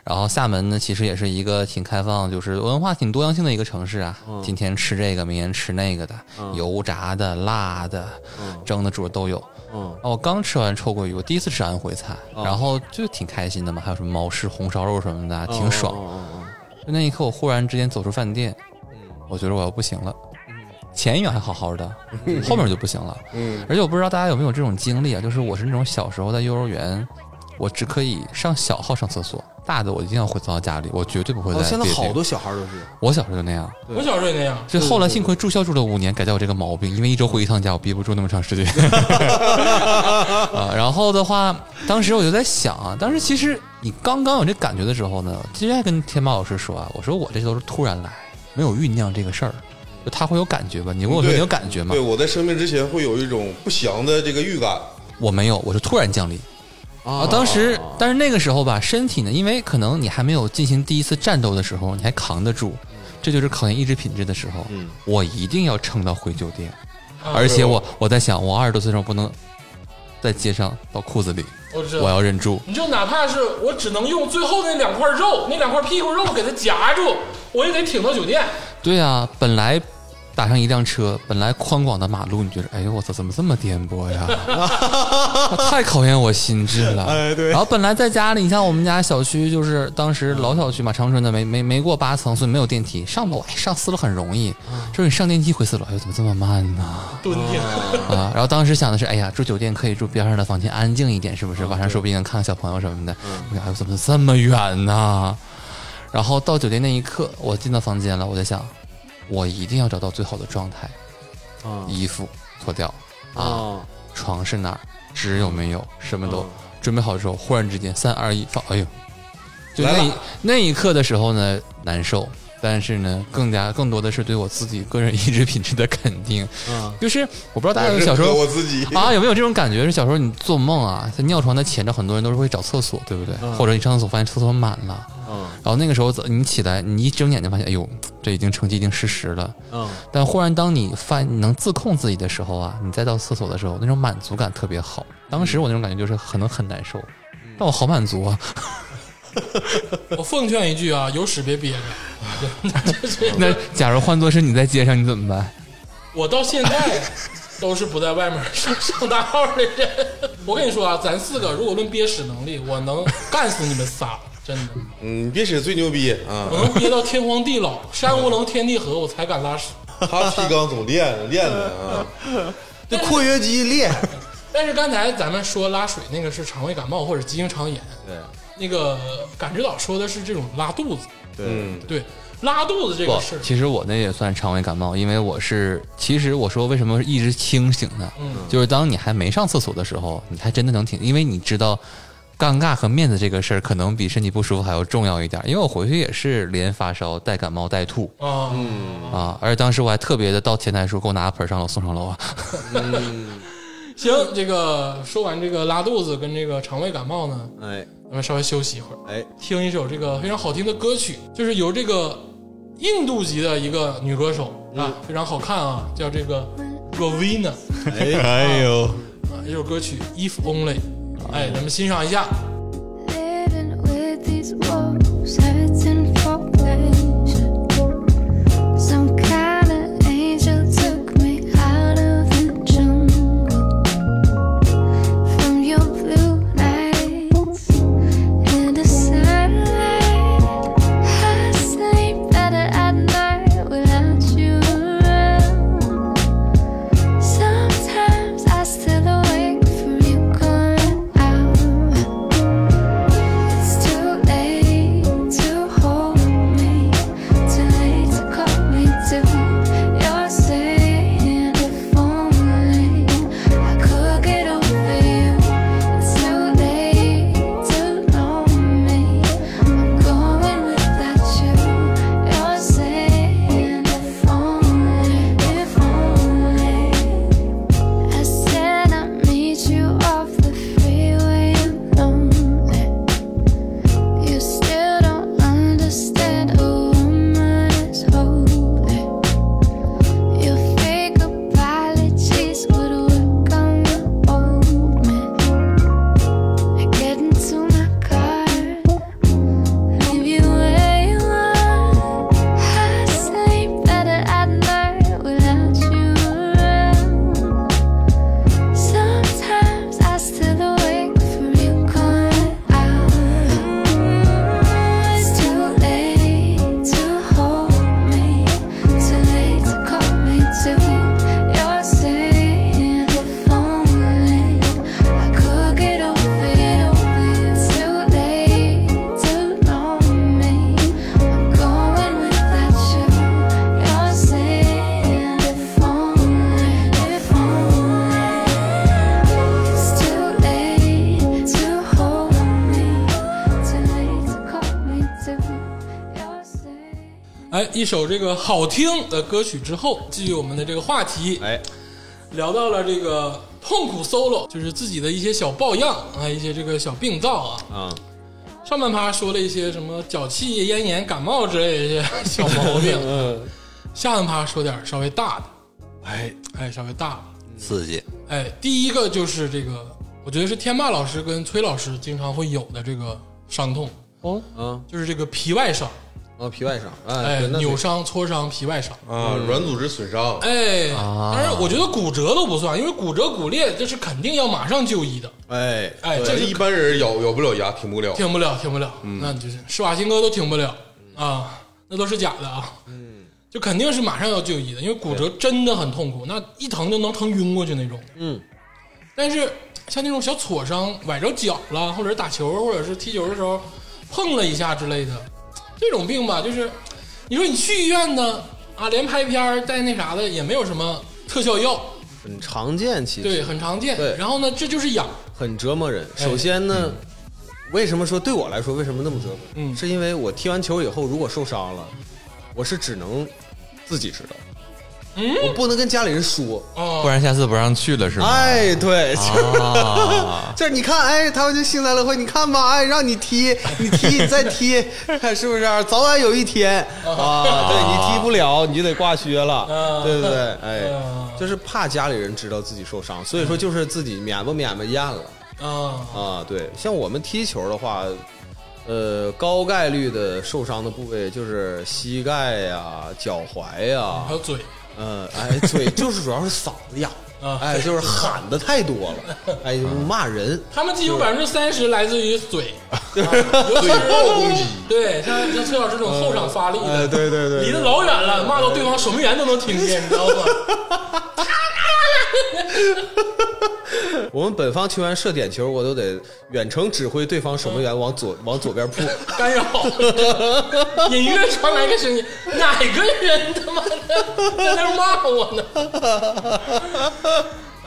S5: 然后厦门呢，其实也是一个挺开放，就是文化挺多样性的一个城市啊。今天吃这个，明天吃那个的，油炸的、辣的、蒸的、煮的都有。
S4: 嗯，
S5: 啊，我刚吃完臭鳜鱼，我第一次吃安徽菜，
S4: 哦
S5: 然后就挺开心的嘛，还有什么毛氏红烧肉什么的，嗯挺爽。
S4: 哦
S5: 就那一刻，我忽然之间走出饭店，
S4: 嗯
S5: 我觉得我要不行了。前一秒还好好的，后面就不行了。嗯， 而且我不知道大家有没有这种经历啊，就是我是那种小时候在幼儿园，我只可以上小号上厕所，大的我一定要回到家里，我绝对不会
S4: 哦
S5: 在
S4: 哦，
S5: 别的
S4: 现
S5: 地
S4: 在
S5: 方。
S4: 好多小孩都是，
S5: 我小时候就那样，
S2: 我小时候也那样，
S5: 所以后来幸亏住校住了五年，改掉我这个毛病，因为一周回一趟家，我憋不住那么长时间。啊，然后的话，当时我就在想啊，当时其实你刚刚有这感觉的时候呢，其实还跟天马老师说啊，我说我这都是突然来，没有酝酿这个事儿，就他会有感觉吧？你问我说
S3: 对
S5: 你有感觉吗
S3: 对，？我在生病之前会有一种不祥的这个预感，
S5: 我没有，我是突然降临。
S4: 啊
S2: 哦
S5: 啊，当时，但是那个时候吧，身体呢，因为可能你还没有进行第一次战斗的时候，你还扛得住，
S2: 嗯
S5: 这就是考验意志品质的时候。
S4: 嗯，
S5: 我一定要撑到回酒店，
S2: 啊
S5: 而且我我在想，我二十多岁的时候不能在街上到裤子里，
S2: 我知
S5: 我
S2: 道。
S5: 要忍住。
S2: 你就哪怕是我只能用最后那两块肉，那两块屁股肉给它夹住，我也得挺到酒店。
S5: 对啊，本来打上一辆车，本来宽广的马路，你觉得，哎呦我操，怎么这么颠 簸呀？太考验我心智了。
S4: 哎对
S5: 然后本来在家里，你像我们家小区，就是当时老小区嘛，长春的没没没过八层，所以没有电梯，上楼哎上四楼很容易，
S4: 嗯
S5: 就是你上电梯回四楼，哎呦怎么这么慢呢？
S2: 蹲天，
S5: 啊，然后当时想的是，哎呀，住酒店可以住边上的房间，安静一点，是不
S3: 嗯
S5: 是？晚上说不定能看看小朋友什么的。我想，哎呦，怎么这么远呢、然后到酒店那一刻，我进到房间了，我在想，我一定要找到最好的状态，
S4: 啊
S5: 衣服脱掉，啊，
S4: 啊，
S5: 床是哪儿，纸有没有，什么都
S4: 嗯
S5: 准备好之后，忽然之间，三二一，放，哎呦，就
S3: 来
S5: 那一
S3: 了
S5: 那一刻的时候呢，难受，但是呢，更加更多的是对我自己个人意志品质的肯定。
S4: 嗯，
S5: 就是我不知道大家
S3: 我
S5: 有
S3: 认
S5: 小时
S3: 可
S5: 候
S3: 哎 我自己
S5: 啊，有没有这种感觉？是小时候你做梦啊，在尿床的前着，很多人都是会找厕所，对不对？或者你上厕所发现厕所满了，
S4: 嗯
S5: 然后那个时候你起来，你一睁眼就发现，哎呦，这已经成绩已经失实了。
S4: 嗯，
S5: 但忽然当你发你能自控自己的时候啊，你再到厕所的时候，那种满足感特别好。当时我那种感觉就是可能很难受，但我好满足啊！
S2: 我奉劝一句啊，有屎别憋着。
S5: 那假如换作是你在街上，你怎么办？
S2: 我到现在都是不在外面上上大号的人。我跟你说啊，咱四个如果论憋屎能力，我能干死你们仨，真的，
S3: 嗯，你别使最牛逼啊
S2: 我！能憋到天荒地老，山无棱天地合，我才敢拉屎。
S3: 他提纲总练练的啊，
S4: 这括约肌练，
S2: 但是刚才咱们说拉水那个是肠胃感冒或者急性肠炎，
S4: 对
S2: 那个感知导说的是这种拉肚子，
S4: 对，
S3: 嗯，
S2: 对，拉肚子这
S5: 不
S2: 个事儿，，
S5: 其实我那也算肠胃感冒，因为我是，其实我说为什么一直清醒呢？
S2: 嗯
S5: 就是当你还没上厕所的时候，你还真的能挺，因为你知道。尴尬和面子这个事儿，可能比身体不舒服还要重要一点。因为我回去也是连发烧、带感冒、带吐
S2: 啊，
S5: 啊，而且当时我还特别的到前台说给我拿个盆儿上楼送上楼啊。
S2: 行，这个说完这个拉肚子跟这个肠胃感冒呢，
S4: 哎
S2: 咱们稍微休息一会儿。
S4: 哎，
S2: 听一首这个非常好听的歌曲，就是由这个印度籍的一个女歌手啊，非常好看啊，叫这个 Ravina
S3: 哎呦，
S2: 啊，一首歌曲《If Only》，哎，咱们欣赏一下。
S6: Living with these walls, hurting for pleasure. Some kind of angel took me out of the jungle from your blue nights and the sunlight. I sleep better at night without you around. Sometimes I still awake for you coming out.
S2: 哎，一首这个好听的歌曲之后，继续我们的这个话题，
S4: 哎，
S2: 聊到了这个痛苦 solo，就是自己的一些小抱恙啊，一些这个小病灶啊。
S4: 啊、
S2: 上半趴说了一些什么脚气、咽炎、感冒之类的一些小毛病，
S4: 嗯，
S2: 下半趴说点儿稍微大的，
S4: 哎，
S2: 哎，稍微大的。
S5: 刺激，
S2: 哎，第一个就是这个，我觉得是天霸老师跟崔老师经常会有的这个伤痛，
S5: 嗯
S4: 啊
S2: 就是这个皮外伤，
S4: 啊，皮外伤，
S2: 哎，
S4: 哎，那
S2: 扭伤、挫伤、皮外
S5: 哦
S2: 伤。
S3: 啊，软组织损伤，
S2: 哎，
S5: 啊
S2: 当然我觉得骨折都不算，因为骨折骨裂这是肯定要马上就医的，
S4: 哎，
S2: 哎，这
S3: 这
S2: 是
S3: 一般人咬咬不了牙，挺不了。
S2: 挺不了，挺不了，
S4: 嗯
S2: 那就是施瓦辛格都挺不了啊，那都是假的啊，嗯，就肯定是马上要就医的，因为骨折真的很痛苦，那一疼就能疼晕过去那种，
S4: 嗯，
S2: 但是像那种小挫伤，崴着脚了，或者是打球，或者是踢球的时候碰了一下之类的，这种病吧，就是你说你去医院呢啊，连拍片儿带那啥的也没有什么特效药，
S4: 很常见，其实
S2: 对，很常见，
S4: 对
S2: 然后呢，这就是痒，
S4: 很折磨人。
S2: 哎
S4: 首先呢，为什么说对我来说为什么那么折磨？
S2: 嗯
S4: 是因为我踢完球以后，如果受伤了，我是只能自己知道，
S2: 嗯
S4: 我不能跟家里人说。
S2: 哦，
S5: 不然下次不让去了是吗？
S4: 哎，对，
S5: 啊，
S4: 就是你看，哎，他们就幸灾乐祸，你看吧，哎，让你踢，你踢，你再踢， 看是不是、啊？早晚有一天啊，对你踢不了，你就得挂靴了
S2: 啊，
S4: 对不对？哎
S2: 啊，嗯
S4: 就是怕家里人知道自己受伤，所以说就是自己免吧免吧咽了
S2: 啊，
S4: 啊。对，像我们踢球的话，呃，高概率的受伤的部位就是膝盖呀、脚踝呀、
S2: 还有嘴，
S4: 嗯，哎，对，就是主要是嗓子哑
S2: 啊，
S4: 哎，就是喊的太多了，哎，骂人，
S2: 他们既有百分之三十来自于嘴，啊尤其是攻击，对，像像崔老师这种后场发力的，
S4: 哎，对对对，
S2: 离得老远了，骂到对方守门员都能听见，你知道吗？
S4: 我们本方球员射点球，我都得远程指挥对方守门员往左往左边扑。
S2: 干扰，隐约传来个声音，哪个人他妈的在那儿骂我呢？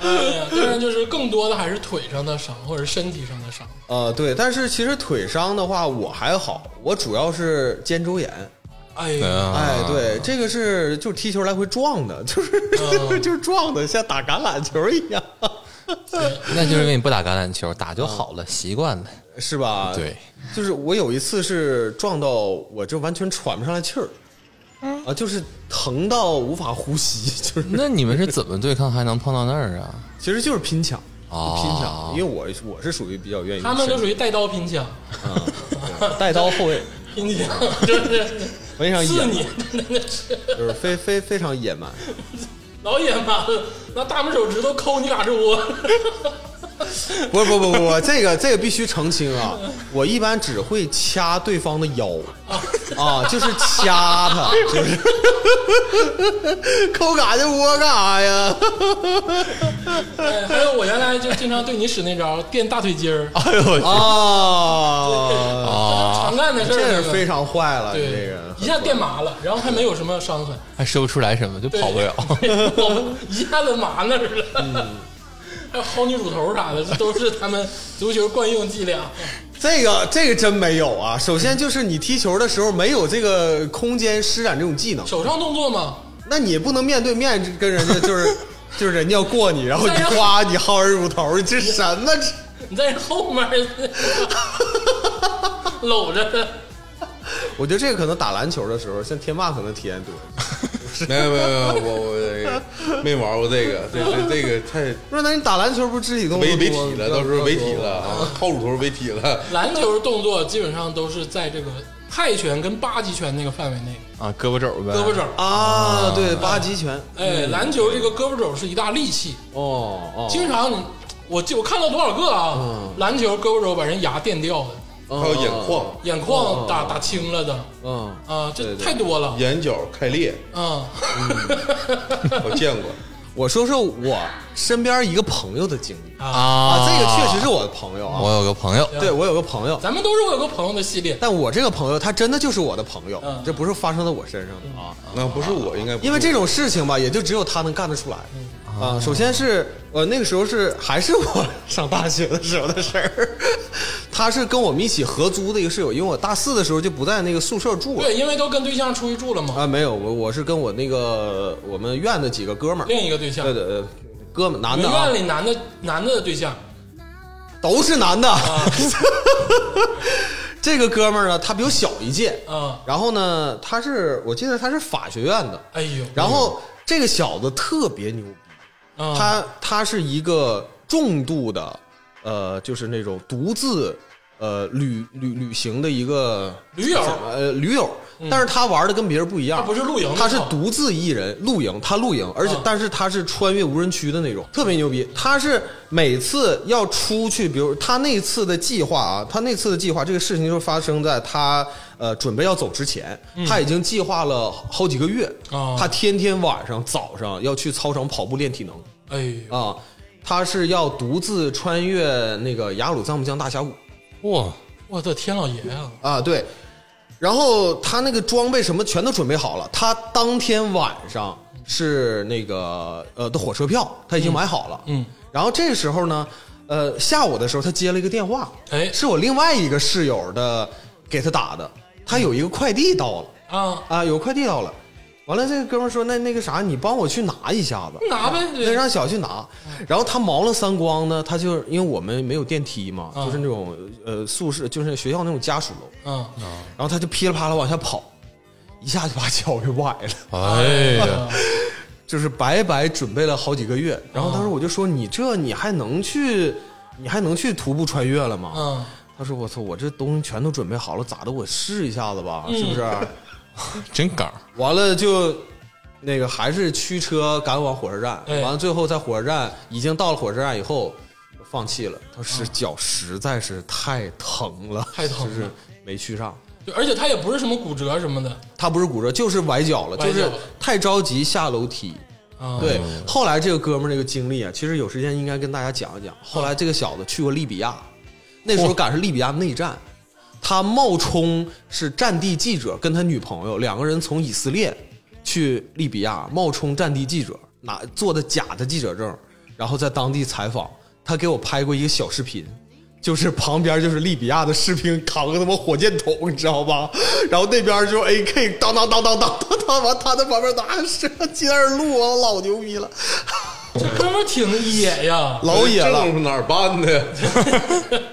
S2: 哎呀，当然就是更多的还是腿上的伤或者身体上的伤
S4: 呃，对，但是其实腿伤的话我还好，我主要是肩周炎。
S2: 哎呀，
S5: 啊
S4: 哎，对，这个是就是踢球来回撞的， 就是就是撞的，像打橄榄球一样，
S5: 那就是因为你不打橄榄球，打就好了，习惯了。
S4: 是吧？，就是我有一次是撞到我这完全喘不上来气儿，
S2: 嗯
S4: 啊，就是疼到无法呼吸， 就是
S5: 那你们是怎么对抗还能碰到那儿啊？
S4: 其实就是拼抢，
S5: 哦
S4: 拼抢，因为我我是属于比较愿意
S2: 他们就属
S4: 于
S2: 于带刀拼抢，
S4: 带刀 后卫，
S2: 拼抢真是
S4: 非常野
S2: 刺
S4: 蛮
S2: 你，真的是
S4: 就是非非非常野蛮。
S2: 老野蛮了，拿大拇手指头抠你胳肢窝。
S4: 不不不不不，这个这个必须澄清 啊！我一般只会掐对方的腰，啊，就是掐他，就是 抠嘎就窝干啥呀？
S2: 哎还有我原来就经常对你使那招垫大腿筋儿，
S4: 啊，
S2: 常干的事儿，
S4: 这
S2: 这
S4: 是
S2: 个
S4: 非常坏了，
S2: 对，
S4: 你这个
S2: 一下电麻了，然后还没有什么伤痕，
S5: 还说不出来什么，就
S2: 对
S5: 跑不了。
S2: 我一下子麻那儿
S4: 嗯
S2: 了。还有薅你乳头啥的，这都是他们足球惯用伎俩。
S4: 这个这个真没有啊！首先就是你踢球的时候没有这个空间施展这种技能，
S2: 手上动作嘛，
S4: 那你不能面对面跟人家就是就是人家要过你，然后你夸你薅人乳头，你这什么？
S2: 你在后面 搂着，
S4: 我觉得这个可能打篮球的时候，像天霸可能体验多。
S3: 没有没有没有，我 我没玩过这个，这这这个太
S4: 不是，那你打篮球不是肢体动作
S3: 违
S4: 多
S3: 违体了，到时候违体了，啊，掏乳头违体了。
S2: 篮球动作基本上都是在这个泰拳跟八极拳那个范围内，
S5: 啊，胳膊肘呗，
S2: 胳膊肘。
S4: 啊？对，八极拳。
S2: 哎，篮球这个胳膊肘是一大利器，
S4: 哦嗯哦，嗯
S2: 经常你我记我看到多少个啊，篮球胳膊肘把人牙垫掉的，
S4: 哦
S3: 还有眼眶、
S2: 眼眶打打青了的
S4: 嗯，
S2: 啊，这
S4: 哦对对
S2: 太多了
S3: 眼角开裂，
S2: 啊。
S4: 嗯
S3: 我见过。
S4: 我说说我身边一个朋友的经历
S5: 啊
S4: 啊，这个确实是我的朋友
S5: 我
S4: 啊。
S5: 有个朋友，
S4: 对，我有个朋友，
S2: 咱们都是我有个朋友的系列，
S4: 但我这个朋友他真的就是我的朋友
S2: 嗯，
S4: 这不是发生在我身上的啊。
S3: 那不是我，应该不是
S4: 因为这种事情吧，也就只有他能干得出来
S2: 嗯
S4: 啊。呃首先是我那个时候是还是我上大学的时候的事儿， 他是跟我们一起合租的一个室友，因为我大四的时候就不在那个宿舍住了
S2: 对，因为都跟对象出去住了嘛，
S4: 啊，没有，我我是跟我那个我们院的几个哥们儿，
S2: 另一个对象
S4: 对，对，对哥们男
S2: 你
S4: 的
S2: 们
S4: 啊
S2: 院，里男的男的对象，
S4: 都是男的。
S2: 啊
S4: 这个哥们儿呢，他比我小一届，
S2: 啊
S4: 然后呢，他是我记得他是法学院的，
S2: 哎呦，
S4: 然后这个小子特别牛逼，
S2: 啊
S4: 他他是一个重度的，呃，就是那种独自呃旅旅旅行的一个
S2: 驴友嗯
S4: 呃驴友，但是他玩的跟别人不一样，
S2: 他不是露营的
S4: 他是
S2: 那种
S4: 独自一人露营，他露营，而且
S2: 啊
S4: 但是他是穿越无人区的那种，特别牛逼。他是每次要出去，比如他那次的计划啊，他那次的计划，这个事情就发生在他呃准备要走之前，
S2: 嗯
S4: 他已经计划了好几个月，
S2: 啊
S4: 他天天晚上早上要去操场跑步练体能。
S2: 哎呦，
S4: 啊，他是要独自穿越那个雅鲁藏布江大峡谷
S5: 哇，
S2: 我的天老爷呀，
S4: 啊，对。然后他那个装备什么全都准备好了，他当天晚上是那个呃的火车票，他已经买好了。
S2: 嗯
S4: 然后这时候呢，呃，下午的时候他接了一个电话，
S2: 哎
S4: 是我另外一个室友的给他打的，他有一个快递到了
S2: 啊，
S4: 啊，有快递到了。完了，这个哥们儿说：“那那个啥，你帮我去拿一下子。”
S2: 拿呗，
S4: 那
S2: 对嗯
S4: 让小去拿，然后他忙了三光呢，他就因为我们没有电梯嘛，
S2: 嗯
S4: 就是那种呃宿舍，就是学校那种家属楼，
S2: 嗯，
S4: 然后他就噼里啪啦往下跑，一下就把脚给崴了，
S5: 哎呀，
S4: 就是白白准备了好几个月。然后
S2: 嗯
S4: 当时我就说：“你这你还能去，你还能去徒步穿越了吗？”
S2: 嗯，
S4: 他说：“我操，我这东西全都准备好了，咋的？我试一下子吧，是不是？”
S2: 嗯
S5: 真杠！
S4: 完了就那个还是驱车赶往火车站，
S2: 哎
S4: 完了最后在火车站已经到了火车站以后，放弃了。他是脚实在是太疼了，
S2: 太疼了
S4: 就是没去上。
S2: 就而且他也不是什么骨折什么的
S4: 他不是骨折，就是崴脚了，
S2: 崴脚
S4: 就是
S2: 了
S4: 太着急下楼梯。
S2: 啊，
S4: 对，后来这个哥们儿这个经历啊，其实有时间应该跟大家讲一讲。后来这个小子去过利比亚，那时候赶上利比亚内战，他冒充是战地记者，跟他女朋友两个人从以色列去利比亚，冒充战地记者，拿做的假的记者证，然后在当地采访。他给我拍过一个小视频。就是旁边就是利比亚的士兵扛个他妈火箭筒，你知道吧？然后那边就 AK 当当当当当当当，完他在旁边拿射接着录，我老牛逼了，
S2: 这哥们儿挺野呀，
S4: 老野
S3: 这
S4: 了，
S3: 种哪儿办的呀？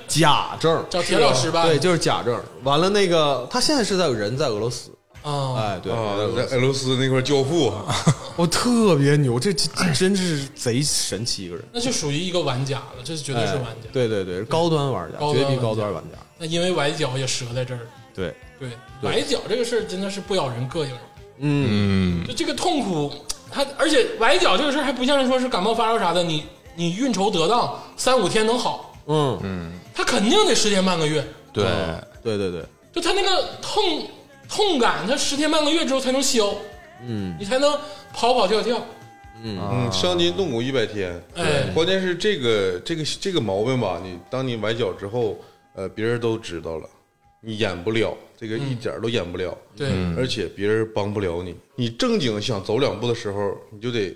S4: 假证，
S2: 找田老师吧，
S4: 对，就是假证。完了那个他现在是在人在俄罗斯，
S2: 啊，
S4: 哎，对，
S3: 啊
S4: 在俄，罗
S3: 在
S4: 斯
S3: 俄罗斯那块儿教父，啊
S4: 我特别牛，这这这真是贼神奇一个人，
S2: 那就属于一个玩家了，这绝对是玩
S4: 哎
S2: 家。
S4: 对对对，高端玩家，
S2: 高端
S4: 绝逼
S2: 玩家
S4: 高端玩家，
S2: 那因为崴脚也折在这儿，
S4: 对，
S2: 对，崴脚这个事儿真的是不咬人膈应，
S4: 嗯，
S5: 嗯，
S2: 就这个痛苦，它而且崴脚这个事儿还不像是说是感冒发烧啥的，你你运筹得当，三五天能好，
S4: 嗯，
S2: 他肯定得十天半个月，
S5: 对，
S4: 对对对，
S2: 就他那个痛痛感，他十天半个月之后才能消，
S4: 嗯，
S2: 你才能跑跑跳跳，
S3: 嗯，伤筋动骨一百天。
S2: 哎
S3: 关键是这个这个这个毛病吧，你当你崴脚之后，呃，别人都知道了，你演不了，这个
S4: 嗯
S3: 一点儿都演不了，
S2: 对，
S3: 而且别人帮不了你。你正经想走两步的时候，你就得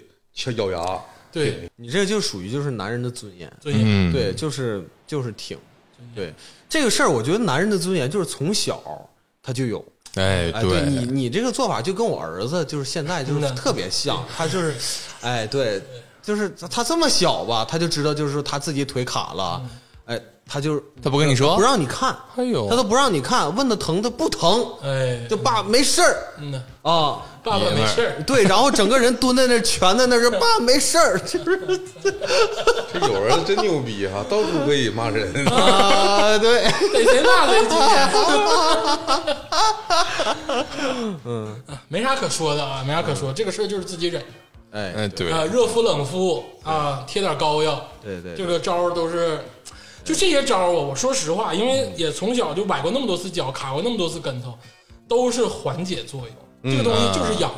S3: 咬咬牙。
S2: 对，
S4: 你这就属于就是男人的尊严，
S2: 所以
S5: 嗯，
S4: 对，就是就是挺，对这个事儿，我觉得男人的尊严就是从小他就有。
S5: 哎，
S4: 哎，
S5: 对，
S4: 你你这个做法就跟我儿子就是现在就是特别像，他就是，哎，对，就是他这么小吧，他就知道就是说他自己腿卡了，哎，他就
S5: 他不跟你说
S4: 不，让你看，
S5: 哎呦
S4: 他都不让你看，问他疼他不疼，
S2: 哎，
S4: 就爸没事儿
S2: 嗯呐，
S4: 啊。
S2: 爸爸没事儿，
S4: 对，然后整个人蹲在那儿，蜷在那儿说：“爸，没事儿。” 就是
S3: 这有人真牛逼 哈、到处可以骂人。
S4: 啊，对，
S2: 逮谁骂谁，今天，嗯， 没啥可说的啊，没啥可说，这个事儿就是自己忍。
S4: 哎，
S5: 哎，对，
S2: 啊，热敷冷敷啊，贴点膏药，
S4: 对对对
S2: 这个招儿都是，就这些招儿啊，我说实话，因为也从小就崴过那么多次脚，卡过那么多次跟头，都是缓解作用，
S4: 嗯
S2: 这个东西就是痒，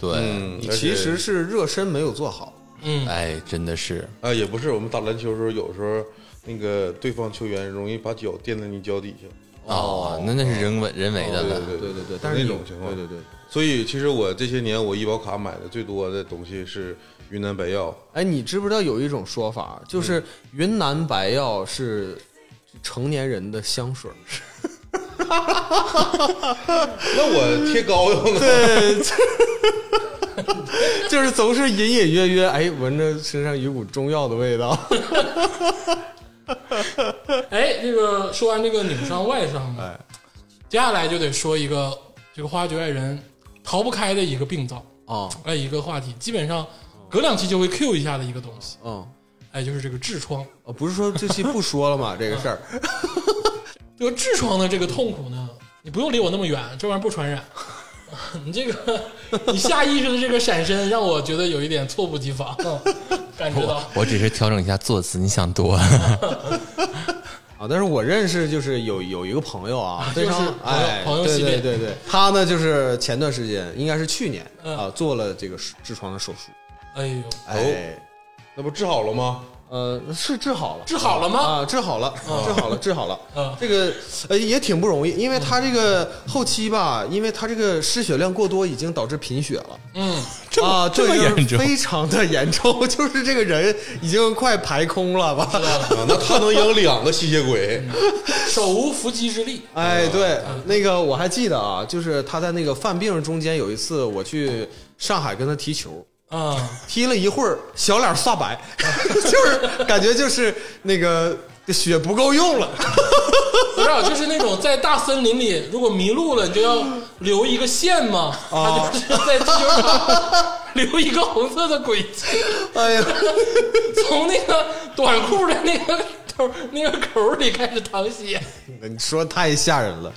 S5: 对，
S3: 嗯，
S4: 你
S3: 而且
S4: 其实是热身没有做好，
S2: 嗯，
S5: 哎，真的是，
S3: 啊，也不是，我们打篮球的时候，有时候那个对方球员容易把脚垫在你脚底下。
S5: 哦，那那是人为人为的
S3: 对
S5: 了，
S3: 对
S4: 对对对，但是
S3: 那
S4: 你
S3: 种情况，
S4: 对对对。
S3: 所以其实我这些年我医保卡买的最多的东西是云 南白药，
S4: 啊
S2: 嗯
S4: 哎，你知不知道有一种说法，就是云南白药是成年人的 香水儿，
S3: 那我贴膏药呢？
S4: 就是总是隐隐约约，哎，闻着身上有股中药的 味道。嗯
S2: 哎，这个说完这个扭伤外伤
S4: 哎
S2: 啊，接下来就得说一个这个《花局外人》逃不开的一个病灶，
S4: 啊
S2: 哎，一个话题，基本上隔两期就会 Q 一下的一个东西，
S4: 嗯，
S2: 哎，就是这个痔疮。
S4: 啊不是说这期不说了吗？这个事 儿，
S2: 这个痔疮的这个痛苦呢，你不用离我那么远，这玩意儿不传染。 你这个，你下意识的这个闪身，让我觉得有一点猝不及防， 感知到
S5: 我。我只是调整一下坐姿，你想多了。
S4: 啊，但是我认识就是有有一个朋友啊，非常、
S2: 就是朋友
S4: 哎，
S2: 朋友
S4: 对
S2: 系列
S4: 对对 对，他呢就是前段时间应该是去年、
S2: 嗯
S4: 啊做了这个痔疮的手术，
S2: 哎呦，
S4: 哎，
S3: 那不治好了吗？
S4: 呃是治好了，
S2: 治好了吗？
S4: 啊治好了，治好了，治好了，
S2: 嗯
S4: 这个呃也挺不容易，因为他这个后期吧，因为他这个失血量过多，已经导致贫血了。
S2: 嗯，
S5: 么
S4: 啊，
S5: 这么
S4: 个就是
S5: 严重
S4: 非常的严重， 就是这个人已经快排空了吧？
S3: 啊，那他能养两个吸血鬼，
S4: 嗯
S2: 手无缚鸡之力。
S4: 哎，对，那个我还记得啊，就是他在那个犯病中间有一次，我去上海跟他踢球，
S2: 啊、
S4: 踢了一会儿，小脸刷白， 就是感觉就是那个血不够用了。
S2: 不知道，就是那种在大森林里，如果迷路了，你就要留一个线嘛。 他就是在地球上留一个红色的轨迹，
S4: 哎呀，
S2: 从那个短裤的那个头那个口里开始淌血。
S4: 你说太吓人了。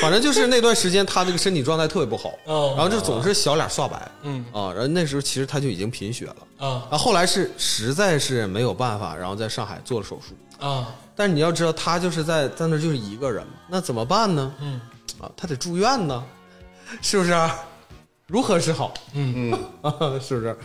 S4: 反正就是那段时间，他这个身体状态特别不好，
S2: 哦
S4: 然后就总是小脸刷白，
S2: 嗯
S4: 啊，然后那时候其实他就已经贫血了。
S2: 啊
S4: 啊，后来是实在是没有办法，然后在上海做了手术。
S2: 啊，
S4: 但是你要知道，他就是在在那儿就是一个人嘛，那怎么办呢？
S2: 嗯
S4: 啊，他得住院呢，是不是、啊如何是好？
S2: 嗯
S4: 啊， 是不是？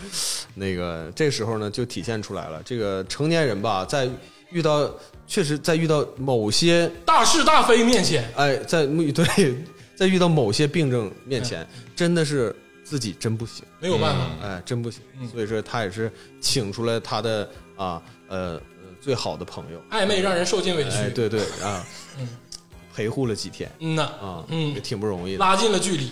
S4: 那个这时候呢，就体现出来了，这个成年人吧，在遇到确实在遇到某些
S2: 大是大非面前，
S4: 哎，在对，在遇到某些病症面前，
S2: 嗯
S4: 真的是自己真不行。
S2: 没有办法。
S4: 哎，真不行。
S2: 嗯
S4: 所以说他也是请出了他的啊呃呃最好的朋友，
S2: 暧昧让人受尽委屈。
S4: 哎，对对啊，陪护了几天
S2: 嗯呐，
S4: 啊，也
S2: 嗯，
S4: 挺不容易的。
S2: 拉近了距离。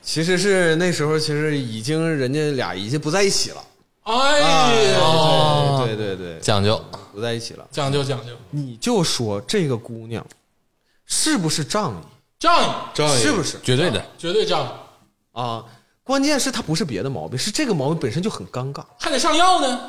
S4: 其实是那时候，其实已经人家俩已经不在一起了，哎
S2: 哎呀，
S5: 哦
S4: 对对对，
S5: 讲究，
S4: 不在一起了。
S2: 讲究讲究，
S4: 你就说这个姑娘是不是仗义？
S2: 仗义，
S3: 仗义
S4: 是不是
S5: 绝对的。
S2: 绝对仗义，
S4: 啊？关键是她不是别的毛病，是这个毛病本身就很尴尬。
S2: 还得上药呢。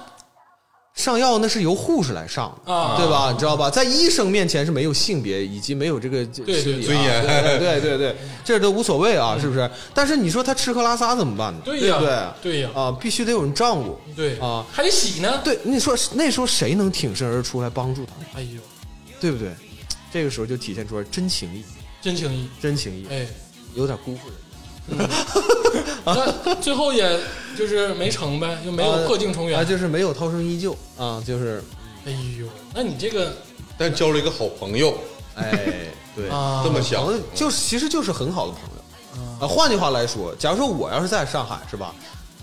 S4: 上药那是由护士来上的，
S2: 啊
S4: 对吧？你知道吧？在医生面前是没有性别以及没有这个这
S2: 对
S4: 心理啊
S3: 尊严
S4: 对对对对，这都无所谓啊，是不是？但是你说他吃喝拉撒怎么办呢？
S2: 对
S4: 对
S2: 呀
S4: 不对？
S2: 对呀
S4: 啊，必须得有人照顾。
S2: 对
S4: 啊
S2: 还得洗呢。
S4: 对，你说那时候谁能挺身而出来帮助他，
S2: 哎呦，
S4: 对不对？这个时候就体现出来真情义，
S2: 真情义，
S4: 真情义，
S2: 哎，
S4: 有点辜负人。
S2: 那最后也就是没成呗，就没有破镜重圆
S4: 啊，。就是没有涛声依旧啊，就是
S2: 哎呦，那你这个
S3: 但交了一个好朋友，
S4: 哎，对
S2: 啊，
S3: 这么想
S4: 朋友就是其实就是很好的朋友啊。换句话来说，假如说我要是在上海是吧，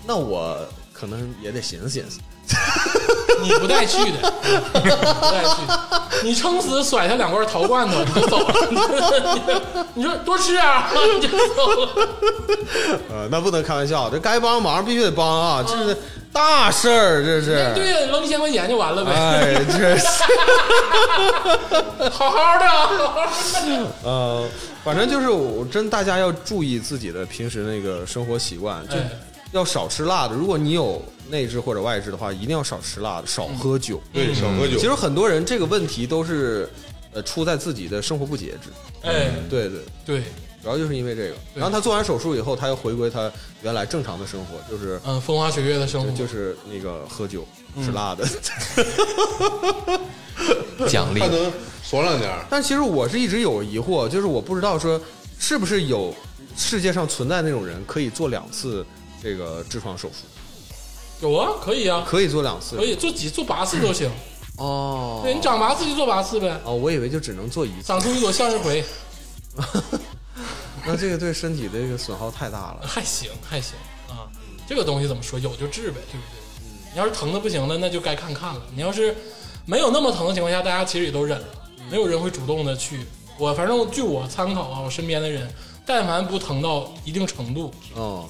S4: 那我可能也得寻思寻思。
S2: 你不带去的，不带去的，你撑死甩他两罐陶罐头，你就走了。 你说多吃点啊，你就走了。
S4: 呃，那不能开玩笑，这该帮忙必须得帮啊，这是大事儿，这是。
S2: 嗯对呀，扔一千块钱就完了呗，
S4: 哎，这是
S2: 好好的啊，好好的。
S4: 呃，反正就是我真大家要注意自己的平时那个生活习惯，就
S2: 哎
S4: 要少吃辣的。如果你有内痔或者外痔的话，一定要少吃辣的，少
S2: 嗯
S4: 喝酒。
S3: 对，少喝酒
S4: 嗯其。实很多人这个问题都是呃出在自己的生活不节制。
S2: 哎，
S4: 对对。
S2: 对，
S4: 主要就是因为这个。然后他做完手术以后，他又回归他原来正常的生活，就是
S2: 嗯，风花雪月的生活
S4: 就是那个喝酒、
S2: 嗯
S4: 吃辣的。
S5: 奖励
S3: 还能爽两年儿，
S4: 但其实我是一直有疑惑，就是我不知道说是不是有世界上存在那种人可以做两次这个痔疮手术，
S2: 有啊，可以啊，
S4: 可以做两次
S2: 可以做几做八次都行。
S4: 哦
S2: 对你长八次就做八次呗，
S4: 哦，我以为就只能做一 次，
S2: 长出一朵向日葵，
S4: 那这个对身体的这个损耗太大了。
S2: 还行还行啊。这个东西怎么说，有就治呗，对不对？
S4: 嗯
S2: 你要是疼的不行了，那就该看看了。你要是没有那么疼的情况下，大家其实也都忍了。
S4: 嗯
S2: 没有人会主动的去。我反正据我参考啊，我身边的人，但凡不疼到一定程度，
S4: 嗯，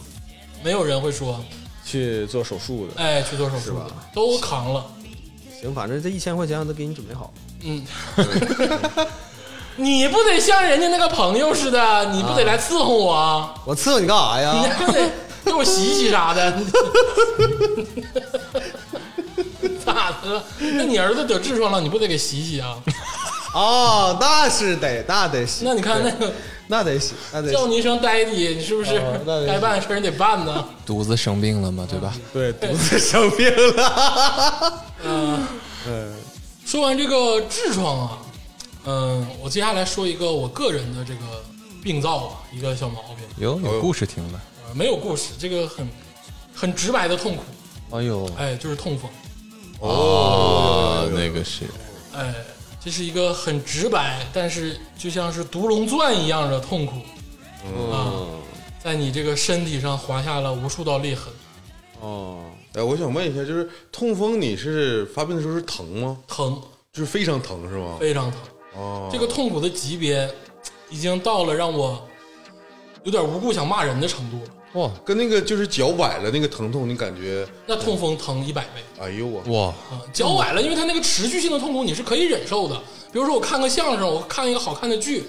S2: 没有人会说
S4: 去做手术的，
S2: 哎去做手术的
S4: 是吧，
S2: 都扛了。
S4: 行，反正这一千块钱我都给你准备好。
S2: 嗯，你不得像人家那个朋友似的，你不得来伺候我啊？
S4: 我伺候你干啥
S2: 你
S4: 呀？
S2: 还不得给我洗洗啥的？ 咋的了？那你儿子得痔疮了，你不得给洗洗啊？
S4: 哦，那是得，那得洗，
S2: 那你看那
S4: 对
S2: 个
S4: 那得洗，那得洗
S2: 叫你一声呆弟，你是不是
S4: 哦那得
S2: 该办的事儿你得办呢？
S5: 独自生病了嘛，对吧？
S4: 对，独自生病了。嗯
S2: 说完这个痔疮啊，嗯，我接下来说一个我个人的这个病灶啊，一个小毛病，
S5: 有有故事听了，
S2: 呃没有故事，这个很很直白的痛苦，
S5: 哎呦
S2: 哎，就是痛风，
S5: 哦，那个是
S2: 哎，这是一个很直白，但是就像是独龙钻一样的痛苦，啊
S4: 嗯
S2: 在你这个身体上划下了无数道裂痕，
S4: 哦，
S3: 哎，我想问一下，就是痛风，你是发病的时候是疼吗？
S2: 疼，
S3: 就是非常疼是吗？
S2: 非常疼。
S3: 哦，
S2: 这个痛苦的级别已经到了让我有点无故想骂人的程度了。
S5: 哇
S3: 跟那个就是脚崴了那个疼痛，你感觉，
S2: 那痛风疼一百倍
S3: 哎呦我，
S5: 哇，
S2: 啊！脚崴了，因为它那个持续性的痛苦你是可以忍受的。比如说我看个相声，我看一个好看的剧，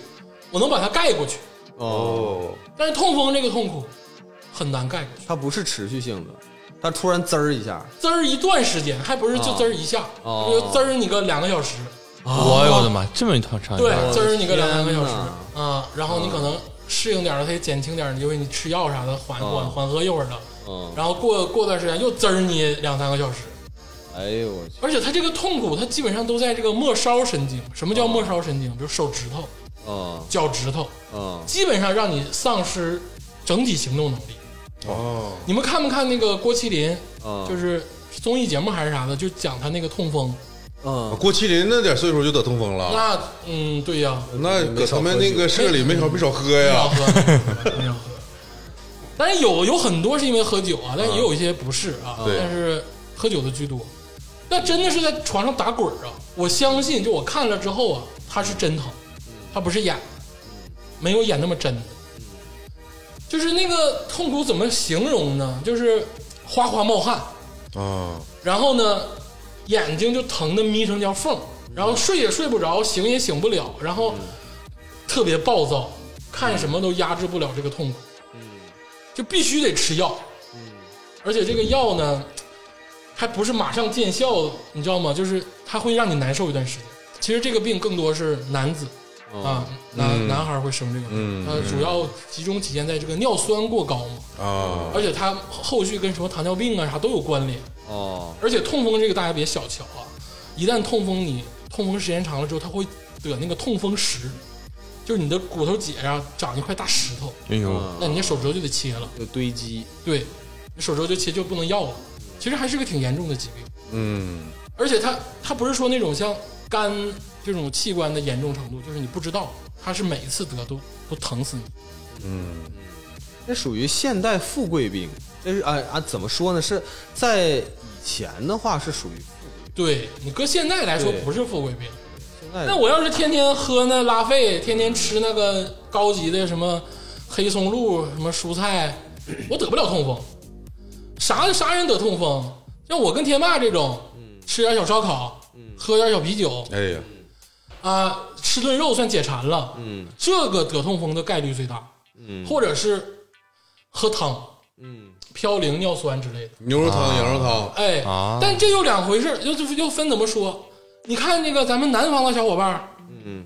S2: 我能把它盖过去。
S3: 哦，
S2: 但是痛风这个痛苦很难盖过去，
S4: 它不是持续性的，它突然滋儿一下，
S2: 滋儿一段时间，还不是就滋儿一下，
S4: 哦
S2: 就滋儿你个两个小时。
S5: 我有的妈，这么一长长一
S2: 对
S5: 段，
S2: 滋儿你个两三个小时
S4: 哎天
S2: 啊，然后你可能适应点儿了，它也减轻点儿，因为你吃药啥的缓
S4: 哦
S2: 缓缓和一会儿了，
S4: 嗯，
S2: 然后过过段时间又滋儿你两三个小时，
S4: 哎呦我去，
S2: 而且它这个痛苦，它基本上都在这个末梢神经。什么叫末梢神经？比如手指头、
S4: 嗯
S2: 脚趾头，
S4: 嗯，
S2: 基本上让你丧失整体行动能力。
S3: 哦，
S2: 你们看没看那个郭麒麟，
S4: 嗯
S2: 就是综艺节目还是啥的，就讲他那个痛风。
S4: 嗯，
S3: 郭麒麟那点岁数就得痛风
S4: 哦
S3: 了，
S2: 那嗯，对呀，
S3: 那搁他们那个社里没少没少喝
S2: 不要
S3: 呀，
S2: 喝，不要喝。但是有有很多是因为喝酒啊，但也有一些不是啊。
S3: 对
S2: 但是喝酒的居多，那真的是在床上打滚儿啊！我相信，就我看了之后啊，他是真疼，他不是演的，没有演那么真的。就是那个痛苦怎么形容呢？就是哗哗冒汗，
S3: 啊，
S2: 然后呢，眼睛就疼的眯成条缝儿，然后睡也睡不着，醒也醒不了，然后特别暴躁，看什么都压制不了这个痛苦，就必须得吃药，而且这个药呢，还不是马上见效，你知道吗？就是它会让你难受一段时间。其实这个病更多是男子啊，男男孩会生这个病，
S3: 嗯
S2: 它主要集中体现在这个尿酸过高嘛，
S3: 啊，
S2: 而且它后续跟什么糖尿病啊啥都有关联。
S4: 哦，
S2: 而且痛风这个大家别小瞧啊，一旦痛风你痛风时间长了之后，它会得那个痛风石，就是你的骨头节上长一块大石头，
S5: 哎呦，
S2: 那你这手指头就得切了，
S4: 有堆积，
S2: 对，你手指头就切就不能要了。其实还是个挺严重的疾病，
S3: 嗯，
S2: 而且它它不是说那种像肝这种器官的严重程度，就是你不知道，它是每一次得都都疼死你。
S4: 这属于现代富贵病，这是啊啊，怎么说呢？是在以前的话是属于
S2: 对你搁现在来说
S4: 对
S2: 不是富贵病，
S4: 现在
S2: 那我要是天天喝那拉菲，天天吃那个高级的什么黑松露、什么蔬菜，我得不了痛风。啥啥人得痛风？像我跟天霸这种，吃点小烧烤，喝点小啤酒
S3: 哎呀，
S2: 啊，吃顿肉算解馋了。嗯，这个得痛风的概率最大。嗯，或者是喝汤，
S4: 嗯
S2: 嘌呤、尿酸之类的。
S3: 牛肉汤、羊肉汤，
S2: 哎，
S5: 啊
S2: 但这又两回事儿，又又又分怎么说？你看那个咱们南方的小伙伴儿，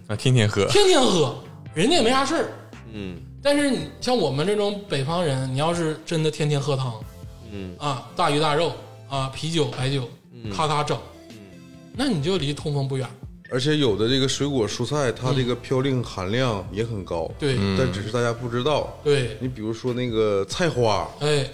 S5: 啊，天天喝，
S2: 天天喝，人家也没啥事儿。
S4: 嗯
S2: 但是你像我们这种北方人，你要是真的天天喝汤
S4: 嗯
S2: 啊，大鱼大肉啊，啤酒白酒，咔咔整，那你就离痛风不远。
S3: 而且有的这个水果蔬菜，它这个嘌呤含量也很高，
S2: 嗯对、
S3: 嗯但只是大家不知道。
S2: 对，
S3: 你比如说那个菜花，
S2: 哎，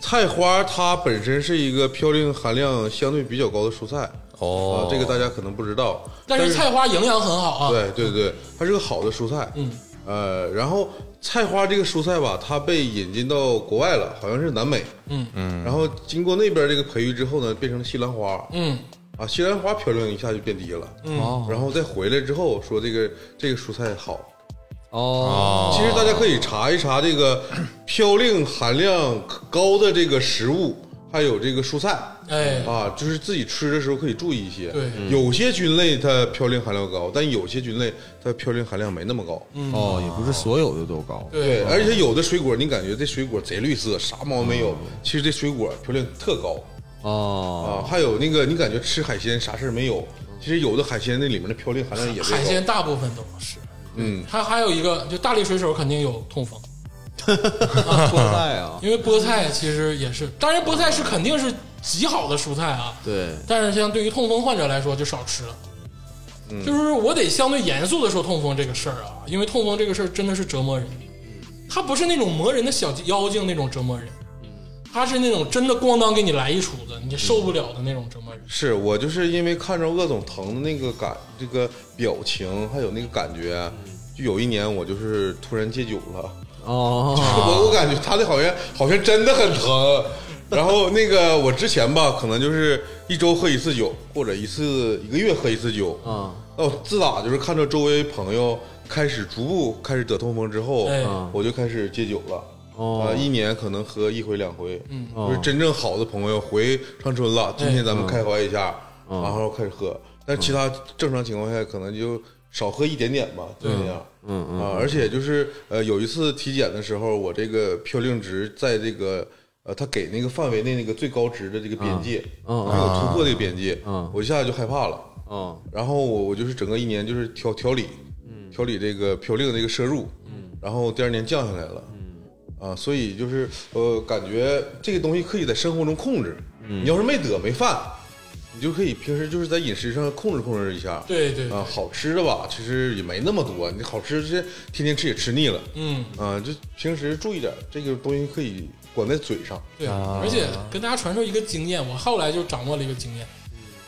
S3: 菜花它本身是一个嘌呤含量相对比较高的蔬菜，
S5: 哦
S3: 啊，这个大家可能不知道。
S2: 但是菜花营养很好啊。
S3: 对对对，它是个好的蔬菜。
S2: 嗯，
S3: 呃，然后菜花这个蔬菜吧，它被引进到国外了，好像是南美。
S2: 嗯
S3: 嗯，然后经过那边这个培育之后呢，变成西兰花。
S2: 嗯，
S3: 啊，西兰花嘌呤一下就变低了，
S5: 哦
S3: 然后再回来之后说这个这个蔬菜好，
S5: 哦，
S3: 其实大家可以查一查这个 嘌呤含量高的这个食物，还有这个蔬菜
S2: 哎，
S3: 啊，就是自己吃的时候可以注意一些。
S2: 对
S3: 有些菌类它嘌呤含量高，但有些菌类它嘌呤含量没那么高。
S2: 嗯
S4: 哦，也不是所有的都高。
S3: 对，
S2: 对，
S3: 而且有的水果你感觉这水果贼绿色，啥毛没有，
S2: 嗯
S3: 其实这水果嘌呤特高
S4: 哦，
S3: 啊。还有那个你感觉吃海鲜啥事儿没有，其实有的海鲜那里面的嘌呤含量也
S2: 海
S3: 别
S2: 鲜
S3: 高。
S2: 大部分都是。
S3: 嗯，
S2: 它还有一个，就大力水手肯定有痛风，
S4: 菠菜啊，
S2: 因为菠菜其实也是，当然菠菜是肯定是极好的蔬菜啊，
S4: 对，
S2: 但是像对于痛风患者来说就少吃了。
S3: 嗯
S2: 就是我得相对严肃的说痛风这个事儿啊，因为痛风这个事儿真的是折磨人，它不是那种磨人的小妖精那种折磨人，
S3: 嗯
S2: 它是那种真的咣当给你来一杵子，你受不了的那种折磨人。
S3: 是我就是因为看着鄂总疼的那个感，这个表情还有那个感觉，啊
S2: 嗯
S3: 就有一年我就是突然戒酒了，
S4: 哦，
S3: 我我感觉他的好像好像真的很疼。然后那个我之前吧，可能就是一周喝一次酒，或者一次一个月喝一次酒。
S4: 嗯，
S3: 那我自打就是看着周围朋友开始逐步开始得痛风之后，
S2: 哎
S3: 我就开始戒酒了。
S4: 哦
S3: 啊，一年可能喝一回两回。
S2: 嗯
S3: 就是真正好的朋友回长春了，今天咱们开怀一下，
S4: 哎嗯
S3: 然后开始喝。但其他正常情况下，可能就少喝一点点吧，就那样。
S4: 嗯嗯
S3: 啊，而且就是呃，有一次体检的时候，我这个嘌呤值在这个呃，他给那个范围内那个最高值的这个边界，
S4: 嗯嗯
S3: 没有突破这个边界，
S4: 嗯
S3: 我一下就害怕了。
S4: 哦，
S3: 然后我我就是整个一年就是调调理，
S4: 嗯
S3: 调理这个嘌呤这个摄入，然后第二年降下来了，
S4: 嗯
S3: 啊，所以就是呃，感觉这个东西可以在生活中控制，
S4: 嗯
S3: 你要是没得没犯，你就可以平时就是在饮食上控制控制一下，
S2: 对对对
S3: 啊，好吃的吧，其实也没那么多，你好吃这天天吃也吃腻了，
S2: 嗯，
S3: 啊，就平时注意点，这个东西可以管在嘴上，
S2: 对，
S5: 啊
S2: 而且跟大家传授一个经验，我后来就掌握了一个经验：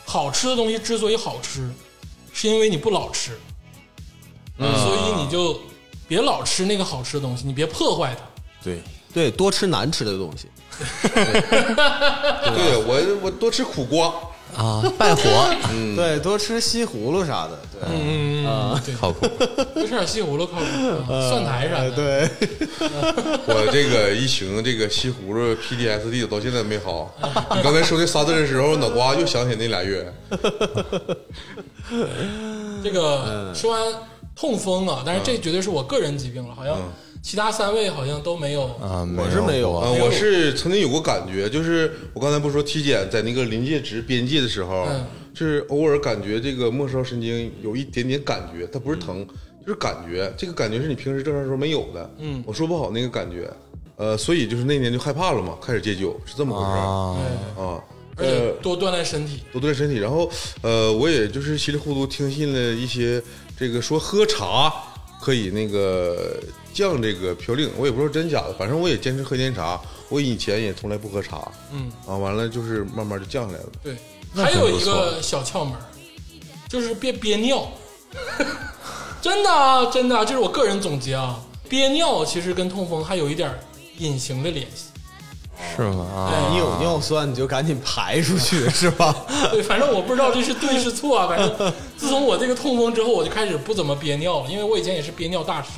S2: 好吃的东西之所以好吃，是因为你不老吃，
S5: 嗯
S2: 所以你就别老吃那个好吃的东西，你别破坏它。
S4: 对对，多吃难吃的东西。
S3: 对我我多吃苦瓜，
S5: 啊，败火，
S4: 对，多吃西葫芦啥的。对，
S2: 嗯，嗯对，
S5: 啊 靠谱，
S2: 多吃点西葫芦靠谱，嗯蒜苔啥
S4: 哎
S2: 的。
S4: 对，
S3: 我这个疫情，这个西葫芦 PTSD 到现在没好。你刚才说这仨字儿的时候，脑瓜又想起那俩月。
S2: 这
S5: 嗯
S2: 个说完痛风啊，但是这绝对是我个人疾病了，好像
S5: 嗯
S2: 其他三位好像都没有。
S5: 啊，
S4: 我是没有
S3: 啊，
S2: 哎
S4: 啊。
S3: 我是曾经有过感觉，就是我刚才不是说体检在那个临界值边界的时候
S2: 嗯，
S3: 就是偶尔感觉这个末梢神经有一点点感觉，它
S2: 嗯
S3: 不是疼，就是感觉。这个感觉是你平时正常时候没有的。
S2: 嗯
S3: 我说不好那个感觉，呃，所以就是那年就害怕了嘛，开始戒酒是这么回事儿
S5: 啊
S2: 对，
S3: 啊。
S2: 而且多锻炼身体。
S3: 多锻炼身体。然后，呃，我也就是稀里糊涂听信了一些这个说喝茶可以那个降这个嘌呤，我也不知道真假的，反正我也坚持喝甜茶。我以前也从来不喝茶
S2: 嗯，
S3: 啊，完了就是慢慢就降下来了。
S2: 对，
S5: 那
S2: 还
S5: 真不
S2: 有一个小窍门儿，就是别憋尿。 真的啊，真的啊，这是我个人总结啊。憋尿其实跟痛风还有一点儿隐形的联系。
S5: 是吗？啊，
S4: 你有尿酸，你就赶紧排出去，是吧？
S2: 对，反正我不知道这是对是错啊。反正自从我这个痛风之后，我就开始不怎么憋尿了，因为我以前也是憋尿大师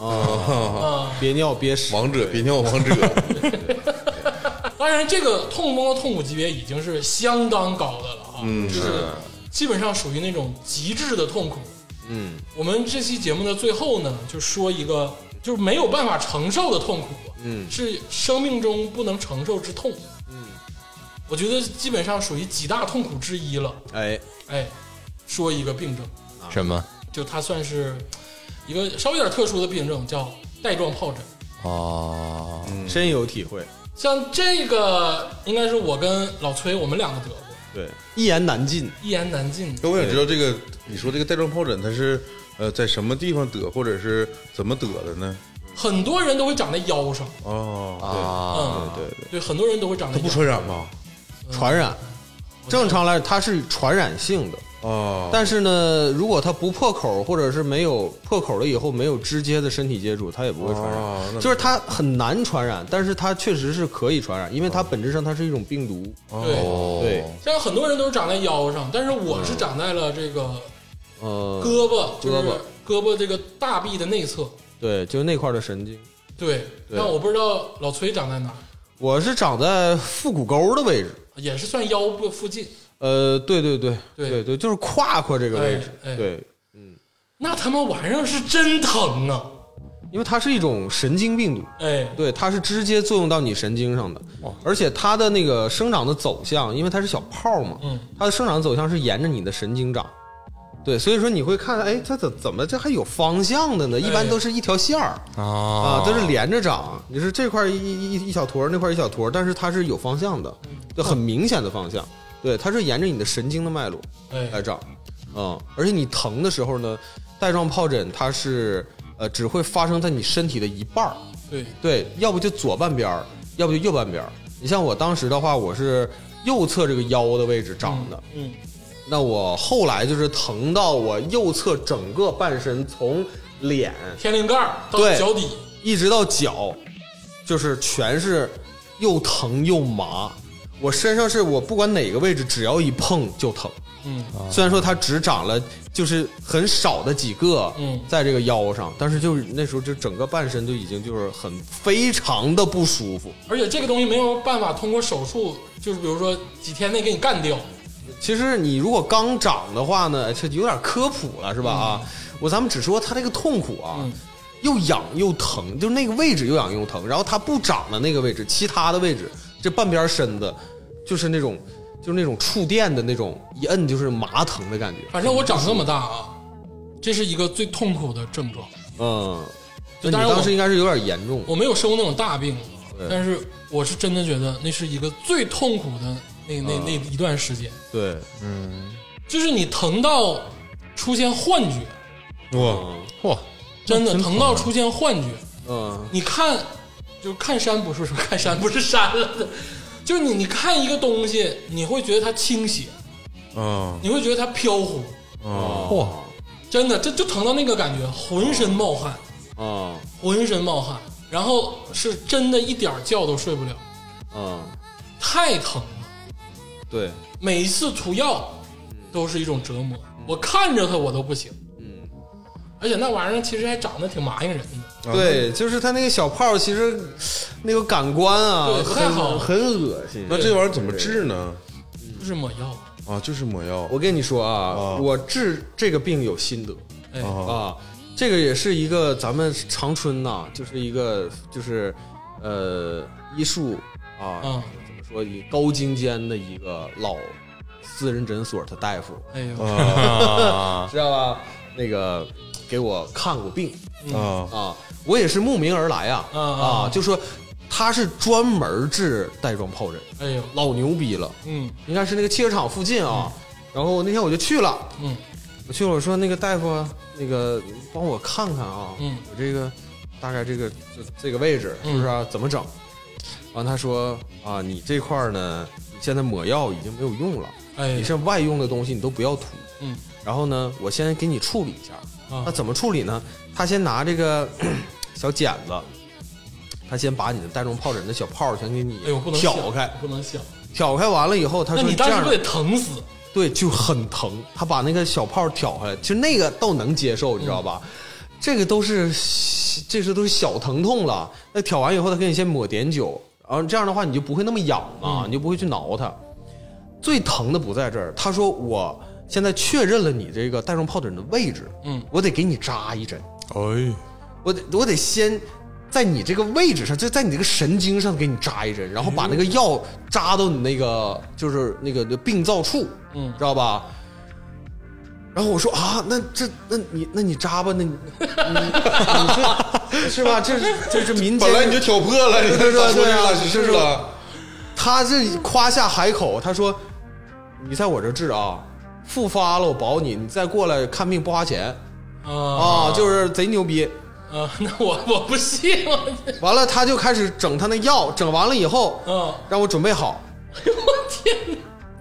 S3: 啊，
S2: 啊。
S4: 憋尿憋屎。
S3: 王者憋尿王者，
S2: 当然，这个痛风的痛苦级别已经是相当高的了啊，
S3: 嗯
S2: 就是基本上属于那种极致的痛苦。
S4: 嗯，
S2: 我们这期节目的最后呢，就说一个就是没有办法承受的痛苦，啊
S4: 嗯，
S2: 是生命中不能承受之痛，嗯，我觉得基本上属于几大痛苦之一了。
S4: 哎，
S2: 哎，说一个病症，
S5: 啊什么？
S2: 就它算是一个稍微有点特殊的病症，叫带状疱疹。
S5: 哦，
S4: 深有体会。
S2: 像这个应该是我跟老崔我们两个得过，
S4: 对，一言难尽。
S2: 一言难尽。
S3: 那我想知道这个，你说这个带状疱疹它是呃在什么地方得，或者是怎么得的呢？
S2: 很多人都会长在腰上，
S3: 哦，
S5: 啊，
S2: 嗯，
S4: 对对，
S2: 对，很多人都会长在
S3: 对，它
S2: 腰上。
S3: 不传染吧？
S4: 传染，正常来它是传染性的，
S3: 啊，
S4: 但是呢，如果它不破口，或者是没有破口了以后没有直接的身体接触，它也不会传染。
S3: 啊那
S4: 就是它很难传染，但是它确实是可以传染，因为它本质上它是一种病毒。
S3: 哦
S2: 对，
S5: 哦
S4: 对，
S2: 像很多人都是长在腰上，但是我是长在了这个
S4: 呃，
S2: 胳膊，就是
S4: 嗯胳
S2: 胳
S4: 膊
S2: 膊这个大臂的内侧。
S4: 对，就那块儿的神经，
S2: 对，
S4: 对
S2: 但我不知道老崔长在哪儿，
S4: 我是长在腹股沟的位置。
S2: 也是算腰部附近。
S4: 呃，对对对
S2: 对
S4: 对对，就是胯胯这个位置，
S2: 哎哎
S4: 对，
S2: 那他妈玩意儿是真疼啊！
S4: 因为它是一种神经病毒，
S2: 哎，
S4: 对，它是直接作用到你神经上的，而且它的那个生长的走向，因为它是小泡嘛，
S2: 嗯
S4: 它的生长走向是沿着你的神经长，对，所以说你会看，哎，它怎怎么这还有方向的呢？一般都是一条线儿。
S5: 啊
S4: 啊，都是连着长，你是这块一一一一小坨儿，那块一小坨儿，但是它是有方向的，就很明显的方向，对，它是沿着你的神经的脉络来
S2: 哎，
S4: 长，嗯，而且你疼的时候呢，带状疱疹它是呃只会发生在你身体的一半儿，
S2: 对，
S4: 对，要不就左半边儿，要不就右半边儿。你像我当时的话，我是右侧这个腰的位置长的，
S2: 嗯，
S4: 那我后来就是疼到我右侧整个半身从脸
S2: 天灵盖儿到
S4: 对
S2: 脚底，
S4: 一直到脚，就是全是又疼又麻。我身上是我不管哪个位置，只要一碰就疼。
S2: 嗯，
S4: 虽然说它只长了就是很少的几个，
S2: 嗯
S4: 在这个腰上，但是就是那时候就整个半身就已经就是很非常的不舒服。
S2: 而且这个东西没有办法通过手术，就是比如说几天内给你干掉。
S4: 其实你如果刚长的话呢，这有点科普了，是吧？啊，我咱们只说它这个痛苦啊，
S2: 嗯
S4: 又痒又疼，就是那个位置又痒又疼。然后它不长的那个位置，其他的位置，这半边身子，就是那种就是那种触电的那种，一摁就是麻疼的感觉。
S2: 反正我长这么大啊，这是一个最痛苦的症状。
S4: 嗯，就你
S2: 当然我
S4: 当时应该是有点严重。
S2: 我没有生过那种大病，但是我是真的觉得那是一个最痛苦的那那
S4: 嗯
S2: 那一段时间，
S4: 对，
S2: 就是你疼到出现幻觉，
S3: 哇，
S5: 哇，
S2: 真的
S5: 那
S2: 疼到出现幻觉。
S4: 嗯，
S2: 你看，就看山不是说看山不是山了 的，就是你你看一个东西，你会觉得它倾斜，
S3: 啊
S2: 你会觉得它飘忽，
S4: 哦
S3: 啊，
S5: 哇，
S2: 真的这就疼到那个感觉，浑身冒汗，
S4: 啊
S2: 浑身冒汗，然后是真的一点儿觉都睡不了，
S4: 啊，
S2: 太疼了，
S4: 对，
S2: 每一次涂药都是一种折磨，我看着它我都不行，
S4: 嗯。
S2: 而且那玩意儿其实还长得挺麻应人的，
S3: 啊
S4: 对，就是它那个小泡，其实那个感官啊，
S2: 对不太
S4: 很
S2: 好
S4: 很恶心。
S3: 那这玩意儿怎么治呢？
S2: 就是抹药，
S3: 啊，就是抹药
S4: 我跟你说啊，
S3: 啊
S4: 我治这个病有心得
S2: 哎，
S3: 啊
S4: 啊，这个也是一个咱们长春呐、就是一个就是呃医术啊，
S2: 嗯
S4: 怎么说一高精尖的一个老私人诊所的大夫，
S2: 哎 呦，
S3: 啊
S4: 知道吧？那个给我看过病
S3: 啊
S4: 啊，我也是慕名而来啊
S2: 啊啊
S4: 啊，就说他是专门治带状疱疹，
S2: 哎呦，
S4: 老牛逼了，
S2: 嗯
S4: 应该是那个汽车厂附近啊。然后那天我就去了，
S2: 嗯
S4: 我去了，我说那个大夫啊，那个帮我看看啊，
S2: 嗯
S4: 我这个大概这个这这个位置是不是啊、怎么整？完他说啊，你这块儿呢，你现在抹药已经没有用了，
S2: 哎
S4: 你，是外用的东西你都不要涂。
S2: 嗯
S4: 然后呢，我先给你处理一下。
S2: 啊
S4: 那怎么处理呢？他先拿这个 小剪子，他先把你的带状疱疹的小泡儿全给你
S2: 哎呦，不能想
S4: 挑开，
S2: 不能想，
S4: 挑开完了以后，他
S2: 那
S4: 说
S2: 你
S4: 这
S2: 当
S4: 样
S2: 时不
S4: 的
S2: 得疼死？
S4: 对，就很疼。他把那个小泡挑下来，其实那个倒能接受，你知道吧？这个都是这是都是小疼痛了。那挑完以后，他给你先抹碘酒，然后这样的话你就不会那么痒嘛，你就不会去挠它。最疼的不在这儿，他说我现在确认了你这个带状疱疹的位置，
S2: 嗯，
S4: 我得给你扎一针，
S5: 哎，
S4: 我得我得先。在你这个位置上，就在你这个神经上给你扎一针，然后把那个
S3: 嗯
S4: 药扎到你那个就是那个病灶处，
S2: 嗯
S4: 知道吧？然后我说啊，那这那你那你扎吧，那你你你这是吧？ 这是这是民间，
S3: 嗯本来你就挑破了，你咋
S4: 对
S3: 说
S4: 对
S3: 这
S4: 啊
S3: 咋是了？
S4: 他这夸下海口，他说你在我这治啊，复发了我保你，你再过来看病不花钱
S2: 啊
S4: 啊，就是贼牛逼。
S2: 啊，那我我不信，我
S4: 完了，他就开始整他那药，整完了以后，
S2: 嗯
S4: 让我准备好。哎呦我天！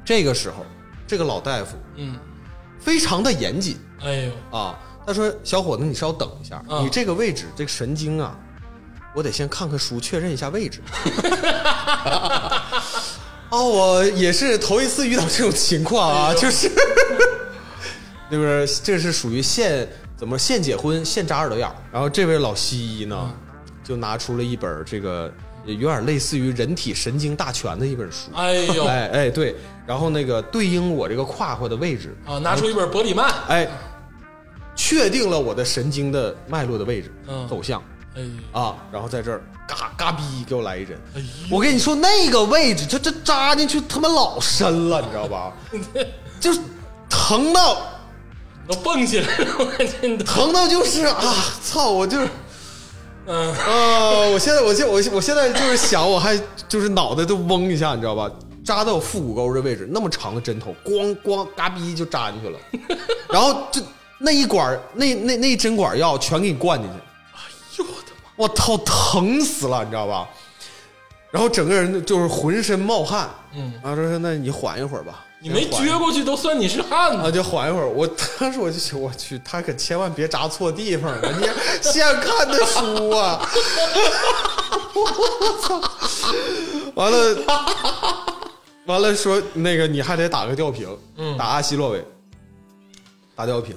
S4: 这个时候，这个老大夫
S2: 嗯
S4: 非常的严谨
S2: 哎呦，
S4: 啊。他说：“小伙子，你稍等一下，
S2: 嗯
S4: 你这个位置这个神经啊，我得先看看书确认一下位置。” 啊，我也是头一次遇到这种情况
S2: 哎
S4: 啊，就是 就是这是属于现怎么现结婚现扎耳朵眼儿。然后这位老西医
S2: 嗯
S4: 呢，就拿出了一本这个也有点类似于《人体神经大全》的一本书。
S2: 哎呦，
S4: 哎哎，对，然后那个对应我这个胯胯的位置，
S2: 啊，拿出一本伯里曼，
S4: 哎，确定了我的神经的脉络的位置、
S2: 嗯
S4: 走向
S2: 哎，
S4: 啊，然后在这儿嘎嘎逼给我来一针。
S2: 哎呦，
S4: 我跟你说，那个位置，这这扎进去他妈老深了，你知道吧？就是疼到
S2: 都蹦起来了，我真的，
S4: 疼到就是啊，操！我就是
S2: 嗯，
S4: 啊，我现在我现我我现在就是想，我还就是脑袋都嗡一下，你知道吧？扎到腹股沟这位置，那么长的针头，咣咣嘎逼就扎进 去了，然后就那一管儿那那那一针管药全给你灌进去，
S2: 呦我的妈，
S4: 我操，疼死了，你知道吧？然后整个人就是浑身冒汗，
S2: 嗯
S4: 然后说那你缓一会儿吧，
S2: 你没
S4: 先缓一会
S2: 撅
S4: 儿
S2: 过去都算你是汉子，
S4: 啊，就缓一会儿。我当时我就想，我去，他可千万别扎错地方了。你现看的书啊，我操！完了，完了说那个你还得打个吊瓶，
S2: 嗯
S4: 打阿西洛韦，打吊瓶，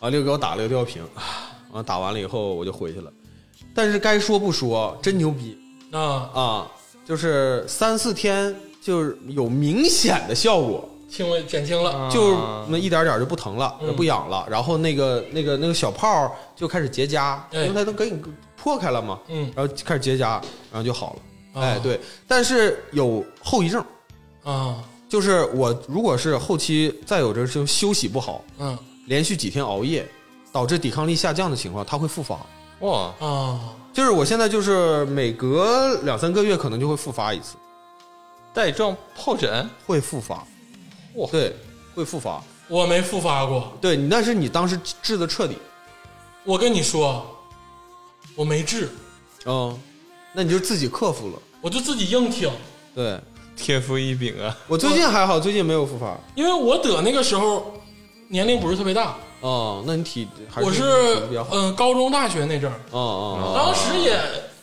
S4: 完了又给我打了个吊瓶，啊完了打完了以后我就回去了。但是该说不说，真牛逼
S2: 啊，
S4: 啊！就是三四天，就是有明显的效果。
S2: 轻微减轻
S5: 啊
S2: 了，
S4: 就那一点点就不疼了，
S2: 嗯
S4: 不痒了，然后那个那个那个小泡儿就开始结痂，因
S2: 哎
S4: 为它都给你破开了嘛，
S2: 嗯
S4: 然后开始结痂，然后就好了。
S2: 啊
S4: 哎，对，但是有后遗症，
S2: 啊，
S4: 就是我如果是后期再有这就休息不好，
S2: 嗯
S4: 连续几天熬夜，导致抵抗力下降的情况，它会复发。
S5: 哇，
S2: 啊，
S4: 就是我现在就是每隔两三个月可能就会复发一次，
S5: 带状疱疹，
S4: 会复发，
S5: 哇
S4: 对，会复发，
S2: 我没复发过，
S4: 对你，但是你当时治的彻底，
S2: 我跟你说，我没治，
S4: 嗯，那你就自己克服了。
S2: 我就自己硬挺，
S4: 对
S5: 天赋异禀啊！
S4: 我最近还好，最近没有复发。
S2: 因为我得那个时候年龄不是特别大，
S4: 哦，那你体还
S2: 我
S4: 是
S2: 是
S4: 体比较好。
S2: 嗯、高中大学那阵儿，
S4: 哦哦
S2: 当时也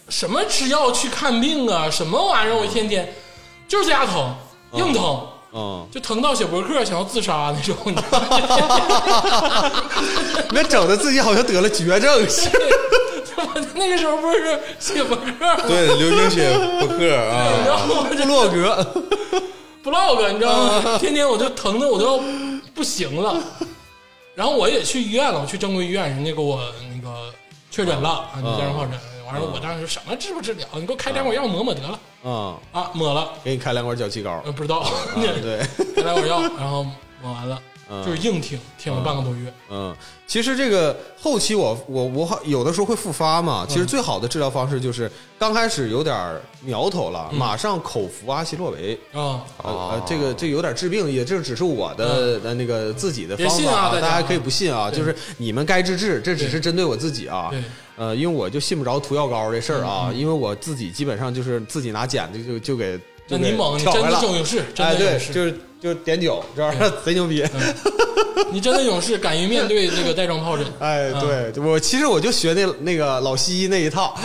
S2: 什么吃药去看病啊，什么玩意儿，我一天天就是这家疼，硬疼。
S4: 哦，
S2: 就疼到写博客想要自杀那种，你知道吗？
S4: 嗯别整的自己好像得了绝症似的。
S2: 我 那个时候不是写博客，
S3: 对，流行写博客 啊，
S2: 然后我就
S4: 部落格，
S2: blog，你知道
S4: 啊
S2: 吗？天天我就疼的我都要不行了。然后我也去医院了，我去正规医院，人家给我那个确诊了啊，你带状疱疹。完
S4: 啊
S2: 了，我当时说什么治不治疗？你给我开两管药抹抹得了
S4: 嗯，
S2: 啊，抹了，
S4: 给你开两管脚气膏
S2: 呃。不知 道，
S4: 啊对，啊
S2: 开两管药，然后抹完了，就是硬挺，挺了半个多月。
S4: 嗯，其实这个后期我我我好有的时候会复发嘛。其实最好的治疗方式就是刚开始有点苗头了，马上口服阿西洛韦。
S2: 啊，
S4: 呃，呃这个这有点治病，也这只是我的呃那个自己的
S2: 别嗯
S4: 方
S2: 信
S4: 法
S2: 啊
S4: 大
S2: 大家
S4: 家可以不信啊，就是你们该治治，这只是针对我自己啊
S2: 对。嗯
S4: 呃，因为我就信不着涂药膏这事儿啊，因为我自己基本上就是自己拿剪子就就给
S2: 那
S4: 就
S2: 你
S4: 给
S2: 猛，你
S4: 挑
S2: 真
S4: 开
S2: 的就
S4: 了，
S2: 勇士，真的
S4: 哎，
S2: 嗯
S4: 对，
S2: 勇士，
S4: 就是就是点酒，这玩意儿 贼牛逼。
S2: 你真的勇士，敢于面对这个带状疱疹。
S4: 哎，
S2: 嗯
S4: 对我其实我就学那那个老西医那一套，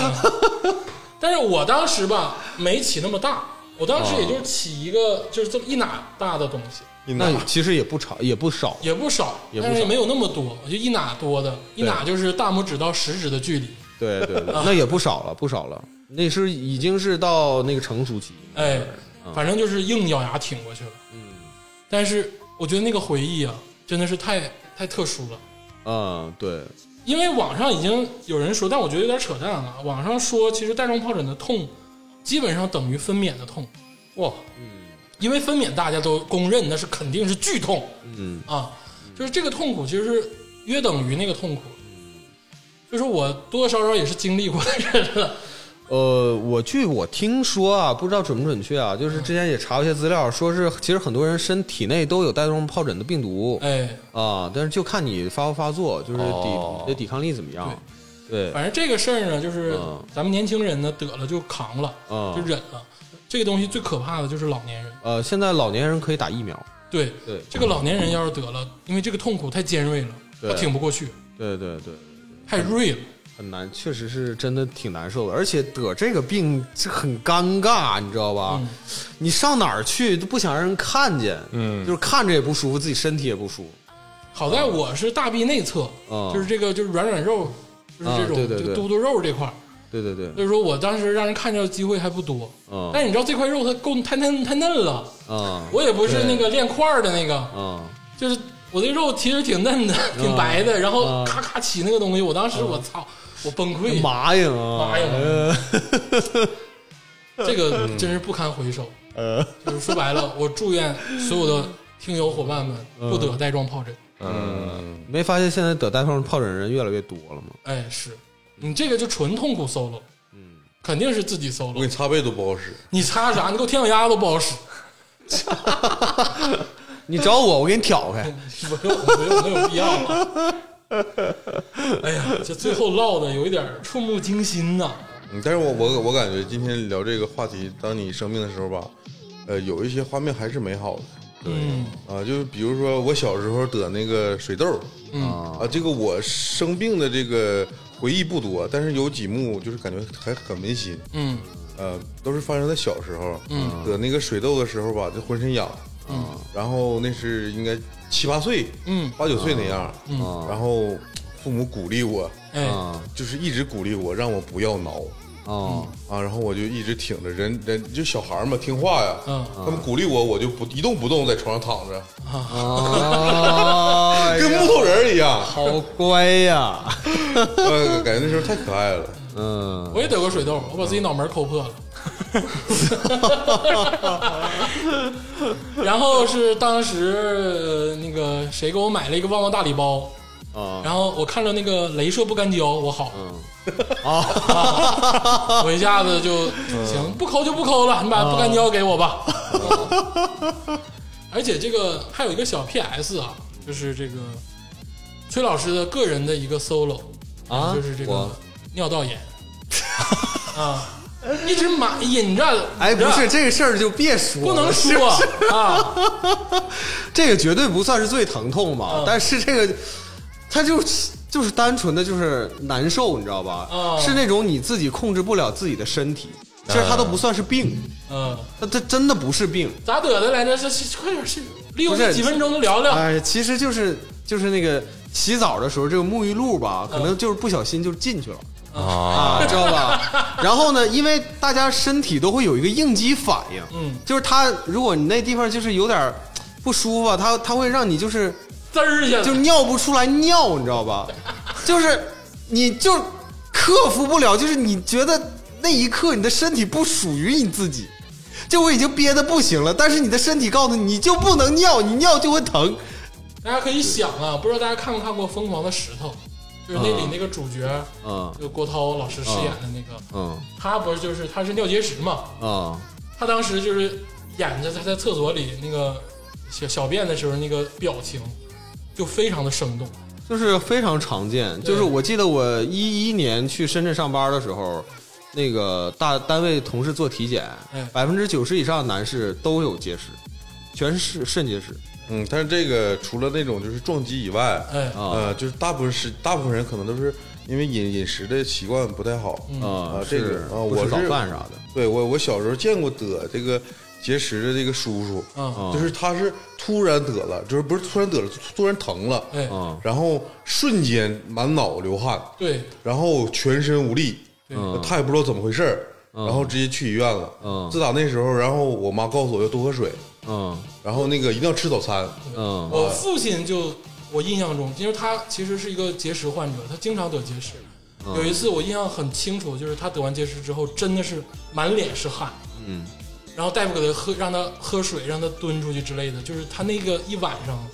S2: 但是我当时吧没起那么大，我当
S4: 哦
S2: 时也就是起一个就是这么一哪大的东西，
S3: 你拿
S4: 那其实也不少，也不少。
S2: 也不少，
S4: 也不少
S2: 但是没有那么多，我就一哪多的，一哪就是大拇指到食指的距离。
S4: 对对对，那也不少了，不少了。那是已经是到那个成熟期，
S2: 哎，
S4: 嗯
S2: 反正就是硬咬牙挺过去了。嗯，但是我觉得那个回忆啊，真的是太太特殊了。
S4: 嗯，对，
S2: 因为网上已经有人说，但我觉得有点扯淡了。网上说，其实带状疱疹的痛基本上等于分娩的痛，哇，嗯，因为分娩大家都公认那是肯定是剧痛，
S4: 嗯。
S2: 啊，就是这个痛苦其实是约等于那个痛苦。
S4: 嗯
S2: 就是我多多少少也是经历过的人了，
S4: 呃，我据我听说啊，不知道准不准确啊，就是之前也查过一些资料，说是其实很多人身体内都有带状疱疹的病毒
S2: 哎，
S4: 啊，但是就看你发不发作，就是抵
S5: 哦
S4: 你的抵抗力怎么样。对，
S2: 反正这个事儿呢，就是
S4: 嗯
S2: 咱们年轻人呢得了就扛了，
S4: 嗯
S2: 就忍了。这个东西最可怕的就是老年人，
S4: 呃，现在老年人可以打疫苗，
S2: 对
S4: 对
S2: 这个老年人要是得了，因为这个痛苦太尖锐了，
S4: 对
S2: 他挺不过去，
S4: 对对对，
S2: 太锐了。
S4: 很难，确实是真的挺难受的，而且得这个病这很尴尬，你知道吧？
S2: 嗯
S4: 你上哪儿去都不想让人看见，嗯，就是看着也不舒服，自己身体也不舒服。
S2: 好在我是大臂内侧，
S4: 啊
S2: 就是这个就是软软肉，就是这
S4: 啊对
S2: 种
S4: 对
S2: 就
S4: 对
S2: 嘟嘟肉这块儿，
S4: 对对对，
S2: 所以说我当时让人看着的机会还不多。
S4: 嗯
S2: 但你知道这块肉它够太嫩太嫩了，
S4: 啊
S2: 哎我也不是那个练块儿的那个，
S4: 啊
S2: 就是我这肉其实挺嫩的，挺白的，然
S4: 啊
S2: 后咔咔起那个东西，我当时我操，我崩溃，
S4: 麻呀啊！
S2: 哎麻呀 这个
S4: 嗯
S2: 真是不堪回首。
S4: 呃，
S2: 就是说白了，我祝愿所有的听友伙伴们不得带状疱疹。
S4: 嗯，没发现现在得带状疱疹人越来越多了吗？
S2: 哎，是你这个就纯痛苦 solo，嗯，肯定是自己
S3: 我
S2: solo。
S3: 给你擦背都不好使。
S2: 你擦啥？你给我舔脚丫都不 好使。
S4: 你找我，我给你挑开。
S2: 不用，不用，没有必要了。哎呀，这最后唠的有一点儿触目惊心呐、
S3: 嗯，但是我我我感觉今天聊这个话题，当你生病的时候吧，呃，有一些画面还是美好的。
S2: 嗯
S3: 啊，就比如说我小时候得那个水痘，
S2: 嗯，
S3: 啊，这个我生病的这个回忆不多，但是有几幕就是感觉还很温馨，
S2: 嗯
S3: 呃，都是发生在小时候，
S2: 嗯，
S3: 得那个水痘的时候吧，就浑身痒，
S2: 嗯，
S3: 然后那是应该七八岁，
S2: 嗯
S3: 八九岁那样，
S2: 嗯，
S3: 然后父母鼓励我，
S2: 哎，
S4: 啊
S3: 就是一直鼓励我，让我不要挠。
S4: 啊
S3: 啊，然后我就一直挺着，人人就小孩儿嘛，听话呀。
S2: 嗯
S3: 他们鼓励我，我就不一动不动在床上躺着，
S4: 嗯啊！哎
S3: 跟
S4: 呀
S3: 木头人儿一样。
S4: 好乖呀，
S3: 呃，感觉那时候太可爱了。
S4: 嗯，
S2: 我也得过水痘，我把自己脑门抠 破了。然后是当时呃那个谁给我买了一个旺旺大礼包，
S4: 啊
S2: 然后我看着那个镭射不干胶，我好，
S4: 啊哦
S2: 我一下子就
S4: 嗯
S2: 行，不抠就不抠了，你把不干胶给我 吧。而且这个还有一个小 PS 啊，就是这个崔老师的个人的一个 solo，
S4: 啊
S2: 就是这个
S4: 我
S2: 尿道 炎啊，一直瞒隐着，
S4: 哎，
S2: 忍着
S4: 不是这个事儿就别说了，
S2: 不能
S4: 是
S2: 说啊，
S4: 这个绝对不算是最疼痛吧，
S2: 嗯
S4: 但是这个，它就是就是单纯的就是难受，你知道吧？
S2: 嗯
S4: 是那种你自己控制不了自己的身体，其实它都不算是病，
S2: 嗯，
S4: 它它真的不是病，
S2: 咋得的来着？这这快点去，利用
S4: 不是
S2: 这几分钟聊聊。
S4: 哎，其实就是就是那个洗澡的时候，这个沐浴露吧，可能就是不小心就进去了。
S5: 啊，
S4: 啊，知道吧？ 然后呢，因为大家身体都会有一个应激反应，
S2: 嗯
S4: 就是它，如果你那地方就是有点儿不舒服啊，它它会让你就是
S2: 滋儿一下
S4: 就
S2: 子，
S4: 尿不出来尿，你知道吧？就是你就克服不了，就是你觉得那一刻你的身体不属于你自己，就我已经憋得不行了，但是你的身体告诉你，你就不能尿，你尿就会疼。
S2: 大家可以想啊，不知道大家看没看过《疯狂的石头》，就是那里那个主角，
S4: 嗯
S2: 就郭涛老师饰演的那个，
S4: 嗯
S2: 他不是就是他是尿结石嘛，
S4: 啊
S2: 他当时就是演着他在厕所里那个小小便的时候那个表情，就非常的生动。
S4: 就是非常常见。就是我记得我一一年去深圳上班的时候，那个大单位同事做体检
S2: 嗯，
S4: 百分之九十以上的男士都有结石，全是肾结石
S3: 嗯，但是这个除了那种就是撞击以外，
S2: 哎，
S4: 啊
S3: 呃，就是大部分是大部分人可能都是因为饮饮食的习惯不太好。
S2: 嗯
S4: 啊！
S3: 这个
S4: 是
S3: 啊
S4: 不
S3: 我
S4: 吃
S3: 是
S4: 早饭啥的。
S3: 对我我小时候见过得这个结石的这个叔叔，
S2: 嗯，
S4: 啊
S3: 就是他是突然得了，就是不是突然得了，突然疼了，
S2: 哎，
S4: 啊
S3: 然后瞬间满脑流汗，
S2: 对，
S3: 然后全身无力，呃
S4: 嗯
S3: 他也不知道怎么回事儿，然后直接去医院了。
S4: 嗯
S3: 自打那时候，然后我妈告诉我要多喝水，
S4: 嗯
S3: 然后那个一定要吃早餐。
S4: 嗯
S2: 我呃父亲就我印象中，因为他其实是一个结石患者，他经常得结石。
S4: 嗯
S2: 有一次我印象很清楚，就是他得完结石之后，真的是满脸是汗。
S4: 嗯。
S2: 然后大夫给他喝，让他喝水，让他蹲出去之类的，就是他那个一晚上，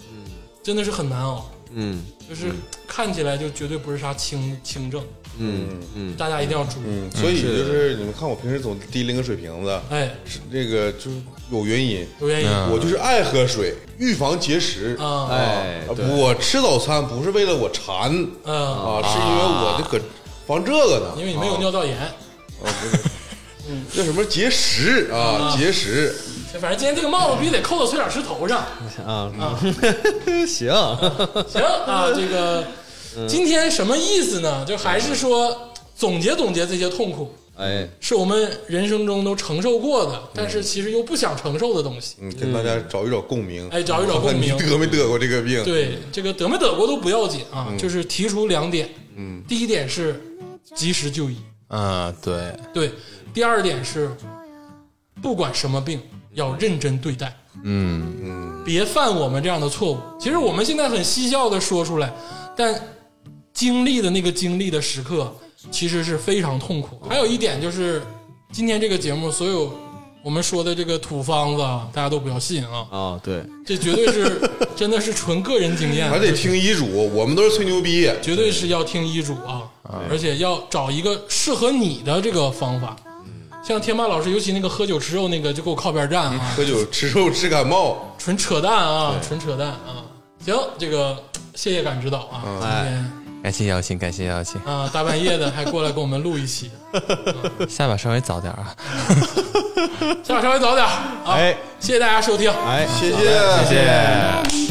S2: 真的是很难熬，
S4: 嗯
S2: 就是看起来就绝对不是啥轻轻症，
S4: 嗯嗯
S2: 大家一定要注意。
S3: 嗯，所以就是你们看我平时总提拎个水瓶子，
S2: 哎，
S3: 是那个就是有原因，
S2: 有原因，
S3: 我就是爱喝水，预防结石。
S2: 啊
S3: 啊
S4: 哎对
S3: 我吃早餐不是为了我馋
S2: 嗯，
S3: 啊，是因为我这可防这个呢。
S2: 因
S4: 哦
S2: 为你没有尿道炎，
S3: 那什么结石啊，结石，
S2: 反正今天这个帽子必须得扣到崔老师头上。
S4: 啊
S2: 啊，
S4: 行，
S2: 行啊，这个今天什么意思呢？就还是说总结总结这些痛苦，
S4: 哎，
S2: 是我们人生中都承受过的，但是其实又不想承受的东西。
S3: 嗯，跟大家找一找共鸣，
S2: 哎找一找共鸣
S3: 看你得没得过这个病？，
S2: 对，这个得没得过都不要紧啊，就是提出两点。嗯，第一点是及时就医，
S5: 嗯，对，
S2: 对；第二点是不管什么病要认真对待，
S5: 嗯，
S2: 别犯我们这样的错误。其实我们现在很嬉笑的说出来，但经历的那个经历的时刻其实是非常痛苦。还有一点就是，今天这个节目所有我们说的这个土方子，啊，大家都不要信啊，
S4: 啊，对，
S2: 这绝对是真的是纯个人经验，啊
S3: 还得听医嘱，我们都是吹牛逼。
S2: 绝对是要听医嘱啊，而且要找一个适合你的这个方法。像天霸老师，尤其那个喝酒吃肉那个，就给我靠边站啊，
S3: 喝酒吃肉吃感冒，
S2: 纯扯淡啊，纯扯淡啊。行，这个谢谢感指导啊，今天
S5: 感谢邀请，感谢邀请，
S2: 啊大半夜的还过来跟我们录一期，
S5: 下把稍微早点啊，
S2: 下午稍微早点啊。
S4: 哎
S2: 谢谢大家收听。
S4: 哎，
S3: 谢谢
S5: 谢谢。
S6: 아,